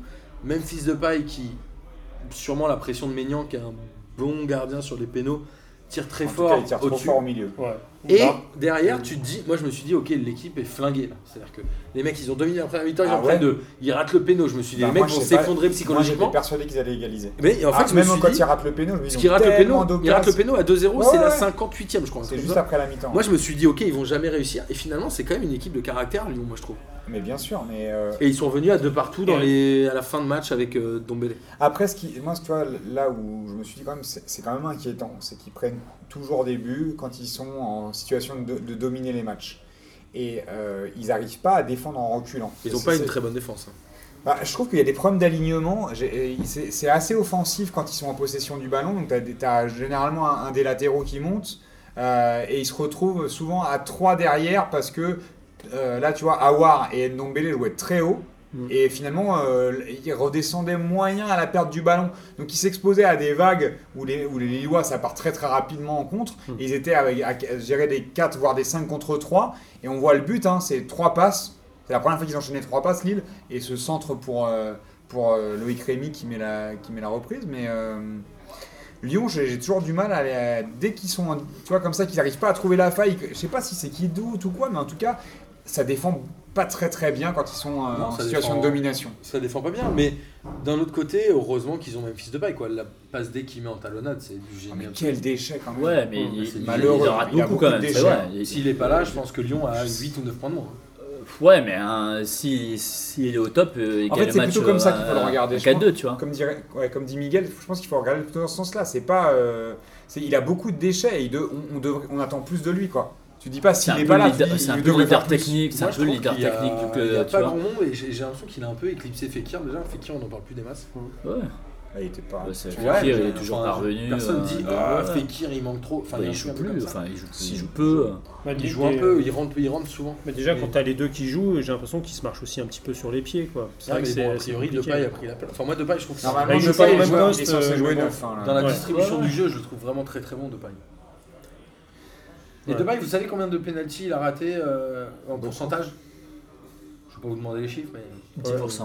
S1: Même fils de paille qui, sûrement la pression de Maignan, qui est un bon gardien sur les pénaux, tire très
S3: en tout cas,
S1: fort
S3: il tire trop
S1: au-dessus.
S3: fort Euh. au milieu.
S5: Ouais.
S1: Et
S5: Là,
S1: derrière, tu te dis, moi je me suis dit, ok, l'équipe est flinguée. là. C'est-à-dire que les mecs, ils ont dominé la première mi-temps, ils
S3: Ah
S1: en prennent
S3: ouais
S1: deux. Ils ratent le pénal. Je me suis dit,
S3: Bah,
S1: les mecs
S3: moi, je
S1: vont
S3: sais pas.
S1: s'effondrer
S3: Moi j'étais
S1: psychologiquement.
S3: persuadé qu'ils allaient égaliser.
S1: Mais en fait,
S3: Ah,
S1: je me
S3: même
S1: suis
S3: quand
S1: dit,
S3: ils ratent le péno, je me
S1: ce
S3: dis
S1: qui
S3: ils ont
S1: rate le
S3: tellement
S1: péno, il rate le
S3: d'occasions.
S1: péno à 2-0,
S3: Ouais,
S1: c'est la
S3: ouais.
S1: 58 e je crois. un
S3: C'est
S1: truc
S3: juste
S1: comme ça.
S3: après la mi-temps.
S1: Moi je me suis dit ok ils vont jamais réussir et finalement c'est quand même une équipe de caractère Lyon moi je trouve.
S3: Mais bien sûr, mais euh,
S1: Et ils sont venus à deux partout dans
S5: Ouais.
S1: les... à la fin de match avec euh, Dombele.
S3: Après, ce qui, moi, ce- tu vois, là où je me suis dit quand même, c'est c'est quand même inquiétant, c'est qu'ils prennent toujours des buts quand ils sont en situation de, de dominer les matchs. Et euh, ils n'arrivent pas à défendre en reculant.
S1: Ils
S3: Et
S1: n'ont
S3: c'est-
S1: pas
S3: c'est-
S1: une très bonne défense. hein.
S3: Bah, je trouve qu'il y a des problèmes d'alignement. J'ai- euh, C'est c'est assez offensif quand ils sont en possession du ballon. Donc, tu as, généralement un, un des latéraux qui monte. euh, et ils se retrouvent souvent à 3 derrière parce que euh, là, tu vois, Awar et Ndombele jouaient très haut.
S5: Mm.
S3: Et finalement, euh, ils redescendaient moyen à la perte du ballon. Donc, ils s'exposaient à des vagues où les, où les Lillois, ça part très très rapidement en contre.
S1: Hmm.
S3: Et Ils étaient avec, à, à gérer des 4, voire des 5 contre 3. Et on voit le but, hein, c'est 3 passes. C'est la première fois qu'ils enchaînaient 3 passes, Lille et ce centre pour, euh, pour euh, Loïc Rémy qui met la, qui met la reprise. Mais euh, Lyon, j'ai j'ai toujours du mal à, les- dès qu'ils sont, en- tu vois, comme ça, qu'ils n'arrivent pas à trouver la faille. que- Je sais pas si c'est qui doute ou quoi, mais en tout cas, ça défend pas très très bien quand ils sont euh,
S1: Non,
S3: en
S1: ça
S3: situation
S1: défend-
S3: de domination.
S1: Ça défend pas bien mais d'un autre côté heureusement qu'ils ont même fils de paille quoi. La passe dès qu'il met en talonnade c'est du
S3: Ah,
S1: génie.
S3: mais quel déchet quand même.
S2: Ouais, mais
S5: Mmh,
S2: il,
S1: c'est
S2: il-
S3: malheureux.
S2: il en rate
S3: Il y a
S2: beaucoup
S3: beaucoup
S2: quand
S3: de
S2: même. c'est
S3: déchets.
S2: vrai. Il-
S1: S'il est pas là je pense que Lyon a 8 ou 9 points de moins.
S2: Ouais, mais hein, si, si il est au top, euh, il
S3: En
S2: gagne
S3: fait,
S2: le
S3: c'est
S2: match.
S3: plutôt comme ça
S2: euh,
S3: qu'il faut le regarder,
S2: à
S3: je
S2: 4-2, tu vois.
S3: Comme, dirait, ouais, comme dit Miguel, je pense qu'il faut regarder plutôt dans ce sens-là. C'est pas, euh, c'est- il a beaucoup de déchets et il de- on, on devrait- on attend plus de lui quoi. Tu dis pas
S2: C'est
S3: s'il
S2: un
S3: est
S2: peu
S3: pas
S2: le
S3: là, tu
S2: leader-
S3: dis,
S2: c'est
S3: il
S2: un peu le
S3: devrait faire
S2: leader
S3: plus.
S2: technique. C'est
S1: Moi,
S2: un
S1: je
S2: peu le
S1: trouve
S2: leader
S1: qu'il y a-
S2: technique du
S1: Il n'y a
S2: club, tu
S1: pas
S2: vois.
S1: grand monde et j'ai j'ai l'impression qu'il a un peu éclipsé Fekir déjà. Fekir on n'en parle plus des masses.
S2: Ouais.
S3: Ah, il était pas.
S2: Bah, c'est-
S3: tu
S2: Fekir,
S3: vois,
S2: il est
S1: mais,
S2: toujours
S1: enfin,
S2: pas revenu,
S1: Personne
S2: euh,
S1: dit
S2: ouais.
S1: ah, Fekir il manque trop. Enfin,
S2: Bah,
S1: y a un
S2: il
S1: truc
S2: joue
S1: un peu
S2: plus,
S1: comme ça.
S2: enfin, il joue,
S3: Si,
S2: il
S3: il
S2: joue peu. hein,
S1: Il
S5: Madrid
S1: joue un
S5: est-
S1: peu, il rentre, il rentre souvent.
S5: Mais bah, déjà,
S1: Mais-
S5: quand t'as les deux qui jouent, j'ai l'impression qu'ils se marchent aussi un petit peu sur les pieds. quoi. C'est
S1: Ah,
S5: vrai
S1: mais
S5: que
S1: bon, a
S5: c'est- c'est
S1: priori,
S5: compliqué.
S1: Depay a pris la place. Enfin, moi, Depay, je trouve que
S3: Normalement,
S5: Bah, il
S3: je
S5: joue
S3: sais,
S5: pas au
S3: il
S5: même
S3: joue-
S5: poste,
S3: il est censé
S5: euh,
S3: jouer
S5: bon.
S3: neuf, hein, là.
S1: dans la
S5: Ouais.
S1: distribution
S2: Ouais, ouais.
S1: du jeu, je le trouve vraiment très très bon, Depay. Et
S5: Ouais.
S1: Depay, vous savez combien de pénalty il a raté euh, en pourcentage Je vais pas vous demander les chiffres, mais
S2: 10%.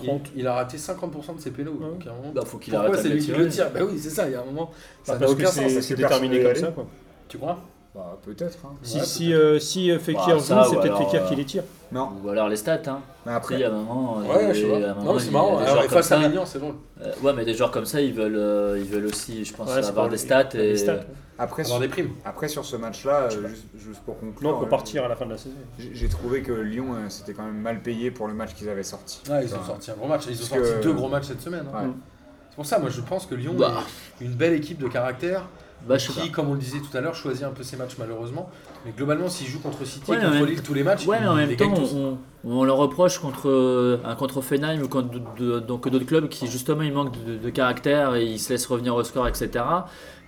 S1: il-
S5: 30.
S1: Il, a raté 50% de ses pénaux.
S5: Ah Ouais.
S1: donc à un moment-
S2: Bah, faut qu'il
S1: Pourquoi
S2: arrête
S1: c'est
S2: de
S1: lui qui le
S2: tirer.
S1: tire Bah oui, c'est ça, il y a un moment, ça n'a
S5: Bah, parce que
S1: aucun sens.
S5: c'est
S3: parce que
S5: c'est
S3: personne
S5: déterminé
S3: veut y
S5: comme
S3: aller.
S5: ça. Quoi.
S1: Tu crois
S3: Bah, peut-être. hein.
S5: Si,
S1: Ouais,
S5: si, euh, si euh,
S2: Bah,
S5: Fekir joue,
S2: ça,
S5: c'est
S2: ou
S5: peut-être
S2: alors,
S5: Fekir
S2: euh,
S5: qui les tire.
S3: Non,
S2: Ou alors les stats, hein.
S3: mais
S2: Après,
S3: après.
S2: il y a vraiment.
S1: Ouais, je vois. Non, mais c'est marrant. Alors, et face à Mignon, c'est drôle.
S2: Euh, Ouais, mais des joueurs comme ça, ils veulent, euh, ils veulent aussi, je pense,
S5: Ouais, c'est
S2: avoir
S5: pour
S2: des
S5: les-
S2: stats. Et...
S5: Les stats.
S3: Après,
S1: Avoir
S3: sur,
S1: des primes.
S3: après, sur ce match-là, euh, juste, juste pour conclure,
S5: Non,
S3: euh,
S5: pour partir à la fin de la saison.
S3: j'ai j'ai trouvé que Lyon, euh, c'était quand même mal payé pour le match qu'ils avaient sorti.
S1: Ouais, ils ont
S3: Enfin,
S1: sorti un gros match. Ils ont
S3: parce
S1: sorti
S3: que-
S1: deux gros matchs cette semaine. hein.
S3: Ouais.
S1: C'est pour ça, moi, je pense que Lyon
S2: Bah.
S1: est une belle équipe de caractère.
S2: Bah, je sais
S1: qui,
S2: pas.
S1: comme on le disait tout à l'heure, choisit un peu ses matchs malheureusement. Mais globalement, s'il joue contre City,
S2: Ouais,
S1: contre
S2: mais en même-
S1: Lille, tous les matchs,
S2: Ouais, mais en
S1: il
S2: même
S1: les
S2: temps,
S1: gagne tous.
S2: on, on leur reproche contre, euh, un contre Offenheim ou contre de- de- donc d'autres clubs qui, justement, ils manquent de, de caractère et ils se laissent revenir au score, etc.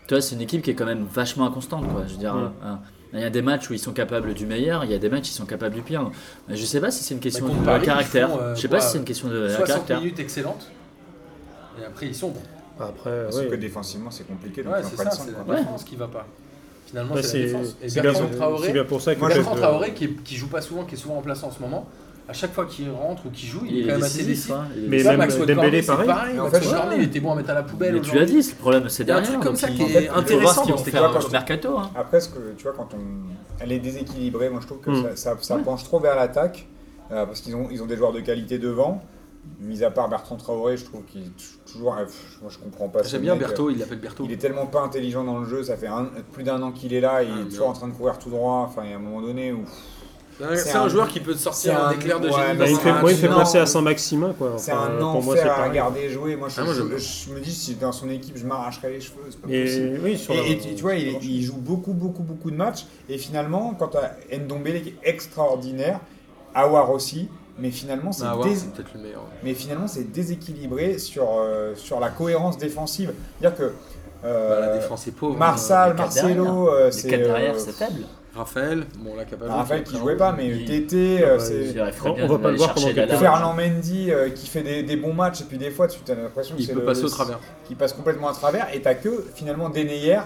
S2: Tu vois, c'est une équipe qui est quand même vachement inconstante, quoi. Je veux dire,
S5: Ouais.
S2: euh, il y a des matchs où ils sont capables du meilleur, il y a des matchs où ils sont capables du pire. Mais Je sais pas si c'est une question
S1: Bah,
S2: de
S1: contre Paris, ils
S2: caractère.
S1: font, euh,
S2: je sais pas
S1: quoi,
S2: si c'est une question de
S1: 60
S2: caractère.
S1: minutes excellentes. Et après, ils sombrent.
S5: Après,
S3: Parce que
S5: ouais.
S3: défensivement, c'est compliqué, donc
S1: Ouais,
S3: ils
S1: c'est
S3: n'ont pas de
S1: ça,
S3: sens.
S1: c'est la
S3: quoi.
S2: Ouais.
S1: défense qui va pas. Finalement,
S5: Bah,
S1: c'est
S5: c'est
S1: la défense. Et
S5: c'est bien,
S1: Bertrand
S5: c'est
S1: Traoré,
S5: bien pour ça que
S3: Moi,
S5: je-
S1: Bertrand Traoré qui, est- qui joue pas souvent, qui est souvent en place en ce moment, à chaque fois qu'il rentre ou qu'il joue, il, est quand même assez décisif.
S2: hein, il est
S5: Mais
S1: Tu
S2: décisif.
S1: vois,
S5: même
S1: Maxwell Cornet,
S5: Dembélé,
S1: c'est
S5: pareil.
S3: Mais en
S1: Maxwell
S3: fait,
S1: Cornet,
S2: ouais.
S1: il était bon à mettre à la poubelle.
S2: Mais tu l'as
S1: aujourd'hui.
S2: dit, le problème c'est
S1: Il y a un
S2: derrière.
S1: truc comme ça
S2: donc
S1: qui
S2: ils-
S1: est
S2: Il faut voir ce
S1: intéressant
S2: qu'ils
S1: dans
S2: vont
S1: cette
S2: faire
S1: approche.
S2: au mercato. hein.
S3: Après, ce que, tu vois, quand on... elle est déséquilibrée, moi je trouve que
S5: Mm.
S3: ça, ça- ça
S2: Ouais.
S3: penche trop vers l'attaque, euh, parce qu'ils ont, ils ont des joueurs de qualité devant. Mis à part Bertrand Traoré, je trouve qu'il est tou- toujours. euh, pff, Moi je comprends pas. ce
S1: Ah, J'aime bien
S3: mec. euh,
S1: Berthaud, il l'appelle Berthaud.
S3: Il est tellement pas intelligent dans le jeu, ça fait un- plus d'un an qu'il est là, il
S1: Ah, mais
S3: est toujours
S1: ouais.
S3: en train de courir tout droit. Enfin, il y a un moment donné où.
S1: C'est
S3: C'est
S1: un,
S3: un-
S1: joueur qui peut te
S3: c'est
S1: sortir un
S3: un-
S1: éclair de
S3: ouais,
S1: génie.
S3: bah,
S1: dans
S5: il
S1: un
S5: me fait,
S1: match.
S5: moi, il me fait
S3: non.
S5: penser à Saint-Maximin. quoi.
S3: C'est
S5: Enfin,
S3: un
S5: pour moi, c'est
S3: enfer à
S5: pareil.
S3: regarder jouer. Moi, je,
S1: Ah, moi,
S3: je-
S1: j'aime bien.
S3: je me dis, si dans son équipe, je m'arracherais les cheveux. C'est pas possible.
S5: Et, oui, sur la-
S3: Et, et tu, tu vois, il,
S5: sur la-
S3: il joue beaucoup, beaucoup, beaucoup de matchs. Et finalement, quand à Ndombele qui est extraordinaire, Awar aussi, mais finalement, c'est
S1: Ah, ouais,
S3: dés-
S1: c'est peut-être le meilleur.
S3: mais finalement, c'est déséquilibré sur, euh, sur la cohérence défensive. C'est-à-dire que
S1: Bah, la
S3: euh,
S1: défense est pauvre.
S3: Marsal,
S2: Les quatre
S3: Marcelo, euh,
S2: Les
S3: c'est
S2: 4 derrière,
S3: euh,
S2: c'est faible.
S1: Raphaël, bon là qui a pas hein. joué,
S3: Raphaël
S1: a
S3: qui
S1: pris un
S3: jouait
S1: rouge.
S3: pas, mais
S2: Il-
S3: TT, euh,
S5: Ouais,
S3: c'est
S2: Il aurait fait
S5: On-
S2: bien
S5: on va
S2: de
S5: pas le voir
S2: chercher
S5: pendant quelques
S2: Lallana.
S3: Ferland Mendy euh, qui fait des, des bons matchs. Et puis des fois, tu as l'impression que
S1: Il
S3: c'est
S1: peut
S3: le-
S1: passer au
S3: le-
S1: travers.
S3: qui passe complètement à travers et t'as que finalement Denayer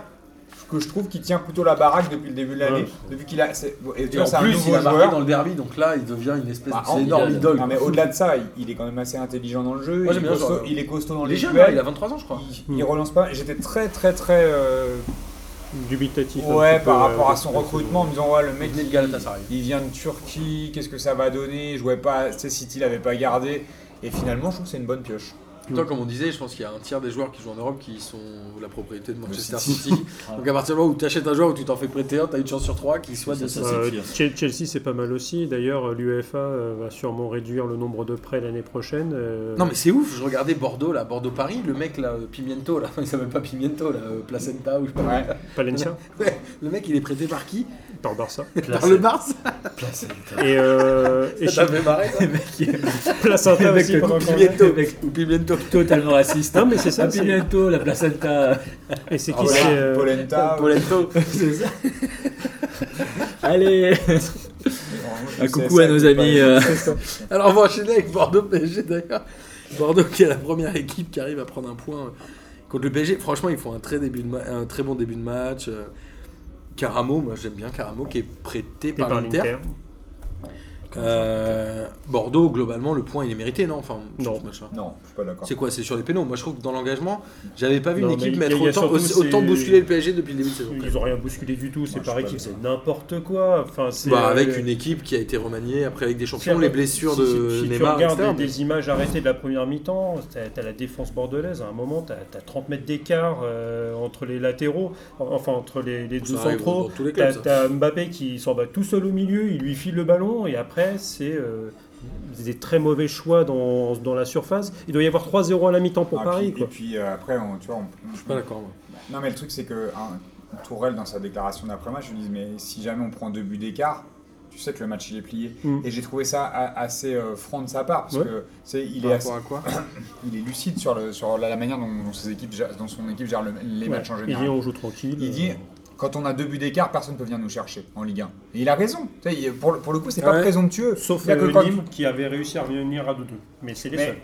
S3: que je trouve qui tient plutôt la baraque depuis le début de l'année
S5: Ouais.
S3: depuis qu'il a c'est- et tu
S1: Et
S3: vois,
S1: en
S3: c'est un
S1: plus,
S3: nouveau
S1: il a marqué
S3: joueur.
S1: dans le derby, donc là, il devient une espèce
S3: Bah,
S1: de c'est énorme
S2: formidable.
S1: idole.
S3: Non, mais au-delà de ça il, il est quand même assez intelligent dans le jeu
S1: Moi,
S3: il,
S1: j'aime
S3: est
S1: bien ce
S3: costaud,
S1: joueur.
S3: il est costaud dans
S1: il
S3: les
S1: est jeune, là,
S3: duels
S1: il a 23 ans, je crois.
S3: il, il relance pas j'étais très très très euh,
S5: dubitatif. un
S3: ouais
S5: petit peu, euh,
S3: par rapport
S5: ouais,
S3: à son
S5: de- de-
S3: recrutement en me disant ouais le
S1: Mais
S3: mec
S1: il est de
S3: il,
S1: Galatasaray.
S3: il vient de Turquie qu'est-ce que ça va donner il jouait pas tu sais City l'avait pas gardé et finalement je trouve que c'est une bonne pioche
S1: Toi, comme on disait, je pense qu'il y a un tiers des joueurs qui jouent en Europe qui sont la propriété de Manchester
S3: City.
S1: City. Donc à partir du moment où tu achètes un joueur ou tu t'en fais prêter un, t'as une chance sur trois qu'il soit de
S2: Ça, ça,
S1: City.
S2: c'est
S5: Euh,
S2: clair.
S5: Chel- Chelsea, c'est pas mal aussi. D'ailleurs, l'UEFA euh, va sûrement réduire le nombre de prêts l'année prochaine. euh,
S1: Non mais c'est ouf, je regardais Bordeaux là, Bordeaux Paris, le mec là, euh, Pimiento là, il s'appelle pas Pimiento là, euh, Placenta ou je sais pas.
S3: ouais.
S5: Palencia,
S1: Ouais, le mec il est prêté par qui
S5: par le Barça.
S1: Par le Barça
S2: Placenta.
S5: Et, euh, et
S1: Ça fait marrer ça
S5: Placenta
S2: Le mec,
S5: aussi,
S2: le
S5: pendant
S2: coup
S5: qu'on-
S2: de pied.
S1: Pimiento ou Pimiento.
S2: Totalement raciste.
S5: Non, mais c'est ça,
S2: La
S5: c'est-
S2: Pimiento, la placenta.
S5: Et c'est qui
S3: Polenta,
S5: c'est, euh,
S3: Polenta,
S1: Polento.
S2: C'est ça. Allez
S3: Un
S2: coucou à nos amis, euh,
S1: Alors on va enchaîner avec Bordeaux PSG d'ailleurs. Bordeaux qui est la première équipe qui arrive à prendre un point euh, contre le PSG. Franchement, ils font un très, début de ma- un très bon début de match. euh, Caramo, moi j'aime bien Caramo qui est prêté
S5: et
S1: par,
S5: par
S1: l'Inter.
S5: l'Inter.
S1: Euh, Bordeaux, globalement, le point il est mérité, non Enfin, sur
S5: Non.
S1: ce match-là.
S3: Non, je suis pas d'accord.
S1: C'est quoi C'est sur les pénaux. Moi, je trouve que dans l'engagement, j'avais pas vu
S5: Non,
S1: une équipe
S5: mais il y a-
S1: mettre
S5: il y a
S1: autant,
S5: surtout
S1: aussi- autant
S5: ces-
S1: bousculer le PSG depuis le début de saison.
S5: Ils ont rien bousculé du tout. C'est
S3: Moi, je
S5: pareil
S3: suis
S5: qu'ils
S3: pas
S5: faisaient n'importe quoi. Enfin, c'est
S1: Bah, avec
S5: euh,
S1: une équipe qui a été remaniée après avec des champions,
S5: Tiens,
S1: les blessures
S5: si-
S1: de
S5: si, si
S1: Neymar,
S5: tu
S1: etc.
S5: regardes des, des images arrêtées de la première mi-temps, t'as as la défense bordelaise, à un moment, t'as as 30 mètres d'écart euh, entre les latéraux, en- enfin entre les, les deux
S1: Ça arrive
S5: centraux.
S1: dans tous les clubs,
S5: T'as
S1: ça.
S5: t'as Mbappé qui s'en va tout seul au milieu, il lui file le ballon, et après, c'est euh, des très mauvais choix dans, dans la surface. Il doit y avoir 3-0 à la mi-temps pour
S3: Ah,
S5: Paris.
S3: puis-
S5: quoi.
S3: Et puis euh, après, on, tu vois, on-
S1: Je suis pas d'accord. moi.
S3: non mais le truc c'est que hein, Tourelle dans sa déclaration d'après-match, je lui dis mais si jamais on prend deux buts d'écart, tu sais que le match il est plié.
S5: Mm.
S3: Et j'ai trouvé ça a- assez euh, franc de sa part parce
S5: Ouais.
S3: que c'est il
S1: Par
S3: est, assez-
S1: rapport à quoi
S3: il est lucide sur le sur la, la manière dont, dont ses équipes gèrent- dont son équipe gère le- les
S5: Ouais.
S3: matchs en
S5: Il dit
S3: général.
S5: on joue tranquille.
S3: Il dit,
S5: euh,
S3: quand on a deux buts d'écart, personne ne peut venir nous chercher en Ligue 1. Et il a raison. Tu sais, il- Pour, le- pour le coup, c'est pas
S1: Ouais.
S3: présomptueux.
S5: Sauf
S3: C'est-à-dire
S5: euh,
S3: que quand-
S5: Nîmes qui avait réussi à revenir à 2-2. Mais c'est les
S3: Mais-
S5: seuls.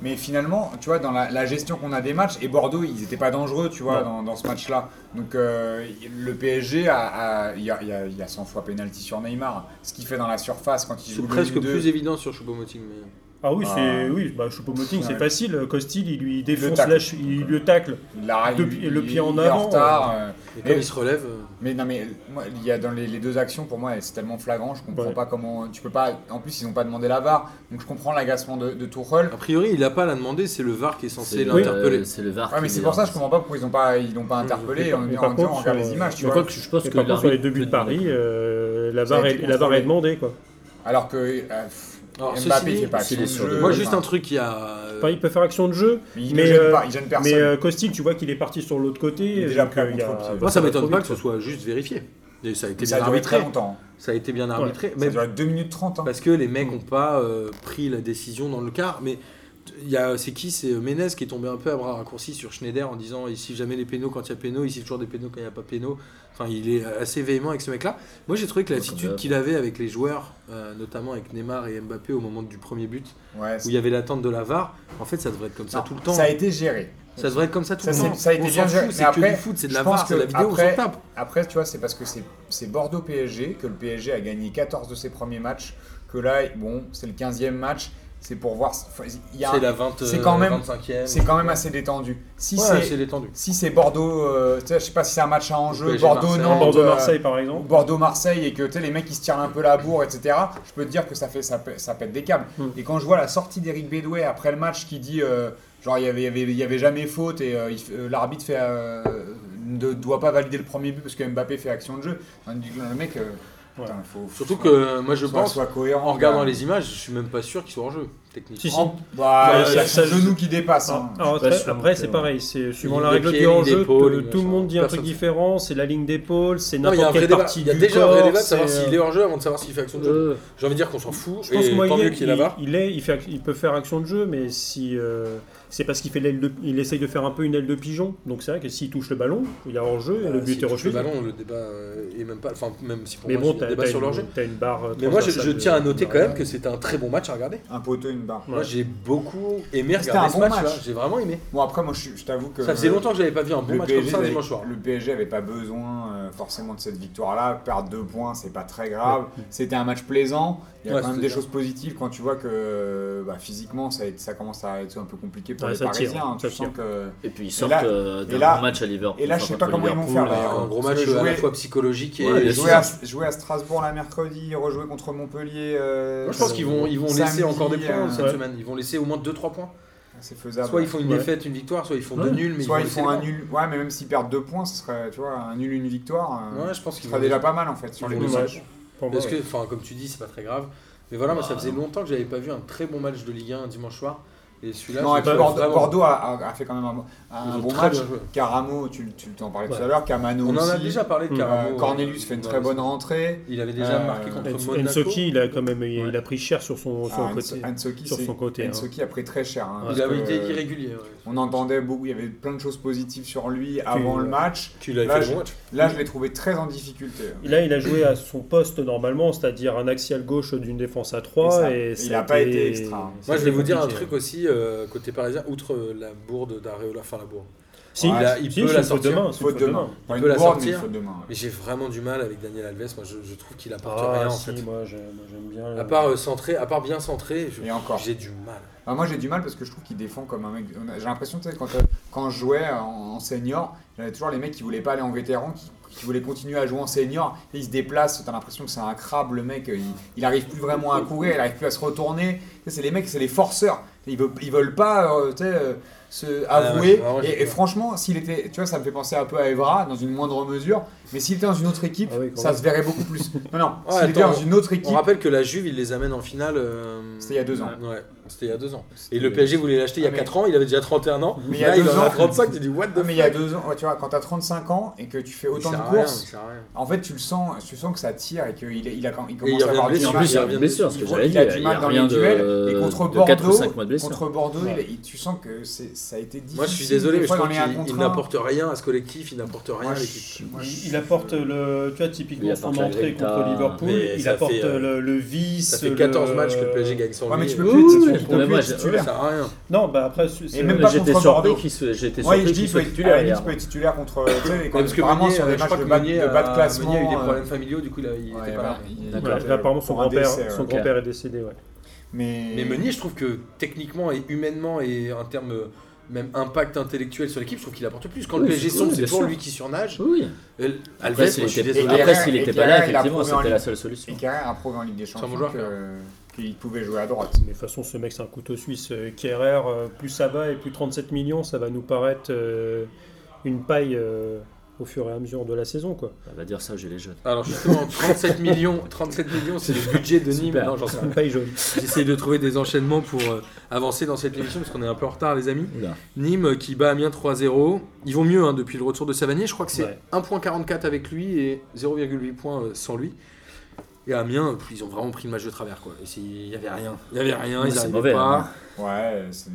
S3: Mais finalement, tu vois, dans la, la gestion qu'on a des matchs, et Bordeaux, ils n'étaient pas dangereux, tu vois, dans, dans ce match-là. Donc euh, le PSG, a- a- il y, a, il y a- il y a 100 fois pénalty sur Neymar. Ce qu'il fait dans la surface quand il joue
S1: C'est
S3: le
S1: presque
S3: ligne deux,
S1: plus évident sur Choupo-Moting. Mais...
S5: Ah oui,
S3: Ah.
S5: c'est oui, bah Choupo-Moting, c'est
S3: Ouais.
S5: facile. Costil, il lui défonce
S3: tacle.
S5: la che- il le tacle.
S3: il la-
S5: deux-
S3: il-
S5: et le
S3: il-
S5: pied en
S3: il est
S5: avant,
S3: retard, euh,
S1: Et comme
S3: Et-
S1: il se relève, euh,
S3: mais non, mais moi, il y a dans les, les deux actions, pour moi, c'est tellement flagrant, je comprends
S5: Ouais.
S3: pas comment. Tu peux pas. En plus, ils n'ont pas demandé la VAR, donc je comprends l'agacement de, de Tourelle.
S1: a priori, il a pas à la demander, c'est le VAR qui est censé
S2: C'est le-
S1: l'interpeller.
S2: C'est le VAR.
S3: Ouais, mais
S2: qui
S3: c'est
S2: est
S3: pour ça,
S2: là.
S3: je comprends pas pourquoi ils n'ont pas, ils l'ont pas interpellé.
S5: mais
S3: en
S5: par-
S3: disant-
S5: mais
S3: en
S5: par
S3: disant,
S5: contre, euh,
S3: regarde
S5: sur-
S3: les images, tu
S2: Mais
S3: vois.
S2: quoi que je pense
S5: Et
S2: que
S5: par contre, sur les
S2: l'arbitre-
S5: deux buts de Paris, euh, la,
S3: Ça a
S5: barre est,
S3: été
S5: la barre
S3: contrôlé.
S5: est demandée. Quoi.
S3: Alors que euh, pff,
S1: Alors, ceci
S3: Mbappé
S1: dit,
S3: fait pas
S2: c'est
S3: action
S2: les
S3: de
S2: sur-
S3: jeu,
S1: Moi, juste
S3: enfin,
S1: un truc qui a.
S5: Enfin, il peut faire action de jeu,
S3: Il
S5: mais,
S3: ne gêne
S5: euh,
S3: pas, il gêne personne.
S5: mais euh, Costil, tu vois qu'il est parti sur l'autre
S3: Il
S5: côté.
S3: est déjà
S5: donc,
S3: prêt à
S5: euh, il y a-
S3: contre-pied.
S1: Moi, ça
S5: va
S1: m'étonne
S5: trop
S1: pas
S5: vite,
S1: que ce soit juste vérifié. Et ça a été
S3: Et ça a
S1: bien
S3: duré très
S1: arbitré.
S3: longtemps. hein.
S1: Ça a été bien arbitré.
S3: Ça a
S1: Même
S3: duré 2 minutes 30. hein.
S1: parce que les mecs n'ont pas euh, pris la décision dans le quart. Mais t- il y a- c'est qui C'est euh, Ménez qui est tombé un peu à bras raccourcis sur Schneider en disant ici jamais les pénaux quand il y a pénaux, ici toujours des pénaux quand il n'y a pas pénaux. Enfin, il est euh, assez véhément avec ce mec-là. Moi, j'ai trouvé que
S2: Ouais, comme
S1: l'attitude
S2: d'hab.
S1: qu'il avait avec les joueurs, euh, notamment avec Neymar et Mbappé au moment du premier but,
S3: Ouais,
S1: où
S3: c'est-
S1: il y avait l'attente de la VAR, en fait, ça devrait être comme ça
S3: Non,
S1: tout le temps. hein.
S3: Ça a été géré.
S1: Ça devrait être comme ça tout
S3: Ça,
S1: le
S3: c'est-
S1: temps.
S3: ça a été
S1: on s'en
S3: bien géré.
S1: fout,
S3: Mais
S1: c'est que
S3: après,
S1: du foot, c'est de la
S3: je pense
S1: VAR, c'est de la
S3: que
S1: vidéo, on
S3: après-
S1: s'en tape.
S3: Après, tu vois, c'est parce que c'est- c'est Bordeaux-PSG que le PSG a gagné 14 de ses premiers matchs. Que là, bon, c'est le 15e match. C'est pour voir. enfin, il y a-
S1: C'est la 20,
S3: c'est quand même-
S1: 25e.
S3: C'est quand même assez détendu. Si
S1: Ouais,
S3: c'est
S1: c'est détendu.
S3: si c'est Bordeaux, euh, tu sais, je sais pas si c'est un match à enjeu,
S1: PSG,
S3: Bordeaux,
S1: Marseille.
S3: non,
S5: Bordeaux-Marseille, par exemple.
S3: Bordeaux-Marseille et que tu sais, les mecs ils se tirent un peu la bourre, etc. Je peux te dire que ça fait ça, pè- ça pète des câbles.
S5: Mm.
S3: Et quand je vois la sortie d'Eric Bédoué après le match qui dit euh, genre il y avait, il y avait, il y avait jamais faute et euh, il f- euh, l'arbitre fait euh, ne doit pas valider le premier but parce que Mbappé fait action de jeu. On dit, le mec, euh, Putain, faut-
S1: Surtout
S3: faut-
S1: que euh, moi je
S3: faut qu'elle
S1: pense,
S3: soit cohérent. hein.
S1: en regardant les images, je suis même pas sûr qu'ils soient en jeu, techniquement.
S5: Si, si.
S3: En- Bah,
S5: Ouais,
S3: il y a
S5: ça- Ah,
S3: le genou qui dépasse. hein.
S5: Alors,
S2: Je suis pas
S5: après,
S2: sûr
S5: après,
S2: non
S5: c'est
S2: plus,
S5: pareil, c'est suivant la
S1: de
S5: règle
S1: pied,
S5: du
S1: ligne
S5: jeu,
S1: d'épaule,
S5: tout-
S1: ligne
S5: tout le
S1: machin.
S5: monde dit un truc
S1: Personne-
S5: différent, c'est la ligne d'épaule, c'est
S1: Non, mais il y a un
S5: n'importe
S1: vrai
S5: quelle
S1: débat.
S5: partie
S1: Il y a
S5: du
S1: déjà un
S5: corps,
S1: vrai débat de savoir
S5: c'est, euh,
S1: s'il est en jeu avant de savoir s'il fait action de jeu.
S2: Euh,
S1: J'ai envie de dire qu'on s'en fout.
S5: Je pense
S1: et
S5: que moi,
S1: tant
S5: il,
S1: mieux
S5: est,
S1: qu'il est là-bas.
S5: il, il est- il fait, il peut faire action de jeu, mais si euh, c'est parce qu'il fait l'aile de, il essaye de faire un peu une aile de pigeon. Donc c'est vrai que s'il touche le ballon, il y a hors jeu et le
S1: Euh,
S5: but
S1: s'il
S5: est
S1: touche
S5: refusé.
S1: Le ballon, le débat euh, est même pas. Enfin, même si pour
S5: Mais
S1: moi,
S5: bon,
S1: c'est
S5: t'as
S1: un débat
S5: t'as
S1: sur leur jeu.
S5: une, t'as une barre. euh,
S1: Mais moi, je, je
S5: transversale
S1: tiens à
S5: de-
S1: noter
S5: de-
S1: quand même que c'était un très bon match à regarder.
S5: ah.
S3: Un poteau, une barre.
S5: Ouais.
S1: Moi, j'ai beaucoup aimé
S3: C'était
S1: regarder
S3: un
S1: ce
S3: bon
S1: match,
S3: match.
S1: là. J'ai vraiment aimé.
S3: Bon, après, moi, je, suis- je t'avoue que.
S1: Ça faisait longtemps que j'avais pas vu un bon
S3: le
S1: match
S3: PSG
S1: comme ça un
S3: n'avait-
S1: dimanche soir.
S3: le PSG avait pas besoin euh, forcément de cette victoire-là. Perdre deux points, c'est pas très grave. C'était un match plaisant. Il y a
S1: Ouais,
S3: quand même
S1: c'était
S3: des
S1: bien.
S3: choses positives quand tu vois que euh, bah, physiquement, ça, a été- ça commence à être un peu compliqué pour
S5: Ouais,
S3: les
S5: ça tire,
S3: Parisiens. hein.
S5: ça
S3: Tu sens que.
S2: Et puis ils
S3: Et
S2: sortent
S3: là-
S2: euh, d'un
S3: et là-
S2: bon match à Liverpool.
S3: et là, je sais
S2: enfin,
S3: pas
S2: contre
S3: comment ils vont
S2: Liverpool,
S3: faire,
S2: euh,
S3: d'ailleurs.
S1: Un gros
S3: Parce
S1: match
S3: que
S1: à la
S3: jouer-
S1: fois psychologique et.
S2: Ouais, bien
S1: et
S2: sûr.
S3: Jouer à, jouer à Strasbourg la mercredi, rejouer contre Montpellier. euh,
S1: Moi, je pense qu'ils vont, ils vont
S3: samedi,
S1: laisser encore des points
S3: euh,
S1: cette
S5: ouais.
S1: semaine. Ils vont laisser au moins 2-3 points.
S3: C'est faisable.
S1: Soit ils font une
S5: Ouais.
S1: défaite, une victoire, soit ils font
S2: Ouais.
S1: deux nuls, mais
S3: Soit
S1: ils
S3: ils
S1: vont
S3: font un
S1: laisser
S3: nul. Ouais, mais même s'ils perdent deux points, ce serait, tu vois, un nul, une victoire.
S1: les
S3: euh,
S1: points. Ouais, je pense
S3: Ce
S1: qu'ils
S3: sera
S1: vont
S3: déjà pas mal en fait sur
S1: Ils
S3: les
S1: vont
S3: deux
S1: laisser-
S3: matchs.
S5: Pour moi,
S1: Parce que,
S5: ouais.
S1: enfin, comme tu dis, c'est pas très grave. Mais voilà, moi, ça faisait longtemps que j'avais pas vu un très bon match de Ligue 1 un dimanche soir. Et celui-là,
S3: Non,
S1: je
S3: et puis
S1: trouve
S3: Bordeaux,
S1: vraiment-
S3: Bordeaux a, a- a fait quand même un, un
S1: Ils ont
S3: bon
S1: très
S3: match.
S1: bien joué.
S3: Caramo, tu, tu t'en parlais tout
S5: Ouais.
S3: à l'heure, Camano
S1: On en
S3: aussi.
S1: a déjà parlé de
S5: Mm.
S1: Caramo.
S3: Euh, Cornelius fait une
S1: Ouais,
S3: très bonne
S1: c'est-
S3: rentrée.
S1: Il avait déjà
S3: Euh,
S1: marqué contre
S5: Ens-
S1: Monaco.
S5: Ensoki, il a quand même, il,
S1: Ouais.
S5: il a pris cher sur son, sur
S3: Ah,
S5: son côté.
S3: Ans- Ansoki,
S5: sur
S3: c'est-
S5: son côté, hein.
S3: Ansoki a pris très cher. hein,
S1: Il
S3: parce
S1: avait
S3: que,
S1: été
S3: euh,
S1: irrégulier. ouais.
S3: On entendait beaucoup, il y avait plein de choses positives sur lui avant
S5: euh,
S3: le match.
S1: Qu'il avait
S3: Là,
S1: fait le
S3: je-
S1: bon match.
S3: Là, je l'ai trouvé très en difficulté.
S5: Là, il a joué à son poste normalement, c'est-à-dire un axial gauche d'une défense à 3.
S3: Et
S5: Et
S3: ça-
S5: ça
S3: il a
S5: a
S3: pas été extra.
S5: ça
S1: Moi, je
S5: a été
S1: vais vous dire un
S5: compliqué.
S1: truc aussi, euh, côté parisien, outre euh, la bourde d'Areola, enfin la bourde.
S5: Si,
S3: Ouais,
S1: il a- il peut
S5: c'est
S1: la
S5: une faute de
S1: sortir.
S5: main, c'est une
S3: Faute
S5: faute
S3: de
S5: de
S3: main.
S5: main.
S3: Pas
S1: Il
S3: une
S1: peut la
S3: board, mais
S1: sortir.
S3: une faute de main.
S1: Mais j'ai vraiment du mal avec Daniel Alves. Moi, je, je trouve qu'il apporte
S5: Ah,
S1: rien, en
S5: si,
S1: fait.
S5: moi j'ai- moi, j'aime bien. le-
S1: À part euh, centré, à part bien centré, je-
S3: Et encore.
S1: j'ai du mal.
S3: Bah, moi j'ai du mal parce que je trouve qu'il défend comme un mec. on a- J'ai l'impression, tu sais, quand, euh, quand je jouais en, en senior, j'avais toujours les mecs qui voulaient pas aller en vétéran, qui, qui voulaient continuer à jouer en senior. Et il se déplace, t'as l'impression que c'est un crabe le mec, euh, il, il arrive plus vraiment à courir, il arrive plus à se retourner. Tu sais, C'est les mecs, c'est les forceurs. Ils veulent, ils veulent pas euh, tu sais, euh, se avouer.
S1: Ah, ouais, ouais, ouais,
S3: et,
S1: je-
S3: et franchement, s'il était. Tu vois, ça me fait penser un peu à Evra dans une moindre mesure, mais s'il était dans une autre équipe,
S5: Ah oui, quand
S3: ça
S5: même.
S3: se verrait beaucoup plus. Non, non,
S1: Ouais,
S3: s'il était
S1: attends,
S3: dans une autre
S1: On
S3: équipe,
S1: rappelle que la Juve, il les amène en finale. euh,
S3: C'était il y a deux ans.
S1: Ouais, c'était il y a deux ans. Et le PSG voulait l'acheter il y a
S3: Ah, mais-
S1: 4 ans, il avait déjà 31 ans.
S3: Mais il y a
S1: là, il
S3: deux
S1: en a
S3: ans-
S1: 35, tu dis what the
S3: mais il y a deux ans, ouais, tu vois, quand t'as 35 ans et que tu fais autant de courses. En fait, tu le sens, tu sens que ça tire et qu'il il a, quand- il commence
S1: il
S3: à avoir
S1: revient
S3: du
S2: Et en
S1: blessé.
S3: mal.
S2: plus, il y a
S1: Il
S2: une blessure, ce que
S3: il
S2: j'allais
S3: a
S2: dire.
S3: du
S2: Il n'y
S3: mal
S2: a
S3: dans
S2: rien
S3: les duels, et
S2: de,
S3: contre
S2: de 4 ou
S3: Bordeaux,
S2: 5 mois de blessure.
S3: Contre Bordeaux,
S5: Ouais.
S3: il- il- tu sens que c'est- ça a été difficile.
S1: Moi, je suis désolé,
S3: des
S1: mais je
S3: fois,
S1: trouve
S3: dans les un
S1: qu'il il
S3: contre un.
S1: n'apporte rien à ce collectif, il n'apporte rien
S3: Moi,
S1: à
S3: je-
S1: l'équipe.
S3: moi,
S5: Il,
S3: je-
S5: il apporte le, tu vois, typiquement
S2: Il
S5: son
S2: apporte la
S5: entrée
S2: grinta,
S5: contre Liverpool,
S1: mais
S5: il
S1: ça
S5: apporte
S1: fait, euh,
S5: le, le vice.
S1: Ça fait 14
S5: le-
S1: matchs que le PSG gagne sans
S3: Ouais, mais
S1: lui,
S3: tu peux
S1: euh,
S3: plus
S2: Oui,
S3: être-
S2: oui,
S3: tu
S2: mais
S3: peux plus
S2: moi,
S3: être
S2: j'ai-
S1: Ça
S3: titulaire.
S1: sert à rien.
S5: Non, bah après, c'est- c'est-
S3: même pas
S2: J'étais
S3: contre
S2: surpris
S3: Bordeaux.
S2: qu'il soit, j'étais
S3: Moi,
S2: surpris
S3: je
S2: qu'il
S3: dis
S2: soit
S3: peut-être à
S2: titulaire.
S3: la limite,
S2: hier.
S3: tu peux être titulaire contre. tu sais, quand
S1: Ouais, parce que
S3: vraiment
S1: Meunier, euh,
S3: sur les
S1: je
S3: matchs
S1: crois
S3: de
S1: que
S3: bas
S1: Meunier
S3: de bas de
S1: a-
S3: classement.
S1: Meunier a eu des
S3: euh,
S1: problèmes familiaux, du coup, il a- il
S3: ouais, bah
S1: était pas là.
S3: voilà,
S5: Ouais,
S3: il-
S2: D'accord.
S3: il-
S5: là, apparemment, son
S3: pour un
S5: grand-père
S3: décès,
S5: son
S3: ouais.
S2: grand-père.
S5: grand-père est décédé. Ouais.
S3: Mais
S1: Mais Meunier, je trouve que techniquement et humainement et en termes euh, même impact intellectuel sur l'équipe, je trouve qu'il apporte plus. Quand le
S2: Oui,
S1: PSG
S2: oui,
S1: sombre,
S2: bien
S1: c'est toujours
S2: sûr.
S1: lui qui surnage.
S2: Oui.
S1: Euh,
S2: Après,
S1: Alves,
S2: s'il
S1: moi, je suis
S2: était-
S1: désolé.
S3: Et
S2: après,
S3: Guerrero,
S2: s'il
S3: et
S2: n'était pas là,
S3: Guerrero, il a
S2: effectivement,
S3: prouvé en
S2: c'était la
S3: Ligue.
S2: seule solution.
S3: Et Carrère a prouvé en Ligue des Champions
S1: bon joueur,
S3: que-
S1: Carrère.
S3: qu'il pouvait jouer à droite.
S5: Mais de toute façon, ce mec, c'est un couteau suisse. Euh, KRR, euh, plus ça va et plus 37 millions, ça va nous paraître euh, une paille euh, au fur et à mesure de la saison. quoi.
S2: On va dire ça, j'ai les jeunes.
S1: Alors justement, 37 millions, 37 millions, c'est le budget de Nîmes.
S2: Super.
S1: Non, j'en sais rien.
S5: Une paille jaune.
S1: J'essaie de trouver des enchaînements pour euh, avancer dans cette émission parce qu'on est un peu en retard, les amis.
S2: Oula.
S1: Nîmes euh, qui bat Amiens 3-0. Ils vont mieux hein, depuis le retour de Savanier. Je crois que c'est
S5: Ouais.
S1: 1,44 avec lui et 0,8 points euh, sans lui. Et Amiens, pff, ils ont vraiment pris le match de travers. quoi. Et c'est- Il n'y avait rien. Il n'y avait rien.
S2: Ouais,
S1: ils
S2: c'est
S1: n'arrivaient
S2: mauvais,
S1: pas.
S2: hein.
S3: Ouais, c'est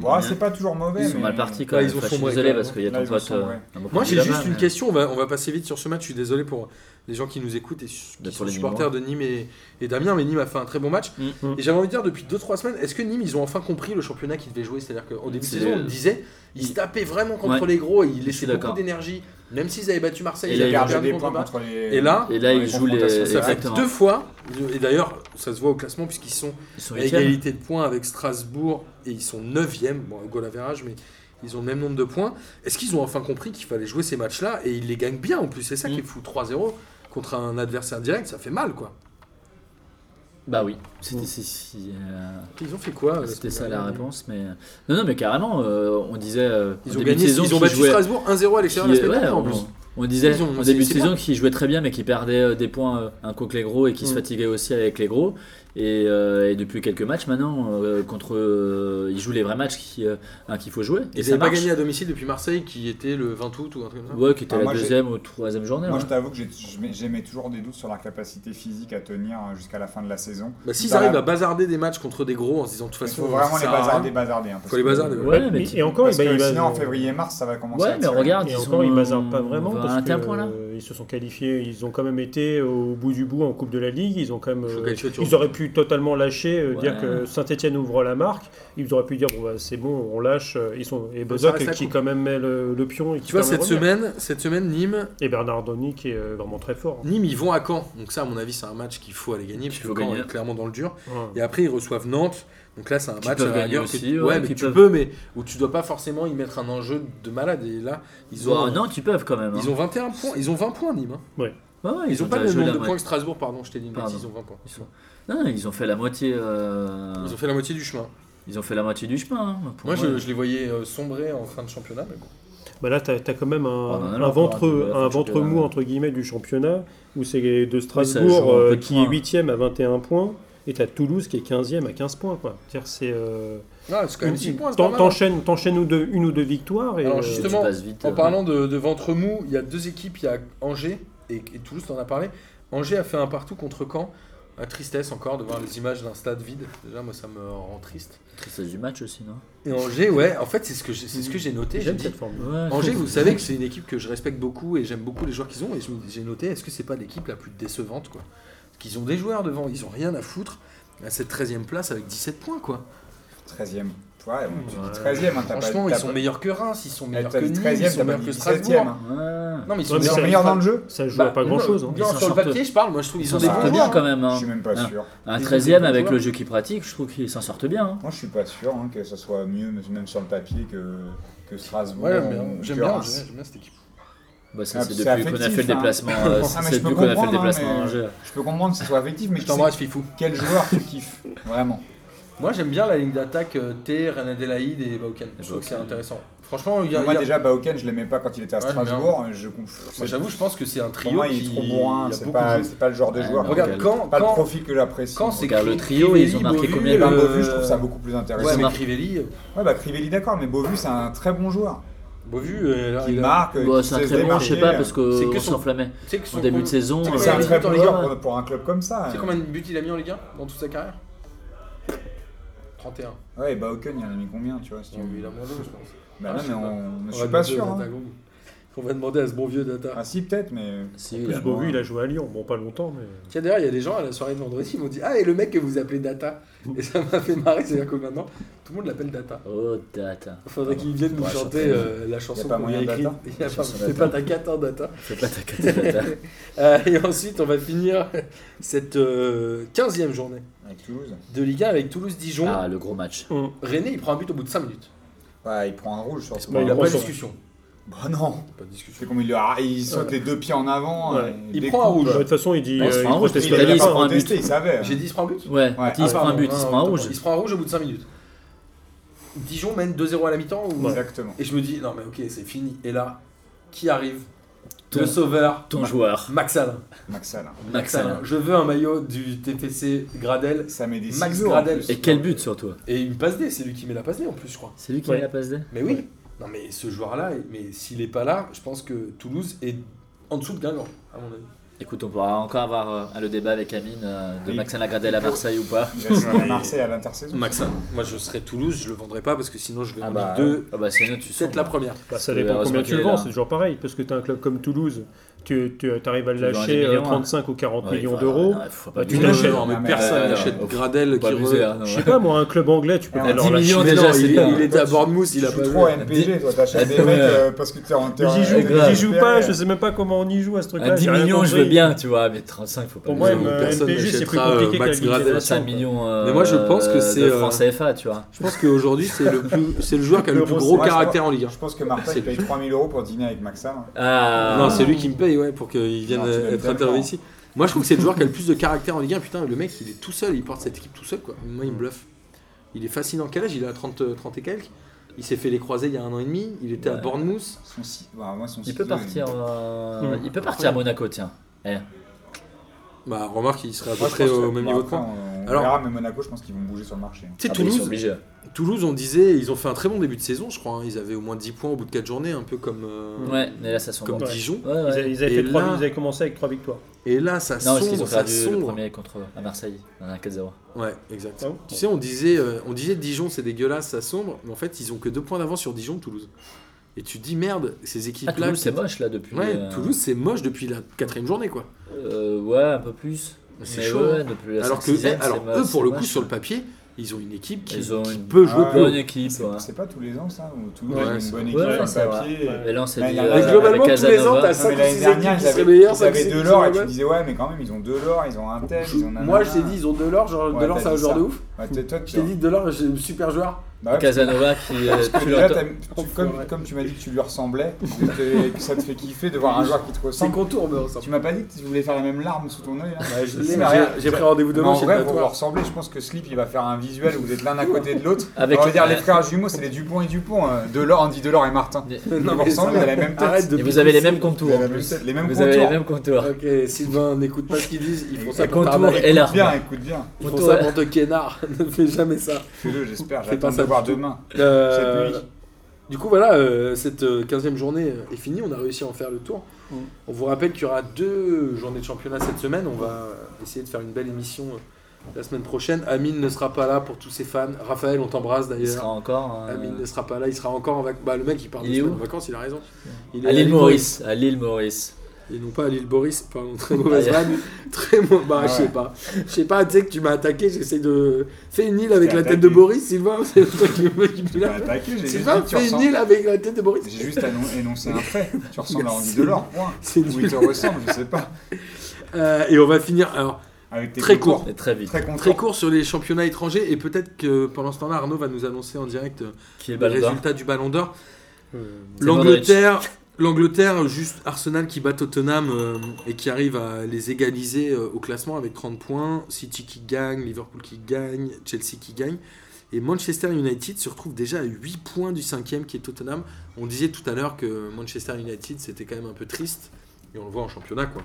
S3: ouais, c'est pas toujours mauvais.
S2: Ils sont
S3: mais-
S2: mal partis quand
S1: Là,
S2: même.
S1: ils ont
S2: Enfin, je suis
S1: sombré,
S2: désolé
S1: quand même.
S2: parce qu'il y a
S3: Là,
S2: ton
S3: ils ont
S2: pote.
S3: sombré.
S2: euh, un bon
S1: Moi
S2: coup
S1: j'ai
S2: de
S1: juste
S2: gamin,
S1: une
S2: mais-
S1: question, on va, on va passer vite sur ce match, je suis désolé pour les gens qui nous écoutent et qui
S2: Bah,
S1: sont
S2: pour les
S1: supporters de Nîmes et, et d'Amiens, mais Nîmes a fait un très bon match.
S2: Mm.
S1: Et j'avais envie de dire depuis 2-3 semaines, est-ce que Nîmes ils ont enfin compris le championnat qu'ils devaient jouer C'est-à-dire qu'au début de
S2: C'est-
S1: saison on le disait, ils se tapaient vraiment contre
S2: Ouais.
S1: les gros et ils
S2: suis
S1: laissaient
S2: d'accord.
S1: beaucoup d'énergie, même s'ils avaient battu Marseille,
S2: Et
S1: ils
S2: là,
S1: avaient
S3: Il a
S1: perdu
S3: perdu des
S1: contre
S3: points
S1: Marseille.
S3: contre les.
S1: Et là,
S2: Et là,
S3: Ouais,
S2: ils
S3: les
S2: jouent les.
S3: confrontations,
S1: ça fait
S2: Exactement.
S1: deux fois, et d'ailleurs ça se voit au classement puisqu'ils sont
S2: Ils sont
S1: à
S2: huitièmes.
S1: égalité de points avec Strasbourg et ils sont 9e, bon, au goal average, mais ils ont le même nombre de points. Est-ce qu'ils ont enfin compris qu'il fallait jouer ces matchs-là et ils les gagnent bien en plus C'est ça
S2: Mm.
S1: qui est fou 3-0 contre un adversaire direct, ça fait mal quoi.
S2: Bah oui.
S1: Mm.
S2: C'était c'est- si, euh,
S1: Ils ont fait
S5: Ah,
S1: quoi euh,
S2: C'était
S1: cette
S2: ça la
S1: dernière
S2: réponse, mais non, non, mais carrément, euh, on disait euh,
S1: Ils
S2: en
S1: ont
S2: début de
S1: gagné,
S2: saison
S1: ils ont
S2: qu'ils
S1: battu
S2: jouaient-
S1: Strasbourg 1-0 à l'extérieur la
S2: qu'ils-
S1: semaine
S2: ouais,
S1: dernière en
S2: on-
S1: plus.
S2: On disait
S1: Ils ont-
S2: en
S1: c'est-
S2: début de
S1: c'est
S2: saison
S1: bien.
S2: qu'ils jouaient très bien, mais qu'ils perdaient euh, des points euh, un contre les gros et qu'ils se
S6: Mm.
S2: fatiguaient aussi avec les gros. Et, euh, et depuis quelques matchs maintenant, euh, contre, eux, ils jouent les vrais matchs qui, euh, hein, qu'il faut jouer. Et,
S1: Ils
S2: ça
S1: n'avaient pas
S2: marche.
S1: gagné à domicile depuis Marseille, qui était le 20 août ou un truc comme ça.
S2: Ouais, qui était
S3: Ah,
S2: la
S3: moi, j'ai-
S2: deuxième ou troisième journée. hein.
S3: Moi,
S2: ouais.
S3: je t'avoue que j'ai- j'aimais- j'aimais toujours des doutes sur leur capacité physique à tenir euh, jusqu'à la fin de la saison.
S1: Bah, s'ils
S3: Bah,
S1: arrivent à bazarder des matchs contre des gros en se disant de toute
S3: Il
S1: façon,
S3: faut vraiment
S1: ça
S3: les
S1: sert à rien.
S3: bazarder, bazarder. hein, parce
S1: Faut les
S3: que-
S1: bazarder. ouais.
S2: Ouais, mais
S5: mais-
S2: tu-
S5: et encore,
S3: Parce
S5: bah,
S3: que
S5: il va-
S3: sinon, en février-mars, ça va commencer à
S2: Ouais, mais
S3: tirer.
S2: regarde,
S5: Et
S2: ils
S5: encore,
S2: sont
S5: ils bazardent pas vraiment
S2: on va
S5: parce
S2: euh, bah, à
S5: que,
S2: un point là.
S5: euh, ils se sont qualifiés, ils ont quand même été au bout du bout en Coupe de la Ligue, ils ont quand même,
S1: Faut
S5: euh,
S1: qualifier autour.
S5: ils auraient pu totalement lâcher, euh,
S2: Ouais.
S5: dire que Saint-Étienne ouvre la marque, ils auraient pu dire bon bah, c'est bon, on lâche, euh, ils sont et
S1: Ça
S5: Bozoc
S1: reste la
S5: qui
S1: coupe.
S5: quand même met le, le pion et qui
S1: Tu vois,
S5: permet de
S1: cette
S5: revenir.
S1: semaine, cette semaine, Nîmes,
S5: et Bernardoni qui est euh, vraiment très fort.
S1: Nîmes, ils vont à Caen. Donc ça, à mon avis, c'est un match qu'il faut aller gagner, parce
S2: Qu'il
S1: que
S2: faut
S1: Caen
S2: gagner.
S1: est clairement dans le dur.
S5: Ouais.
S1: Et après, ils reçoivent Nantes. Donc là, c'est un
S2: Qui
S1: match
S2: peuvent
S1: à
S2: gagner
S1: ailleurs
S2: aussi,
S1: que-
S2: ouais,
S1: ouais, mais
S2: qui
S1: tu
S2: peuvent-
S1: peux, mais où tu dois pas forcément y mettre un enjeu de malade. Et là, ils ont,
S2: Ouais, non, tu peux quand même. hein.
S1: ils ont 21 points. Ils ont 20 points, Nîmes. hein.
S2: Ouais, ouais,
S1: Ils, ont, pas
S2: déjà
S1: le nombre de
S2: joué la moitié. Ah
S1: points que Strasbourg, pardon, je t'ai dit une
S2: Pardon.
S1: bêtise, ils ont 20 points.
S2: Non, ils ont fait la moitié. euh,
S1: Ils ont fait la moitié du chemin.
S2: Ils ont fait la moitié du chemin. hein, pour
S1: Moi,
S2: moi.
S1: je, je les voyais euh, sombrer en fin de championnat. mais bon.
S5: Bah là, tu as, quand même un,
S2: on en a
S5: un
S2: là encore,
S5: ventre,
S2: hein, de la fin
S5: un
S2: du
S5: ventre
S2: championnat.
S5: mou entre guillemets du championnat où c'est les deux
S2: ça
S5: Strasbourg
S2: joue en
S5: euh,
S2: peu de
S5: qui
S2: points.
S5: est 8e à 21 points et tu as Toulouse qui est 15e à 15 points. quoi. C'est-à-dire, c'est, euh,
S1: Ah, c'est quand même
S5: une-
S1: 6 points. c'est
S5: t'en-
S1: pas mal, hein.
S5: T'enchaînes t'enchaînes ou deux- une ou deux victoires et
S1: Alors,
S5: euh,
S2: Parce que tu
S1: justement,
S2: passes vite,
S1: En
S2: euh,
S1: parlant de, de ventre mou, il y a deux équipes, il y a Angers et, et Toulouse, t'en as parlé. Angers a fait un partout contre Caen. À tristesse encore de voir les images d'un stade vide. Déjà, moi, ça me rend triste.
S2: tristesse du match aussi, non
S1: Et Angers, ouais, en fait, c'est ce que j'ai, c'est ce que j'ai noté. J'ai
S5: j'aime
S1: dit,
S5: cette forme.
S2: Ouais,
S1: Angers, vous savez que c'est une équipe que je respecte beaucoup et j'aime beaucoup les joueurs qu'ils ont. Et je me- j'ai noté, est-ce que c'est pas l'équipe la plus décevante, quoi Parce qu'ils ont des joueurs devant, ils ont rien à foutre à cette 13 e place avec 17 points, quoi.
S3: 13e. Ouais, on tu dis 13e. hein, t'as pas-
S1: Franchement,
S3: t'as
S1: ils sont
S3: pas-
S1: meilleurs que Reims, ils sont meilleurs
S3: t'as
S1: que
S3: dit
S1: Nîmes,
S3: 13e,
S1: ils
S3: t'as
S1: sont
S3: pas
S1: meilleurs
S3: dit
S1: que
S3: 17e,
S1: Strasbourg.
S3: hein.
S2: Ouais.
S1: Non, mais ils sont
S5: Ouais,
S3: Ils sont
S5: ça-
S3: meilleurs dans le jeu
S5: Ça joue
S1: Bah,
S5: à pas hein. grand chose.
S1: non,
S2: Ils
S1: sur
S2: s'en
S1: le papier, je parle. Moi, je trouve qu'ils ont
S3: Ils
S1: des
S3: s'en
S1: bons
S2: sortent bien
S1: joueurs.
S2: quand même.
S3: Je
S2: hein.
S3: suis même pas
S2: Ah.
S3: sûr.
S2: Un
S1: Ils ont
S2: 13 e
S1: des
S2: avec
S1: bons
S2: le
S1: joueurs.
S2: jeu qui pratique, je trouve qu'ils s'en sortent bien. hein.
S3: Moi, je suis pas sûr hein, que ça soit mieux, même sur le papier, que, que Strasbourg.
S1: Ouais,
S3: ou
S1: mais j'aime
S3: que
S1: bien,
S3: Reims.
S1: j'aime bien cette équipe.
S2: Bah, ça,
S3: Ah,
S2: c'est depuis
S3: c'est
S2: qu'on a
S3: affectif,
S2: fait le
S3: hein.
S2: déplacement. euh,
S3: Ah, mais
S2: c'est
S3: je
S2: depuis
S3: peux
S2: qu'on a fait le
S3: comprendre, hein,
S2: déplacement
S3: mais-
S2: à Angers.
S3: Je peux comprendre que ce soit affectif, mais
S1: Je
S3: qui
S1: t'embrasse,
S3: c'est-
S1: Fifou.
S3: quel joueur tu kiffes Vraiment.
S1: Moi, j'aime bien la ligne d'attaque euh, T, Renadelaïde et Bauken. Je trouve
S2: Bauken.
S1: que c'est intéressant. Franchement, il y a.
S3: Moi,
S1: il y a-
S3: déjà, Baoken, je l'aimais pas quand il était à
S1: Ouais,
S3: Strasbourg. Je conf-
S1: Moi,
S3: c'est-
S1: j'avoue, je pense que c'est un
S3: Pour
S1: trio
S3: moi, il
S1: qui.
S3: est trop
S1: il
S3: bourrin.
S1: y a
S3: C'est
S1: beaucoup
S3: pas,
S1: de-
S3: c'est pas le genre de
S2: Ouais,
S3: joueur.
S2: non,
S3: Regarde,
S1: Regarde, quand,
S3: pas le
S1: quand,
S3: profil que j'apprécie.
S1: quand c'est
S2: Regarde le
S1: Cri-
S2: trio,
S1: Crivelli,
S2: ils ont marqué
S1: Beauvue,
S2: combien
S3: Et
S2: de
S3: ben,
S1: euh,
S3: Bovu, je trouve ça beaucoup plus intéressant.
S1: Ouais, mais
S2: marqué.
S1: Crivelli, euh,
S3: Ouais, bah Crivelli, d'accord, mais Bovu, c'est un très bon joueur.
S1: Beauvue, euh, là,
S3: Qui
S1: il a-
S3: marque,
S2: Bon,
S3: qui
S2: Bah, c'est un
S3: sait se
S2: très bon, je sais
S3: démarquer.
S2: pas, parce
S1: C'est
S2: qu'on
S1: que son-
S2: s'enflammait
S1: Tu sais que son
S2: au début de
S1: com-
S2: saison.
S1: C'est
S3: Mais
S1: que
S2: euh,
S3: C'est un
S1: Ouais,
S3: très
S1: il est
S3: bon
S1: dans
S3: joueur
S2: ouais.
S3: pour, pour un club comme ça.
S1: Tu sais combien de buts il a mis en Ligue 1 dans toute sa carrière 31.
S3: Ouais, Baoken, il en a mis combien, tu vois si tu
S1: Donc,
S3: veux.
S1: il a moins deux, je pense.
S3: Bah
S1: Ah,
S3: non,
S1: je
S3: mais
S1: sais pas. On
S3: on... je
S1: va
S3: suis pas
S1: demander
S3: sûr.
S1: à
S3: hein.
S1: Data Group. On va demander à ce bon vieux Data.
S3: Ah si, peut-être, mais...
S2: Si,
S5: En
S2: il a-
S5: Plus Beauvu, il a joué à Lyon, bon pas longtemps mais.
S1: Tiens, d'ailleurs, il y a des gens à la soirée de vendredi qui m'ont dit Ah, et le mec que vous appelez Data Et ça m'a fait marrer, c'est-à-dire que maintenant, tout le monde l'appelle Data.
S2: Oh, data.
S3: Ah
S1: Faudrait qu'ils viennent nous
S2: Ouais,
S1: chanter
S2: chanter.
S1: euh, la chanson
S3: Y a pas
S1: qu'on
S3: moyen
S1: a écrite.
S3: Data
S1: Y a pas-
S2: chanson
S1: C'est
S2: Data.
S1: pas ta carte en Data.
S2: Fais pas ta hein. carte, data.
S1: Euh, et ensuite, on va finir cette euh, 15e journée
S3: Avec Toulouse.
S1: de Ligue 1 avec Toulouse-Dijon.
S2: Ah, le gros match.
S5: Hum.
S1: René, il prend un but au bout de 5 minutes.
S3: Ouais, il prend un rouge sur ce
S5: Bah,
S1: Il
S5: il
S1: n'y a
S3: point.
S1: pas de
S5: ressort.
S1: discussion.
S3: Bah non
S1: Pas de discussion.
S3: C'est comme il, lui a- il saute les deux pieds en avant.
S5: Ouais.
S3: et
S1: Il
S3: des
S1: prend un
S3: coups.
S5: Bah, De
S1: rouge.
S5: toute façon, il dit.
S2: Ouais, il se
S5: euh,
S2: prend un
S5: il
S2: rouge,
S5: proteste
S2: parce
S5: à
S2: qu'il a
S5: la
S2: dit,
S3: Il
S5: fin.
S3: a
S2: prend un
S3: pas
S2: but.
S3: contesté, il savait. hein.
S1: J'ai dit, il se prend un but
S2: Ouais,
S3: Ah,
S2: quand il se prend un
S1: pardon,
S2: but, il se
S1: non,
S2: prend un
S1: autant pour-
S2: rouge.
S1: Il se prend un rouge au bout de 5 minutes. Dijon mène 2-0 à la mi-temps ou...
S3: Exactement.
S1: Et je me dis, non mais ok, c'est fini. Et là, qui arrive Le
S2: Ton-
S1: sauveur,
S2: Ton joueur.
S1: Max Alain.
S3: Max hein. Alain.
S1: Max Alain. Je veux un maillot du TTC Gradel.
S3: Ça met des
S1: Max
S3: ciseaux, en
S1: Gradel.
S3: plus.
S2: Et quel but surtout
S1: Et une passe D, c'est lui qui met la passe D en plus, je crois.
S2: C'est lui qui
S5: Ouais.
S2: met la passe D
S1: Mais oui. Non mais ce joueur-là, mais s'il est pas là, je pense que Toulouse est en dessous de Guingamp, à mon avis.
S2: Écoute, on pourra encore avoir euh, le débat avec Amine euh, de
S3: Oui.
S2: Maxime Lagradel à Marseille ou pas.
S3: Il va signer à Marseille à l'intersaison.
S1: Max Alain. Moi je serais Toulouse, je le vendrais pas parce que sinon je vais
S3: Ah
S1: en
S3: bah,
S1: Ligue 2.
S2: Ah bah c'est une autre, tu
S1: C'est
S2: sens.
S1: la première.
S5: Bah, ça
S2: Parce que
S5: dépend
S2: heureusement
S5: combien tu
S2: qu'il
S5: le
S2: est
S5: vends,
S2: là.
S5: c'est toujours pareil, parce que tu as un club comme Toulouse, tu, arrives à le
S2: Tu vends à des
S5: lâcher euh,
S2: millions, hein.
S5: 35 ou 40
S2: Ouais,
S5: millions
S2: faut-
S5: d'euros.
S2: ah, non, faut pas
S5: Bah, tu
S2: abuser.
S5: l'achètes.
S1: Non, mais
S3: Non, mais
S1: personne
S2: euh,
S1: n'achète
S2: non.
S1: Gradel
S2: Faut
S1: qui
S2: pas abuser,
S1: re-
S2: hein, non,
S5: Je
S2: ouais.
S5: sais pas, moi, un club anglais, tu peux
S3: Ah,
S5: pas
S2: dix
S5: leur lâcher.
S2: millions.
S1: Mais
S2: déjà,
S1: non,
S2: c'est
S1: il,
S2: bien.
S1: est- il était à Bournemouth, il
S3: Tu
S1: a
S3: suis
S1: pas
S3: trop
S1: joué.
S3: MPG, toi, t'achètes des
S2: Ouais.
S3: mecs euh, parce que t'es en
S5: Mais
S3: terrain.
S5: J'y joue,
S2: Ouais, grave.
S5: j'y joue pas, je sais même pas comment on y joue à ce truc-là.
S2: À 10
S5: j'ai rien
S2: millions, je veux
S5: compris.
S2: bien, tu vois, mais 35, faut pas
S5: Pour moi,
S2: abuser.
S5: euh,
S1: Personne
S5: MPG, c'est plus
S1: n'achètera, euh,
S5: compliqué que la
S1: Max
S5: Ligue des
S1: Gradel.
S5: Nations,
S2: 5
S5: quoi.
S2: millions
S1: Mais moi, je pense que c'est,
S2: le
S1: euh,
S2: francs CFA, tu vois.
S1: Je pense qu'aujourd'hui, c'est le, plus- c'est le joueur qui a le
S5: Le
S1: plus
S5: gros,
S1: gros
S3: c'est-
S1: caractère en Ligue 1.
S3: Je pense que Marseille
S1: C'est-
S3: paye 3000 euros pour dîner avec Max Alain.
S2: Ah,
S1: Non, c'est lui qui me paye ouais, pour qu'il vienne
S3: Non, tu l'aimes
S1: être
S3: tellement.
S1: interviewé ici. Moi, je trouve que c'est le joueur qui a le plus de caractère en Ligue 1. Putain, le mec, il est tout seul, il porte cette équipe tout seul. quoi. Moi, il me bluffe. Il est fascinant. Quel âge Il a 30, 30 euh, et quelques. Il s'est fait les croiser il y a un an et demi. Il était à
S2: Ouais.
S1: Bournemouth.
S3: Son si- bah, moi, son
S2: Il peut
S3: ciseau,
S2: partir. euh,
S5: Mmh.
S2: Il peut partir à Monaco, tiens. Eh.
S6: Bah, remarque, il serait à peu
S3: Moi, je
S6: près
S3: pense que-
S6: au même
S3: bah,
S6: niveau que
S3: après,
S6: moi.
S3: on- On
S6: Alors-
S3: verra, mais Monaco, je pense qu'ils vont bouger sur le marché. hein.
S1: Tu sais,
S2: Ah bon, ils sont
S1: Toulouse,
S2: obligés.
S1: Toulouse, on disait, ils ont fait un très bon début de saison, je crois. hein. Ils avaient au moins 10 points au bout de 4 journées, un peu comme, euh,
S2: Ouais, mais là, ça sent
S1: comme
S2: bon.
S5: Ouais.
S1: Dijon.
S2: Ouais, ouais.
S5: Ils avaient, ils avaient
S1: Et
S5: fait trois-
S1: là-
S5: ils avaient commencé avec 3 victoires.
S1: Et là, ça
S2: Non, parce
S1: sombre,
S2: qu'ils ont
S1: ça
S2: perdu le
S1: sombre.
S2: premier contre à Marseille, à 4-0.
S1: Ouais, exact.
S5: Ah bon
S1: Tu sais, on disait, euh, on disait Dijon, c'est dégueulasse, ça sombre, mais en fait, ils ont que 2 points d'avance sur Dijon, Toulouse. Et tu te dis, merde, ces
S2: Ah,
S1: équipes-là.
S2: Toulouse, c'est moche là depuis.
S1: Ouais,
S2: euh,
S1: Toulouse, c'est moche depuis la quatrième journée, quoi.
S2: euh, ouais, un peu plus.
S1: C'est
S2: Mais
S1: chaud.
S2: ouais,
S1: hein.
S2: depuis la
S1: alors que,
S2: 5e,
S1: eh, alors
S2: c'est
S1: eux,
S2: moche,
S1: pour le
S2: c'est
S1: coup,
S2: moche.
S1: sur le papier, ils ont une équipe qui,
S2: Ils ont
S1: qui
S2: une
S1: peut jouer
S3: Ah,
S1: peu.
S2: bonne équipe.
S3: C'est
S2: ouais.
S3: c'est pas tous les ans, ça où Toulouse
S1: Ouais,
S3: a une
S1: c'est-
S3: bonne
S2: ouais,
S3: équipe
S2: c'est
S3: sur le papier.
S5: vrai.
S2: Mais là, on s'est
S3: Mais
S2: dit.
S3: il y a-
S2: euh,
S3: Mais
S2: avec
S6: globalement, tous les ans,
S2: Casanova,
S6: t'as
S3: Non, mais l'année dernière, ils avaient,
S6: meilleurs,
S3: ils
S6: cinq,
S3: avaient
S6: six,
S3: de
S6: qui
S3: l'or
S6: sont
S3: et tu
S6: là-bas.
S3: disais, ouais, mais quand même, ils ont de l'or, ils ont un tel, ils ont nanana.
S9: Moi, je t'ai dit, ils ont Delors. Genre,
S3: Ouais,
S9: Delors,
S3: t'as
S9: c'est un
S3: dit
S9: joueur
S3: ça.
S9: de ouf.
S3: Ouais, t'es- toi, tu-
S9: Je t'ai dit, Delors, c'est un super joueur.
S3: Bah ouais,
S2: Casanova qui. euh,
S3: parce que
S2: tu
S3: déjà,
S2: l'entends-
S3: t'as- tu- comme, comme tu m'as dit que tu lui ressemblais, et que ça te fait kiffer de voir un joueur qui te
S9: Ses
S3: ressemble.
S9: contours me ressemblent.
S3: Tu m'as pas dit que tu voulais faire la même larme sous ton œil là
S9: Je
S3: C'est
S9: l'ai, mais
S3: rien.
S9: J'ai j'ai pris rendez-vous
S3: Mais
S9: demain
S3: en
S9: chez
S3: vrai,
S9: toi.
S3: vous vous
S9: toi.
S3: ressemblez, je pense que Slip il va faire un visuel où vous êtes l'un à côté de l'autre.
S2: Avec-
S3: on va dire
S2: euh,
S3: les frères jumeaux, c'est les Dupont et Dupont, euh, Delors, Andy Delors et Martin. Ils
S9: Non,
S3: vous
S9: mais ça
S3: ressemblent,
S9: va.
S3: vous avez la même tête.
S9: Arrête de
S2: Et vous avez les mêmes
S3: Vous avez
S2: contours.
S3: la même tête, les mêmes
S2: Vous avez les
S3: contours. Ah,
S2: mêmes contours.
S9: Ok, Sylvain, n'écoute pas ce qu'ils disent. Ils font ça
S2: Les
S9: pour
S2: contours
S9: t'arnaquer.
S2: et l'arme.
S3: Bien, écoute bien.
S9: Ils font
S2: Contours
S9: ça
S2: et-
S9: pour te canard. Ne fais jamais ça.
S3: Fais-le, j'espère.
S9: Fais
S3: J'attends
S9: pas
S3: de
S9: ça
S3: le voir
S9: du tout.
S3: demain.
S9: Euh,
S3: Cette nuit.
S9: Du coup, voilà, euh, cette euh, 15e journée est finie. On a réussi à en faire le tour.
S2: Mm.
S9: On vous rappelle qu'il y aura deux journées de championnat cette semaine. On va essayer de faire une belle émission euh, la semaine prochaine. Amine ne sera pas là pour tous ses fans. Raphaël, on t'embrasse
S2: Il sera
S9: d'ailleurs.
S3: Ah,
S2: encore. euh,
S9: Amine ne sera pas là. Il sera encore en vacances. Bah, le mec, il part
S2: Il
S9: deux
S2: est
S9: semaines
S2: où
S9: en vacances. Il a raison. Il est
S2: À l'île Maurice. À l'île Maurice.
S9: Et non pas à l'île Boris, pardon, très mauvaise
S2: Ah,
S9: vanne. Très mauvaise. Bah,
S3: Ah
S9: je sais
S3: ouais.
S9: pas. Je sais pas, tu sais que tu m'as attaqué, j'essaie de. Fais une île avec
S3: t'ai
S9: la tête de
S3: attaqué.
S9: Boris, Sylvain, c'est le truc qui me qui me
S3: Tu m'as
S9: l'a fait.
S3: attaqué, j'ai juste dit
S9: Sylvain,
S3: que tu
S9: fais une
S3: ressembles.
S9: île avec la tête de Boris.
S3: J'ai juste annon- énoncé un fait. Tu ressembles à Andy
S9: Merci.
S3: Delors, point.
S9: C'est
S3: Ou il
S9: nul.
S3: te ressemble, je sais pas.
S9: Euh, et on va finir. Alors,
S3: Avec tes
S1: Très
S3: contours.
S2: Et très vite.
S3: Très content.
S1: Très court sur les championnats étrangers, et peut-être que pendant ce temps-là, Arnaud va nous annoncer en direct euh,
S2: Qui est le
S1: le
S2: ballon d'or
S1: résultat du Ballon d'Or.
S5: Euh,
S2: C'est
S1: L'Angleterre, l'Angleterre, juste Arsenal qui bat Tottenham euh, et qui arrive à les égaliser euh, au classement avec 30 points. City qui gagne, Liverpool qui gagne, Chelsea qui gagne. Et Manchester United se retrouve déjà à 8 points du cinquième qui est Tottenham. On disait tout à l'heure que Manchester United c'était quand même un peu triste. Et on le voit en championnat quoi.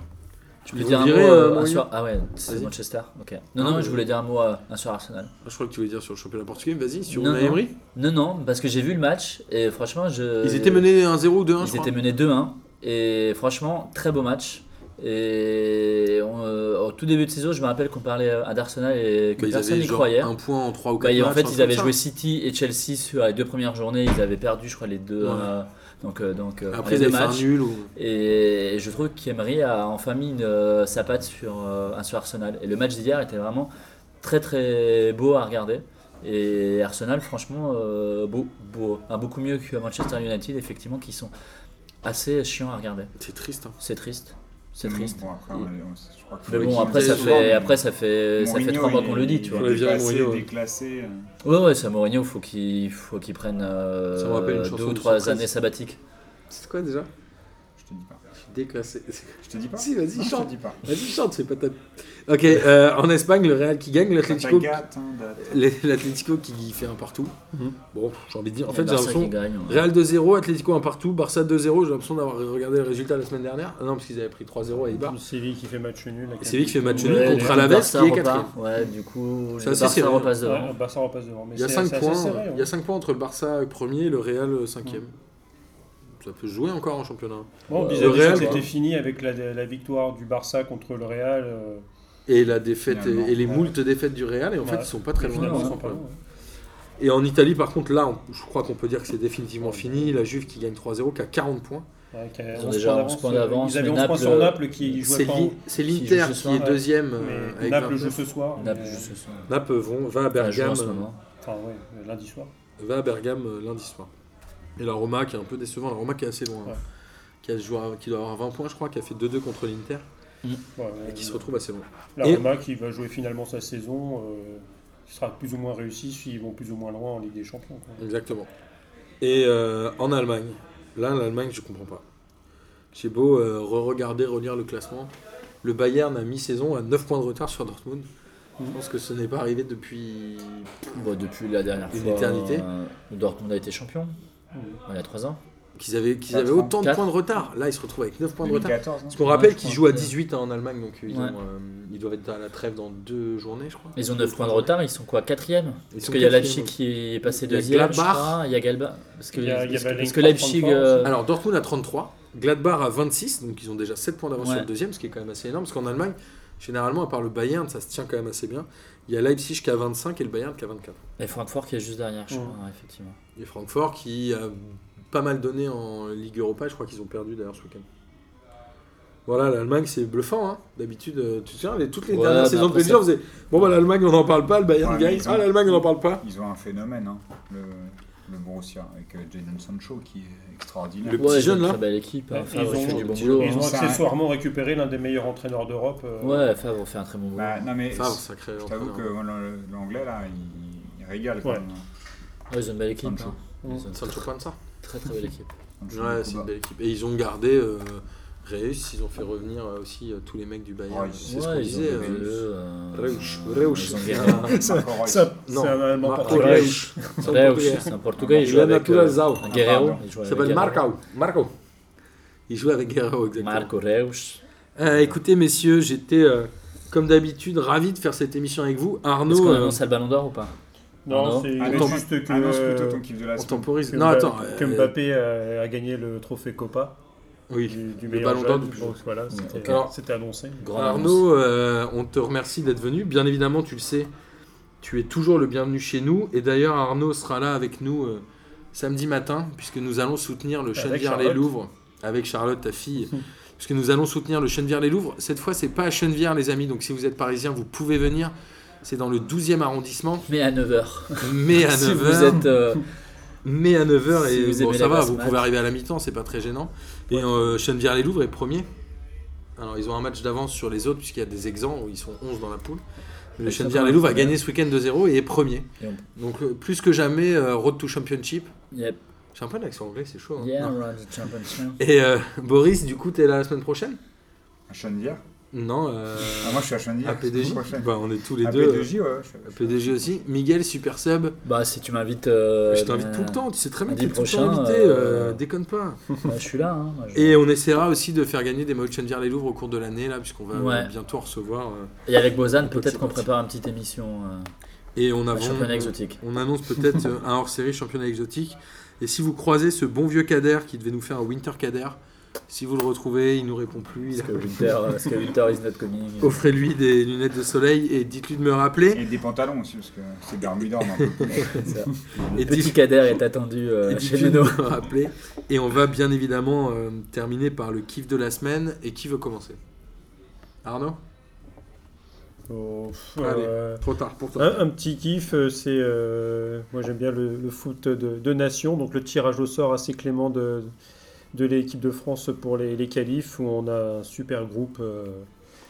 S2: Tu voulais
S1: Vous
S2: dire un mot
S1: direz, euh,
S2: euh, un
S1: Mourinho
S2: soir Ah ouais, c'est
S1: Vas-y.
S2: Manchester. Ok. Non,
S1: Non,
S2: non,
S1: mais-
S2: je voulais dire un mot euh, un soir Arsenal.
S1: Ah, Je crois que tu voulais dire sur le championnat portugais, mais vas-y, sur
S2: Non,
S1: Unai
S2: non.
S1: Emery.
S2: Non, non, parce que j'ai vu le match et franchement, je.
S1: Ils étaient menés 1-0 ou 2-1 je
S2: Ils
S1: crois.
S2: étaient menés 2-1 et franchement, très beau match. Et on, euh, au tout début de saison, je me rappelle qu'on parlait euh, d'Arsenal et que
S1: Bah, ils
S2: personne
S1: avaient
S2: n'y
S1: genre
S2: croyait.
S1: un point en 3 ou 4
S2: Bah, et en
S1: matchs,
S2: fait,
S1: un truc
S2: ils avaient
S1: comme
S2: joué
S1: ça.
S2: City et Chelsea sur les deux premières journées. Ils avaient perdu, je crois, les deux.
S1: Ouais.
S2: euh, donc, euh, donc euh,
S1: Après,
S2: les
S1: ils
S2: deux
S1: avaient fait un
S2: matchs.
S1: nul ou.
S2: Et je trouve qu'Emery a enfin mis une, euh, sa patte sur, euh, sur Arsenal. Et le match d'hier était vraiment très très beau à regarder. Et Arsenal, franchement, euh, beau, beau, Ah, beaucoup mieux que Manchester United, effectivement, qui sont assez chiants à regarder.
S1: C'est triste. hein.
S2: C'est triste. C'est
S3: Bon,
S2: triste.
S3: bon, après, on va- on- je crois qu'il faut
S2: Mais bon,
S3: l'équilibrer
S2: après, ça
S3: souvent, mais
S2: fait, après, ça fait, ça fait
S3: Mourinho,
S2: trois mois
S3: il
S2: qu'on
S3: est-
S2: le dit, tu vois.
S1: On l'a
S3: Il
S1: viré,
S3: est dépassé,
S1: Mourinho, ouais.
S3: déclassé. euh.
S2: Ouais, ouais, ça, Mourinho, faut qu'il faut qu'il prenne euh,
S1: Ça me rappelle une chanson
S2: deux ou
S1: de
S2: trois
S1: surprise.
S2: années sabbatiques.
S9: C'est quoi déjà
S3: Je te dis pas.
S9: Je suis déclassé.
S3: Je te dis pas.
S9: Si, vas-y,
S3: Non, Ah, je te
S9: chante.
S3: dis pas.
S9: Vas-y, chante, c'est pas ta. Ok, euh, en Espagne, le Real qui gagne, l'Atlético.
S3: Tagatinda.
S9: L'Atlético qui fait un partout.
S5: Mhm.
S9: Bon, j'ai envie de dire. En
S2: Et
S9: fait, j'ai
S2: Barça qui
S9: l'impression.
S2: gagne, ouais.
S9: Real 2-0, Atlético 1 partout, Barça 2-0, j'ai l'impression d'avoir regardé le résultat la semaine dernière. Ah non, parce qu'ils avaient pris 3-0 à Ibar.
S5: Séville qui fait match nul. avec
S1: Bah. Séville qui fait match
S5: un-
S1: nul
S2: Ouais,
S1: contre
S2: du coup,
S1: Alaves,
S2: Barça
S1: qui est
S2: repart. Ouais, du coup,
S1: C'est
S2: le
S1: assez
S2: Barça
S1: serré, hein.
S2: repasse devant.
S5: Ouais, Barça repasse devant. Mais
S1: Il y a
S5: c'est-
S1: 5
S5: c'est assez
S1: points,
S5: serré, hein.
S1: il y a cinq points entre le Barça premier et le Real 5 e Ça peut se jouer encore en championnat.
S5: Bon,
S2: Euh,
S5: bizarre,
S1: le Real,
S5: c'était
S1: quoi.
S5: fini avec la, la victoire du Barça contre le Real. euh,
S1: Et la défaite
S3: Finalement,
S1: et, et les
S3: ouais.
S1: moultes défaites du Real, et en fait,
S5: Ouais.
S1: ils sont pas très hein. loin.
S5: finalement, hein.
S1: ils
S5: ils
S1: sont
S5: sont
S1: pas
S5: pas
S1: loin.
S5: loin.
S1: Et en Italie, par contre, là, on- je crois qu'on peut dire que c'est définitivement fini. La Juve qui gagne 3-0, qui a 40 points.
S5: hein. Ouais, qui a
S2: Ils ont
S5: 11
S2: déjà
S5: points
S2: 11
S5: d'avance.
S2: points d'avance,
S5: Ils avaient
S2: mais
S5: 11 points
S2: Naples- euh,
S5: sur Naples qui
S1: C'est
S5: jouait pas.
S1: l'I-
S5: en-
S1: c'est
S2: joue
S1: l'Inter
S2: ce
S1: qui,
S2: soir,
S1: est
S5: ouais.
S1: deuxième. euh,
S5: Mais
S1: avec
S5: Naples
S1: 29.
S5: joue ce soir.
S2: Naples
S5: mais-
S2: joue ce soir.
S1: Naples vont, va à
S2: Enfin, joue
S1: Bergame,
S2: en ce moment.
S5: Enfin, ouais, lundi soir.
S1: va à Bergame euh, lundi soir. Et la Roma qui est un peu décevant. La Roma qui est assez loin. hein.
S5: Ouais.
S1: Qui, a joué à- qui doit avoir 20 points, je crois, qui a fait 2-2 contre l'Inter.
S5: Ouais,
S1: Et qui
S5: euh,
S1: se retrouve assez loin.
S5: La
S1: Et-
S5: Roma qui va jouer finalement sa saison, euh, qui sera plus ou moins réussie s'ils vont plus ou moins loin en Ligue des Champions. quoi.
S1: Exactement. Et euh, en Allemagne, là, l'Allemagne, je comprends pas. J'ai beau euh, re-regarder, relire le classement. Le Bayern a mis saison à 9 points de retard sur Dortmund.
S2: Mm.
S1: Je pense que ce n'est pas arrivé depuis.
S2: Bah, depuis la dernière
S1: Une
S2: fois.
S1: éternité.
S2: euh, Dortmund a été champion. Il y a 3 ans.
S1: Qu'ils avaient, qu'ils
S2: Bah,
S3: Quatre
S1: avaient autant de
S2: Quatre.
S1: points de retard. Là, ils se retrouvent avec 9 points de retard.
S3: 2014, non
S1: Parce qu'on rappelle
S2: Ouais, je
S1: qu'ils
S2: crois.
S1: jouent à 18 hein, en Allemagne, donc ils, ont,
S2: Ouais.
S1: euh, ils doivent être à la trêve dans deux journées, je crois.
S2: Ils ont 9 points de retard, ils sont quoi Quatrième
S1: Ils
S2: Parce
S1: sont
S2: qu'il y a
S1: quatrième.
S2: Leipzig qui est passé
S1: Il y a
S2: deuxième, je
S1: Gladbach.
S2: crois, il y a Galba. Parce que,
S5: Il y a- il y
S2: parce que-
S5: avait
S2: parce
S5: Lincoln
S2: que Leipzig.
S5: 33
S2: euh,
S1: Alors Dortmund à 33, Gladbach à 26, donc ils ont déjà 7 points d'avance
S2: Ouais.
S1: sur le deuxième, ce qui est quand même assez énorme, parce qu'en Allemagne, généralement, à part le Bayern, ça se tient quand même assez bien. Il y a Leipzig qui a 25 et le Bayern qui a 24.
S2: et Francfort qui est juste derrière, je
S5: Ouais.
S2: crois, ouais, effectivement.
S1: Et Francfort qui a pas mal donné en Ligue Europa, je crois qu'ils ont perdu d'ailleurs ce week-end. Voilà, l'Allemagne c'est bluffant, hein. d'habitude, euh, tu te souviens, les- toutes les
S2: Ouais,
S1: dernières
S2: bah
S1: saisons de
S2: après,
S1: PSG,
S2: ça-
S1: on faisait bon bah l'Allemagne on n'en parle pas, le Bayern
S3: Ouais, mais
S1: gagne,
S3: ils ont-
S1: ah l'Allemagne on n'en parle pas.
S3: Ils ont un phénomène, hein, le, le Borussia, avec euh, Jadon Sancho qui est extraordinaire.
S1: Le
S2: Ouais,
S1: petit
S2: ils ont
S1: jeune,
S2: une
S1: là.
S2: Très belle équipe. hein.
S5: Ils
S2: Favre
S5: ont-
S2: fait du bon
S1: ils
S2: boulot.
S5: Ils ont
S3: Ça-
S5: accessoirement récupéré l'un des meilleurs entraîneurs d'Europe. euh,
S2: hein. Ouais, Favre fait un très bon boulot.
S3: Bah, non, mais
S1: Favre,
S3: c'est-
S1: sacré
S3: je t'avoue
S1: entraîneur.
S3: que euh, le- l'anglais, là, il, il régale quand
S5: Ouais.
S3: même.
S2: Ouais, ils ont une belle équipe.
S3: Sancho.
S2: hein. Ils ont une
S1: Ça ne choque pas de ça.
S2: très très belle équipe.
S3: Sancho,
S1: Ouais,
S3: Kuba.
S1: c'est une belle équipe. Et ils ont gardé euh, Reus, ils ont fait revenir euh, aussi euh, tous les mecs du Bayern.
S3: Ouais,
S1: c'est ce qu'on
S2: Ouais, ils
S1: disait.
S2: ont donné
S1: euh,
S2: le, euh,
S1: Reus,
S2: euh,
S1: Reus.
S2: Ils ont gagné.
S3: Marco Reus.
S5: ça-
S1: Non,
S5: C'est un Allemand
S1: Marco
S5: portugais.
S1: Reus. C'est un portugais.
S2: Reus, c'est un portugais. Il joue
S1: Il a
S2: avec
S1: Natura
S2: euh,
S1: Zao.
S2: un Guerrero.
S3: pardon.
S2: Il joue
S1: Il
S2: avec
S1: s'appelle
S2: Guerrero.
S1: Marco. Marco. Il joue avec Guerrero, exactement.
S2: Marco Reus.
S1: Euh, écoutez, messieurs, j'étais euh, comme d'habitude ravi de faire cette émission avec vous.
S2: Est-ce
S1: Arnaud,
S2: qu'on
S1: euh,
S2: annonce le Ballon d'Or ou pas
S5: Non,
S2: Non.
S5: c'est
S3: Allez,
S1: Attends,
S5: juste que.
S3: Annonce
S5: euh,
S3: plutôt ton kiff de la
S1: on
S3: semaine.
S1: temporise.
S5: que
S1: Non,
S5: Mba-
S1: attends.
S5: que
S1: euh,
S5: Mbappé euh, a gagné le trophée Copa
S1: oui.
S5: du, du
S1: Le
S5: meilleur
S1: Ballon d'Or
S5: jeune.
S1: du plus
S5: Donc voilà, c'était
S1: ok. Alors-
S5: c'était annoncé.
S2: Grande annonce.
S1: Arnaud, euh, on te remercie d'être venu. Bien évidemment, tu le sais, tu es toujours le bienvenu chez nous. Et d'ailleurs, Arnaud sera là avec nous euh, samedi matin, puisque nous allons soutenir le
S5: Charlotte.
S1: Chenevière-les-Louvres avec Charlotte, ta fille. puisque nous allons soutenir le Chenevière-les-Louvres. Cette fois, c'est pas à Chenevière, les amis. Donc, si vous êtes parisien, vous pouvez venir. C'est dans le 12e arrondissement,
S2: Mais à 9h.
S1: mais à 9h.
S2: Si vous êtes. euh,
S1: Mais à 9h,
S2: Si
S1: et
S2: vous
S1: bon,
S2: aimez
S1: ça
S2: la
S1: va,
S2: grosse
S1: vous
S2: mat.
S1: pouvez arriver à la mi-temps, c'est pas très gênant. Et euh, Chenevière-les-Louvres est premier. Alors, ils ont un match d'avance sur les autres, puisqu'il y a des exempts où ils sont 11 dans la poule. Mais le
S2: Et ça
S1: Chenevière-les-Louvres
S2: va,
S1: a gagné ce week-end 2-0 et est premier.
S2: Et
S1: Donc, euh, plus que jamais, euh, Road to Championship.
S2: Yep.
S1: J'ai un peu l'accent anglais, c'est chaud. hein.
S2: Yeah,
S1: Non.
S2: around the championship.
S1: Et euh, Boris, du coup, t'es là la semaine prochaine
S3: À Chennevière
S1: Non, euh,
S3: Ah, moi, je suis à Chennevière.
S1: à PDJ
S3: Prochaine.
S1: Bah, On est tous les
S3: À
S1: deux.
S3: PDJ, ouais. je suis-
S1: euh, à PDJ aussi. Miguel, super sub.
S2: Bah, si tu m'invites. euh,
S1: je t'invite
S2: euh,
S1: tout le temps, tu sais très bien que
S2: lundi
S1: t'es tout le temps
S2: prochain,
S1: invité,
S2: euh,
S1: euh, déconne pas.
S2: bah, je suis là. hein, moi, je-
S1: Et on essaiera aussi de faire gagner des maillots de Chenevière les Louvres au cours de l'année, là, puisqu'on va euh,
S2: Ouais.
S1: bientôt recevoir. euh,
S2: Et avec Bozan,
S1: Écoute,
S2: peut-être
S1: c'est
S2: qu'on
S1: parti.
S2: prépare une petite émission. euh,
S1: et on, avance-
S2: championnat exotique.
S1: on annonce peut-être euh, un hors-série championnat exotique. Et si vous croisez ce bon vieux Kader qui devait nous faire un Winter Kader, si vous le retrouvez, il nous répond plus. il
S2: Parce
S1: a-
S2: que Winter, euh, parce que Winter is not coming.
S1: Offrez-lui des lunettes de soleil et dites-lui de me rappeler.
S3: Et des pantalons aussi, parce que c'est Bermuda, on en peut plus.
S2: Ça.
S1: Et
S2: Le
S1: dis-
S2: petit Kader est attendu euh,
S1: Et
S2: chez
S1: dites-lui de
S2: Leno.
S1: me rappeler. Et on va bien évidemment euh, terminer par le kiff de la semaine. Et qui veut commencer Arnaud
S5: Oh, pff,
S1: Allez.
S5: euh,
S1: Trop tard pour toi.
S5: Un, un petit kiff, euh, c'est. euh, moi, j'aime bien le, le foot de, de nation, donc le tirage au sort assez clément de, de l'équipe de France pour les, les qualifs, où on a un super groupe, euh,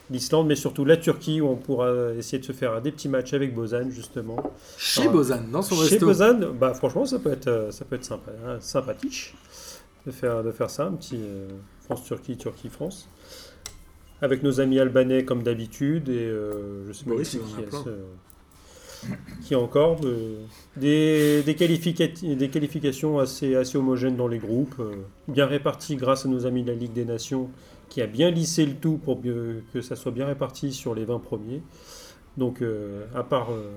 S5: l'Islande, mais surtout la Turquie, où on pourra essayer de se faire des petits matchs avec Bozan, justement.
S1: Chez Bozan, dans son
S5: Chez
S1: resto.
S5: Bozan, bah, franchement, ça peut être, euh, ça peut être sympa, hein, sympathique de faire, de faire ça, un petit euh, France-Turquie, Turquie-France. Avec nos amis albanais, comme d'habitude, et euh, je sais pas
S1: Boris,
S5: qui,
S1: il en a
S5: qui est-ce,
S1: plein.
S5: euh, qui est encore. euh, des, des, qualificati- des qualifications assez, assez homogènes dans les groupes, euh, bien réparties grâce à nos amis de la Ligue des Nations, qui a bien lissé le tout pour que, que ça soit bien réparti sur les 20 premiers. Donc, euh, à part. euh,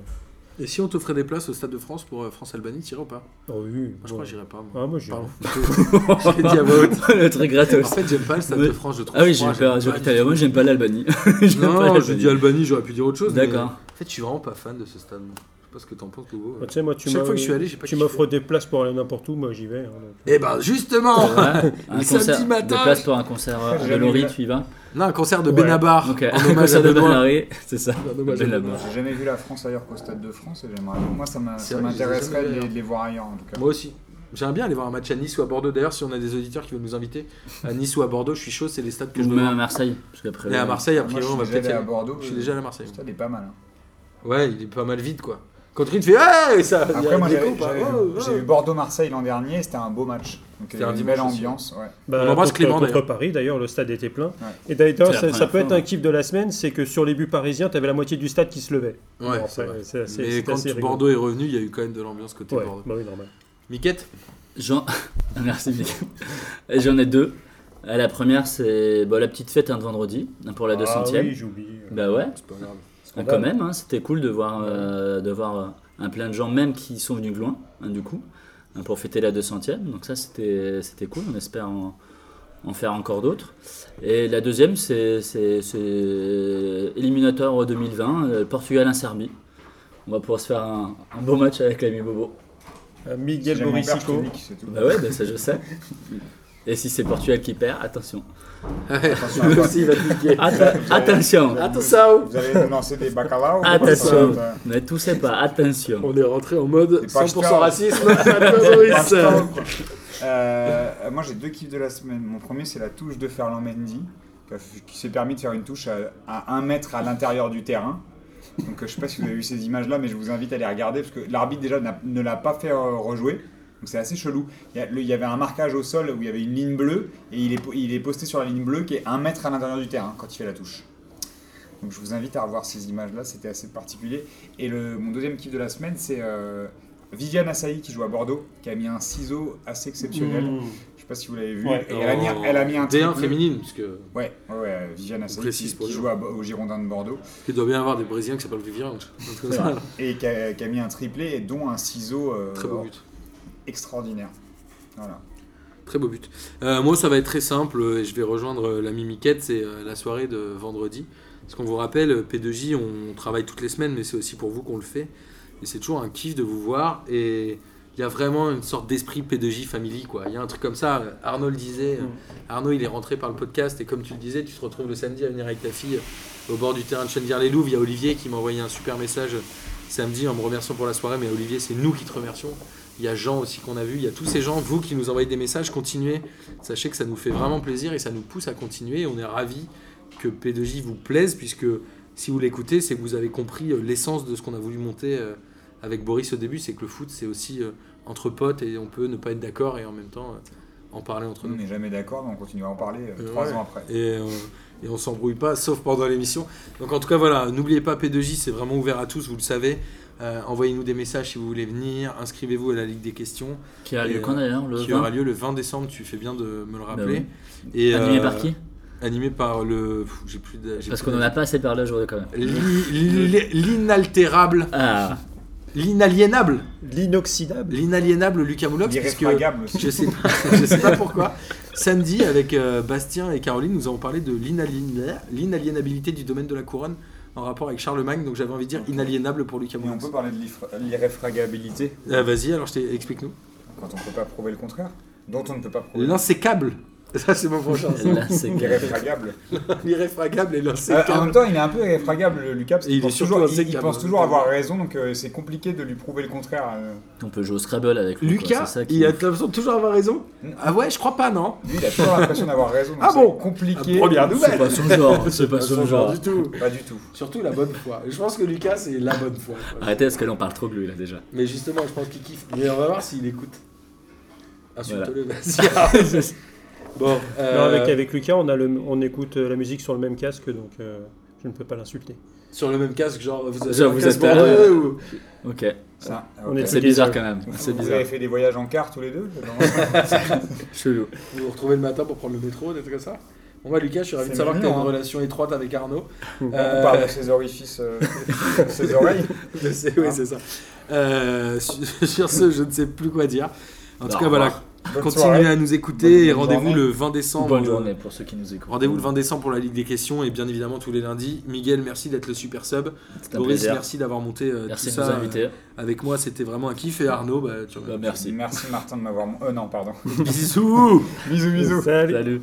S1: Et si on t'offrait des places au Stade de France pour euh, France-Albanie, t'irais ou pas
S5: oh oui,
S1: Moi, je
S5: bon.
S1: crois que j'irai pas. Moi.
S5: Ah, moi, j'ai-
S1: Pardon. Je l'ai dit à voix haute.
S2: le truc
S1: En
S2: gratos.
S1: fait, j'aime pas le Stade
S2: Oui.
S1: de France, je le trouve.
S2: Ah oui, j'ai
S1: froid,
S2: eu peur.
S1: j'aime
S2: J'ai
S1: pas
S2: cru
S1: du
S2: que t'allais-
S1: tout.
S2: moi, j'aime pas l'Albanie. J'aime pas
S1: Non,
S2: l'Albanie.
S1: je dis Albanie, j'aurais pu dire autre chose. mais-
S2: D'accord.
S1: En fait, je suis vraiment pas fan de ce stade. moi. Je sais pas ce que t'en penses, Bobo.
S5: Bah, tu sais, moi, tu
S1: Chaque
S5: m'as-
S1: fois que je suis allé, j'ai pas
S5: tu
S1: kiffé.
S5: m'offres des places pour aller n'importe où, moi j'y vais. hein, donc.
S1: Eh ben, justement
S2: Ouais, un
S1: Le
S2: concert,
S1: samedi matin.
S2: Des places pour un concert euh,
S3: J'ai
S2: de
S3: jamais
S2: Laurie,
S3: vu.
S2: tu y vas
S1: Non, un concert de
S5: Ouais.
S1: Benabar
S2: Ok,
S1: Ah, en hommage à
S2: concert de Ben
S1: Benoît.
S2: Harry, c'est ça.
S1: En hommage à
S2: Ben
S1: Benoît.
S3: J'ai jamais vu la France ailleurs qu'au Stade de France et j'aimerais. Moi, ça m'a-
S1: C'est
S3: ça
S1: vrai que je les ai
S3: m'intéresserait
S1: jamais
S3: de,
S1: vus.
S3: les- de les voir ailleurs en tout cas.
S1: Moi aussi. J'aimerais bien aller voir un match à Nice ou à Bordeaux. D'ailleurs, si on a des auditeurs qui veulent nous inviter à Nice ou à Bordeaux, je suis chaud, c'est les stades que je
S2: Ou
S1: veux
S2: même à
S1: voir.
S2: Marseille. Parce qu'après, euh,
S1: Et à Marseille, a
S3: Moi,
S1: priori, on
S3: je
S1: va
S3: suis déjà
S1: peut-être y
S3: allé à euh,
S1: aller.
S3: Bordeaux.
S1: Je suis déjà allé à Marseille.
S3: Le stade est pas mal. hein.
S1: Ouais, il est pas mal vide, quoi.
S10: Quand Reed fait Hey ça, il y a
S3: Après, moi,
S10: des
S3: j'avais-
S10: coups,
S3: j'avais
S10: hein,
S3: vu-
S10: ouais,
S3: j'ai
S10: ouais.
S3: vu Bordeaux-Marseille l'an dernier, c'était un beau match. Donc, il y
S1: un
S3: avait une
S1: dimanche
S3: belle
S1: aussi.
S3: ambiance. ouais.
S5: Bah,
S1: On embrasse
S5: contre,
S1: Clément,
S5: contre
S1: d'ailleurs.
S5: Paris, d'ailleurs, le stade était plein.
S3: Ouais.
S5: Et d'ailleurs,
S2: C'est la
S5: ça, ça
S2: première
S5: peut être
S2: fois,
S5: un
S2: hein.
S5: kiff de la semaine, c'est que sur les buts parisiens, t'avais la moitié du stade qui se levait.
S1: Ouais,
S5: Bon,
S1: c'est
S5: après,
S1: vrai.
S5: c'est assez-
S1: Mais
S5: c'est
S1: quand
S5: assez rigolo.
S1: Bordeaux est revenu, il y a eu quand même de l'ambiance côté
S5: Ouais,
S1: Bordeaux.
S5: bah oui, normal.
S1: Miquette
S2: Jean... Merci, Mick. Et J'en ai deux. Euh, La première, c'est bah, la petite fête hein, de vendredi pour la 200
S5: Ah
S2: e
S5: oui, j'ai oublié.
S2: Bah ouais,
S1: C'est pas grave.
S2: Ah, quand même, hein, c'était cool de voir, euh, de voir euh, un plein de gens, même qui sont venus de loin, hein, du coup, hein, pour fêter la 200e. Donc ça, c'était c'était cool. On espère en, en faire encore d'autres. Et la deuxième, c'est c'est- c'est éliminatoire 2020, euh, Portugal en Serbie. On va pouvoir se faire un, un beau match avec l'ami Bobo.
S5: Euh,
S3: Si
S5: Miguel
S3: jamais on perd, je te
S5: Borisico.
S3: nique, c'est tout.
S2: Bah ouais, bah ça je sais. Et si c'est Portugal qui perd, attention.
S5: Ah,
S3: Attention,
S5: bah,
S10: Lui aussi, il va piquer.
S2: Atta- attention
S1: Ah,
S10: Attention
S3: Vous allez nous lancer des bacalao ou
S2: Attention.
S3: pas
S2: Ne toussez pas, attention
S10: On est rentré en mode
S3: Des
S10: 100%
S3: pasteurs.
S10: racisme. Fabrice.
S3: Euh, moi j'ai deux kiffs de la semaine. Mon premier c'est la touche de Ferland Mendy qui a- qui s'est permis de faire une touche à, à 1 mètre à l'intérieur du terrain. Donc euh, je sais pas si vous avez vu ces images là mais je vous invite à les regarder parce que l'arbitre déjà n'a- ne l'a pas fait euh, rejouer. Donc c'est assez chelou. Il y, a- le- il y avait un marquage au sol où il y avait une ligne bleue et il est, po- il est posté sur la ligne bleue qui est 1 mètre à l'intérieur du terrain quand il fait la touche. Donc je vous invite à revoir ces images là, c'était assez particulier. Et le, mon deuxième kiff de la semaine c'est euh, Viviane Assaï qui joue à Bordeaux qui a mis un ciseau assez exceptionnel.
S5: Mmh.
S2: Euh.
S3: Je sais pas si vous l'avez vu.
S5: Ouais.
S3: Et elle, a mis, un- elle a mis un
S1: D1
S3: triplé.
S1: féminine, parce que
S3: Ouais, ouais, ouais, euh, Viviane Assayas
S1: précise
S3: qui,
S1: pour
S3: qui
S1: les
S3: joue à Bo- au Girondin de Bordeaux
S1: il doit bien y avoir des Brésiliens qui s'appellent Vivian.
S3: et qui a, qui a mis un triplé et dont un ciseau euh,
S1: Très beau but.
S3: extraordinaire. Voilà.
S1: Très beau but. Euh, moi, ça va être très simple euh, et je vais rejoindre euh, la Mimiquette. C'est euh, la soirée de vendredi. Parce qu'on vous rappelle, euh, P2J, on travaille toutes les semaines, mais c'est aussi pour vous qu'on le fait. Et c'est toujours un kiff de vous voir. Et il y a vraiment une sorte d'esprit P2J family, quoi. Il y a un truc comme ça. Euh, Arnaud le disait. euh,
S5: Mm.
S1: Arnaud, il est rentré par le podcast. Et comme tu le disais, tu te retrouves le samedi à venir avec ta fille euh, au bord du terrain de Chenvière-les-Louves. Il y a Olivier qui m'a envoyé un super message samedi en me remerciant pour la soirée. Mais Olivier, c'est nous qui te remercions. Il y a Jean aussi qu'on a vu. Il y a tous ces gens, vous qui nous envoyez des messages, continuez. Sachez que ça nous fait vraiment plaisir et ça nous pousse à continuer. On est ravis que P2J vous plaise, puisque si vous l'écoutez, c'est que vous avez compris euh, l'essence de ce qu'on a voulu monter euh, avec Boris au début. C'est que le foot, c'est aussi euh, entre potes et on peut ne pas être d'accord et en même temps euh, en parler entre
S3: On
S1: nous.
S3: n'est jamais d'accord, mais on continue à en parler euh,
S1: Euh,
S3: trois
S1: ouais.
S3: ans après.
S1: Et, euh, et on s'embrouille pas, sauf pendant l'émission. Donc en tout cas, voilà, n'oubliez pas, P2J, c'est vraiment ouvert à tous, vous le savez. Euh, Envoyez-nous des messages si vous voulez venir. Inscrivez-vous à la Ligue des questions.
S2: Qui a lieu
S1: Et,
S2: quand d'ailleurs le
S1: qui
S2: 20?
S1: aura lieu le 20 décembre, tu fais bien de me le rappeler.
S2: Bah
S1: Et,
S2: Animé
S1: euh,
S2: par qui
S1: Animé par le. pff, J'ai plus de- j'ai
S2: Parce
S1: plus
S2: qu'on en
S1: de-
S2: a pas assez parlé aujourd'hui quand même.
S1: Li- li- L'inaltérable,
S2: Ah,
S1: l'inaliénable,
S5: L'inoxydable.
S1: l'inaliénable Lucas Moulox, puisque
S3: L'irréfragable aussi.
S1: je sais pas, je sais pas pourquoi. Samedi, avec euh, Bastien et Caroline, nous avons parlé de l'inalien- l'inaliénabilité du domaine de la couronne en rapport avec Charlemagne. Donc j'avais envie de dire inaliénable pour Lucas
S3: Mais on
S1: Moulox.
S3: peut parler de l'irfra- l'irréfragabilité
S1: Euh, Vas-y, alors je t'ai- explique-nous.
S3: quand on ne peut pas prouver le contraire, dont on ne peut pas prouver
S1: L'insécable. Ça c'est mon prochain.
S2: Ah, là c'est grave.
S3: l'irréfragable.
S1: L'irréfragable et
S3: Euh, en
S1: l'insécable.
S3: même temps, il est un peu irréfragable, le Lucas, parce
S1: Et il
S3: qu'il
S1: est
S3: pense,
S1: surtout
S3: toujours, il- il
S1: insécable.
S3: pense toujours avoir raison, donc euh, c'est compliqué de lui prouver le contraire. euh.
S2: On peut jouer au Scrabble avec lui, quoi,
S1: Lucas,
S2: c'est ça qui-
S1: il a l'impression de toujours avoir raison.
S3: Mm.
S1: Ah ouais, je crois pas, non
S3: Lui, il a toujours l'impression d'avoir raison, donc
S1: Ah
S3: c'est
S1: bon
S3: compliqué.
S1: Première
S2: C'est
S1: nouvelle. Ah,
S2: pas son genre, c'est pas son genre.
S10: du tout.
S3: Pas du tout.
S10: Surtout la bonne foi. Je pense que Lucas, c'est la bonne foi. quoi.
S2: Arrêtez parce que là on parle trop de lui là déjà.
S10: Mais justement, je pense qu'il kiffe. Mais on va voir s'il écoute. Insulte-le, vas-y. Ah, bon, euh,
S5: Non, avec, avec Lucas, on, a le, on écoute euh, la musique sur le même casque, donc euh, je ne peux pas l'insulter.
S10: sur le même casque, genre, vous avez
S2: Genre,
S10: un
S2: vous
S10: casque
S2: êtes pas-
S10: bordelais ou...
S2: Ok,
S3: Ça,
S5: On est
S3: ok.
S2: c'est bizarre quand même, c'est
S3: Vous
S2: bizarre.
S3: avez fait des voyages en car tous les deux
S2: Chelou.
S10: vous vous retrouvez le matin pour prendre le métro, des trucs comme ça. Bon, bah, Lucas, je suis ravi de
S3: C'est
S10: savoir que tu as une
S3: mignon, hein.
S10: relation étroite avec Arnaud.
S3: On parle de ses orifices, euh, ses oreilles.
S10: Je sais, oui, c'est ça.
S1: Euh, sur sur ce, je ne sais plus quoi dire. En
S2: Bah,
S1: tout
S2: au
S1: cas, voilà,
S2: revoir.
S3: Bonne
S1: continuez
S3: soirée.
S1: à nous
S3: Bonne-
S1: écouter et
S3: bonne
S1: rendez-vous
S3: journée.
S1: le 20 décembre.
S2: Bonne journée pour ceux qui nous
S10: euh,
S2: écoutent.
S1: euh, Rendez-vous le 20 décembre pour la Ligue des questions et bien évidemment tous les lundis. Miguel, merci d'être le super sub.
S2: C'est un
S1: Boris,
S2: plaisir.
S1: merci d'avoir monté euh,
S2: Merci
S1: tout
S2: de nous
S1: ça euh,
S2: inviter.
S1: avec moi. C'était vraiment un kiff. Et Arnaud, bah, tu bah,
S2: Bah, merci.
S3: Merci Martin de m'avoir. mon- Euh, non, pardon.
S1: Bisous
S3: bisous, bisous.
S5: Salut.
S2: Salut.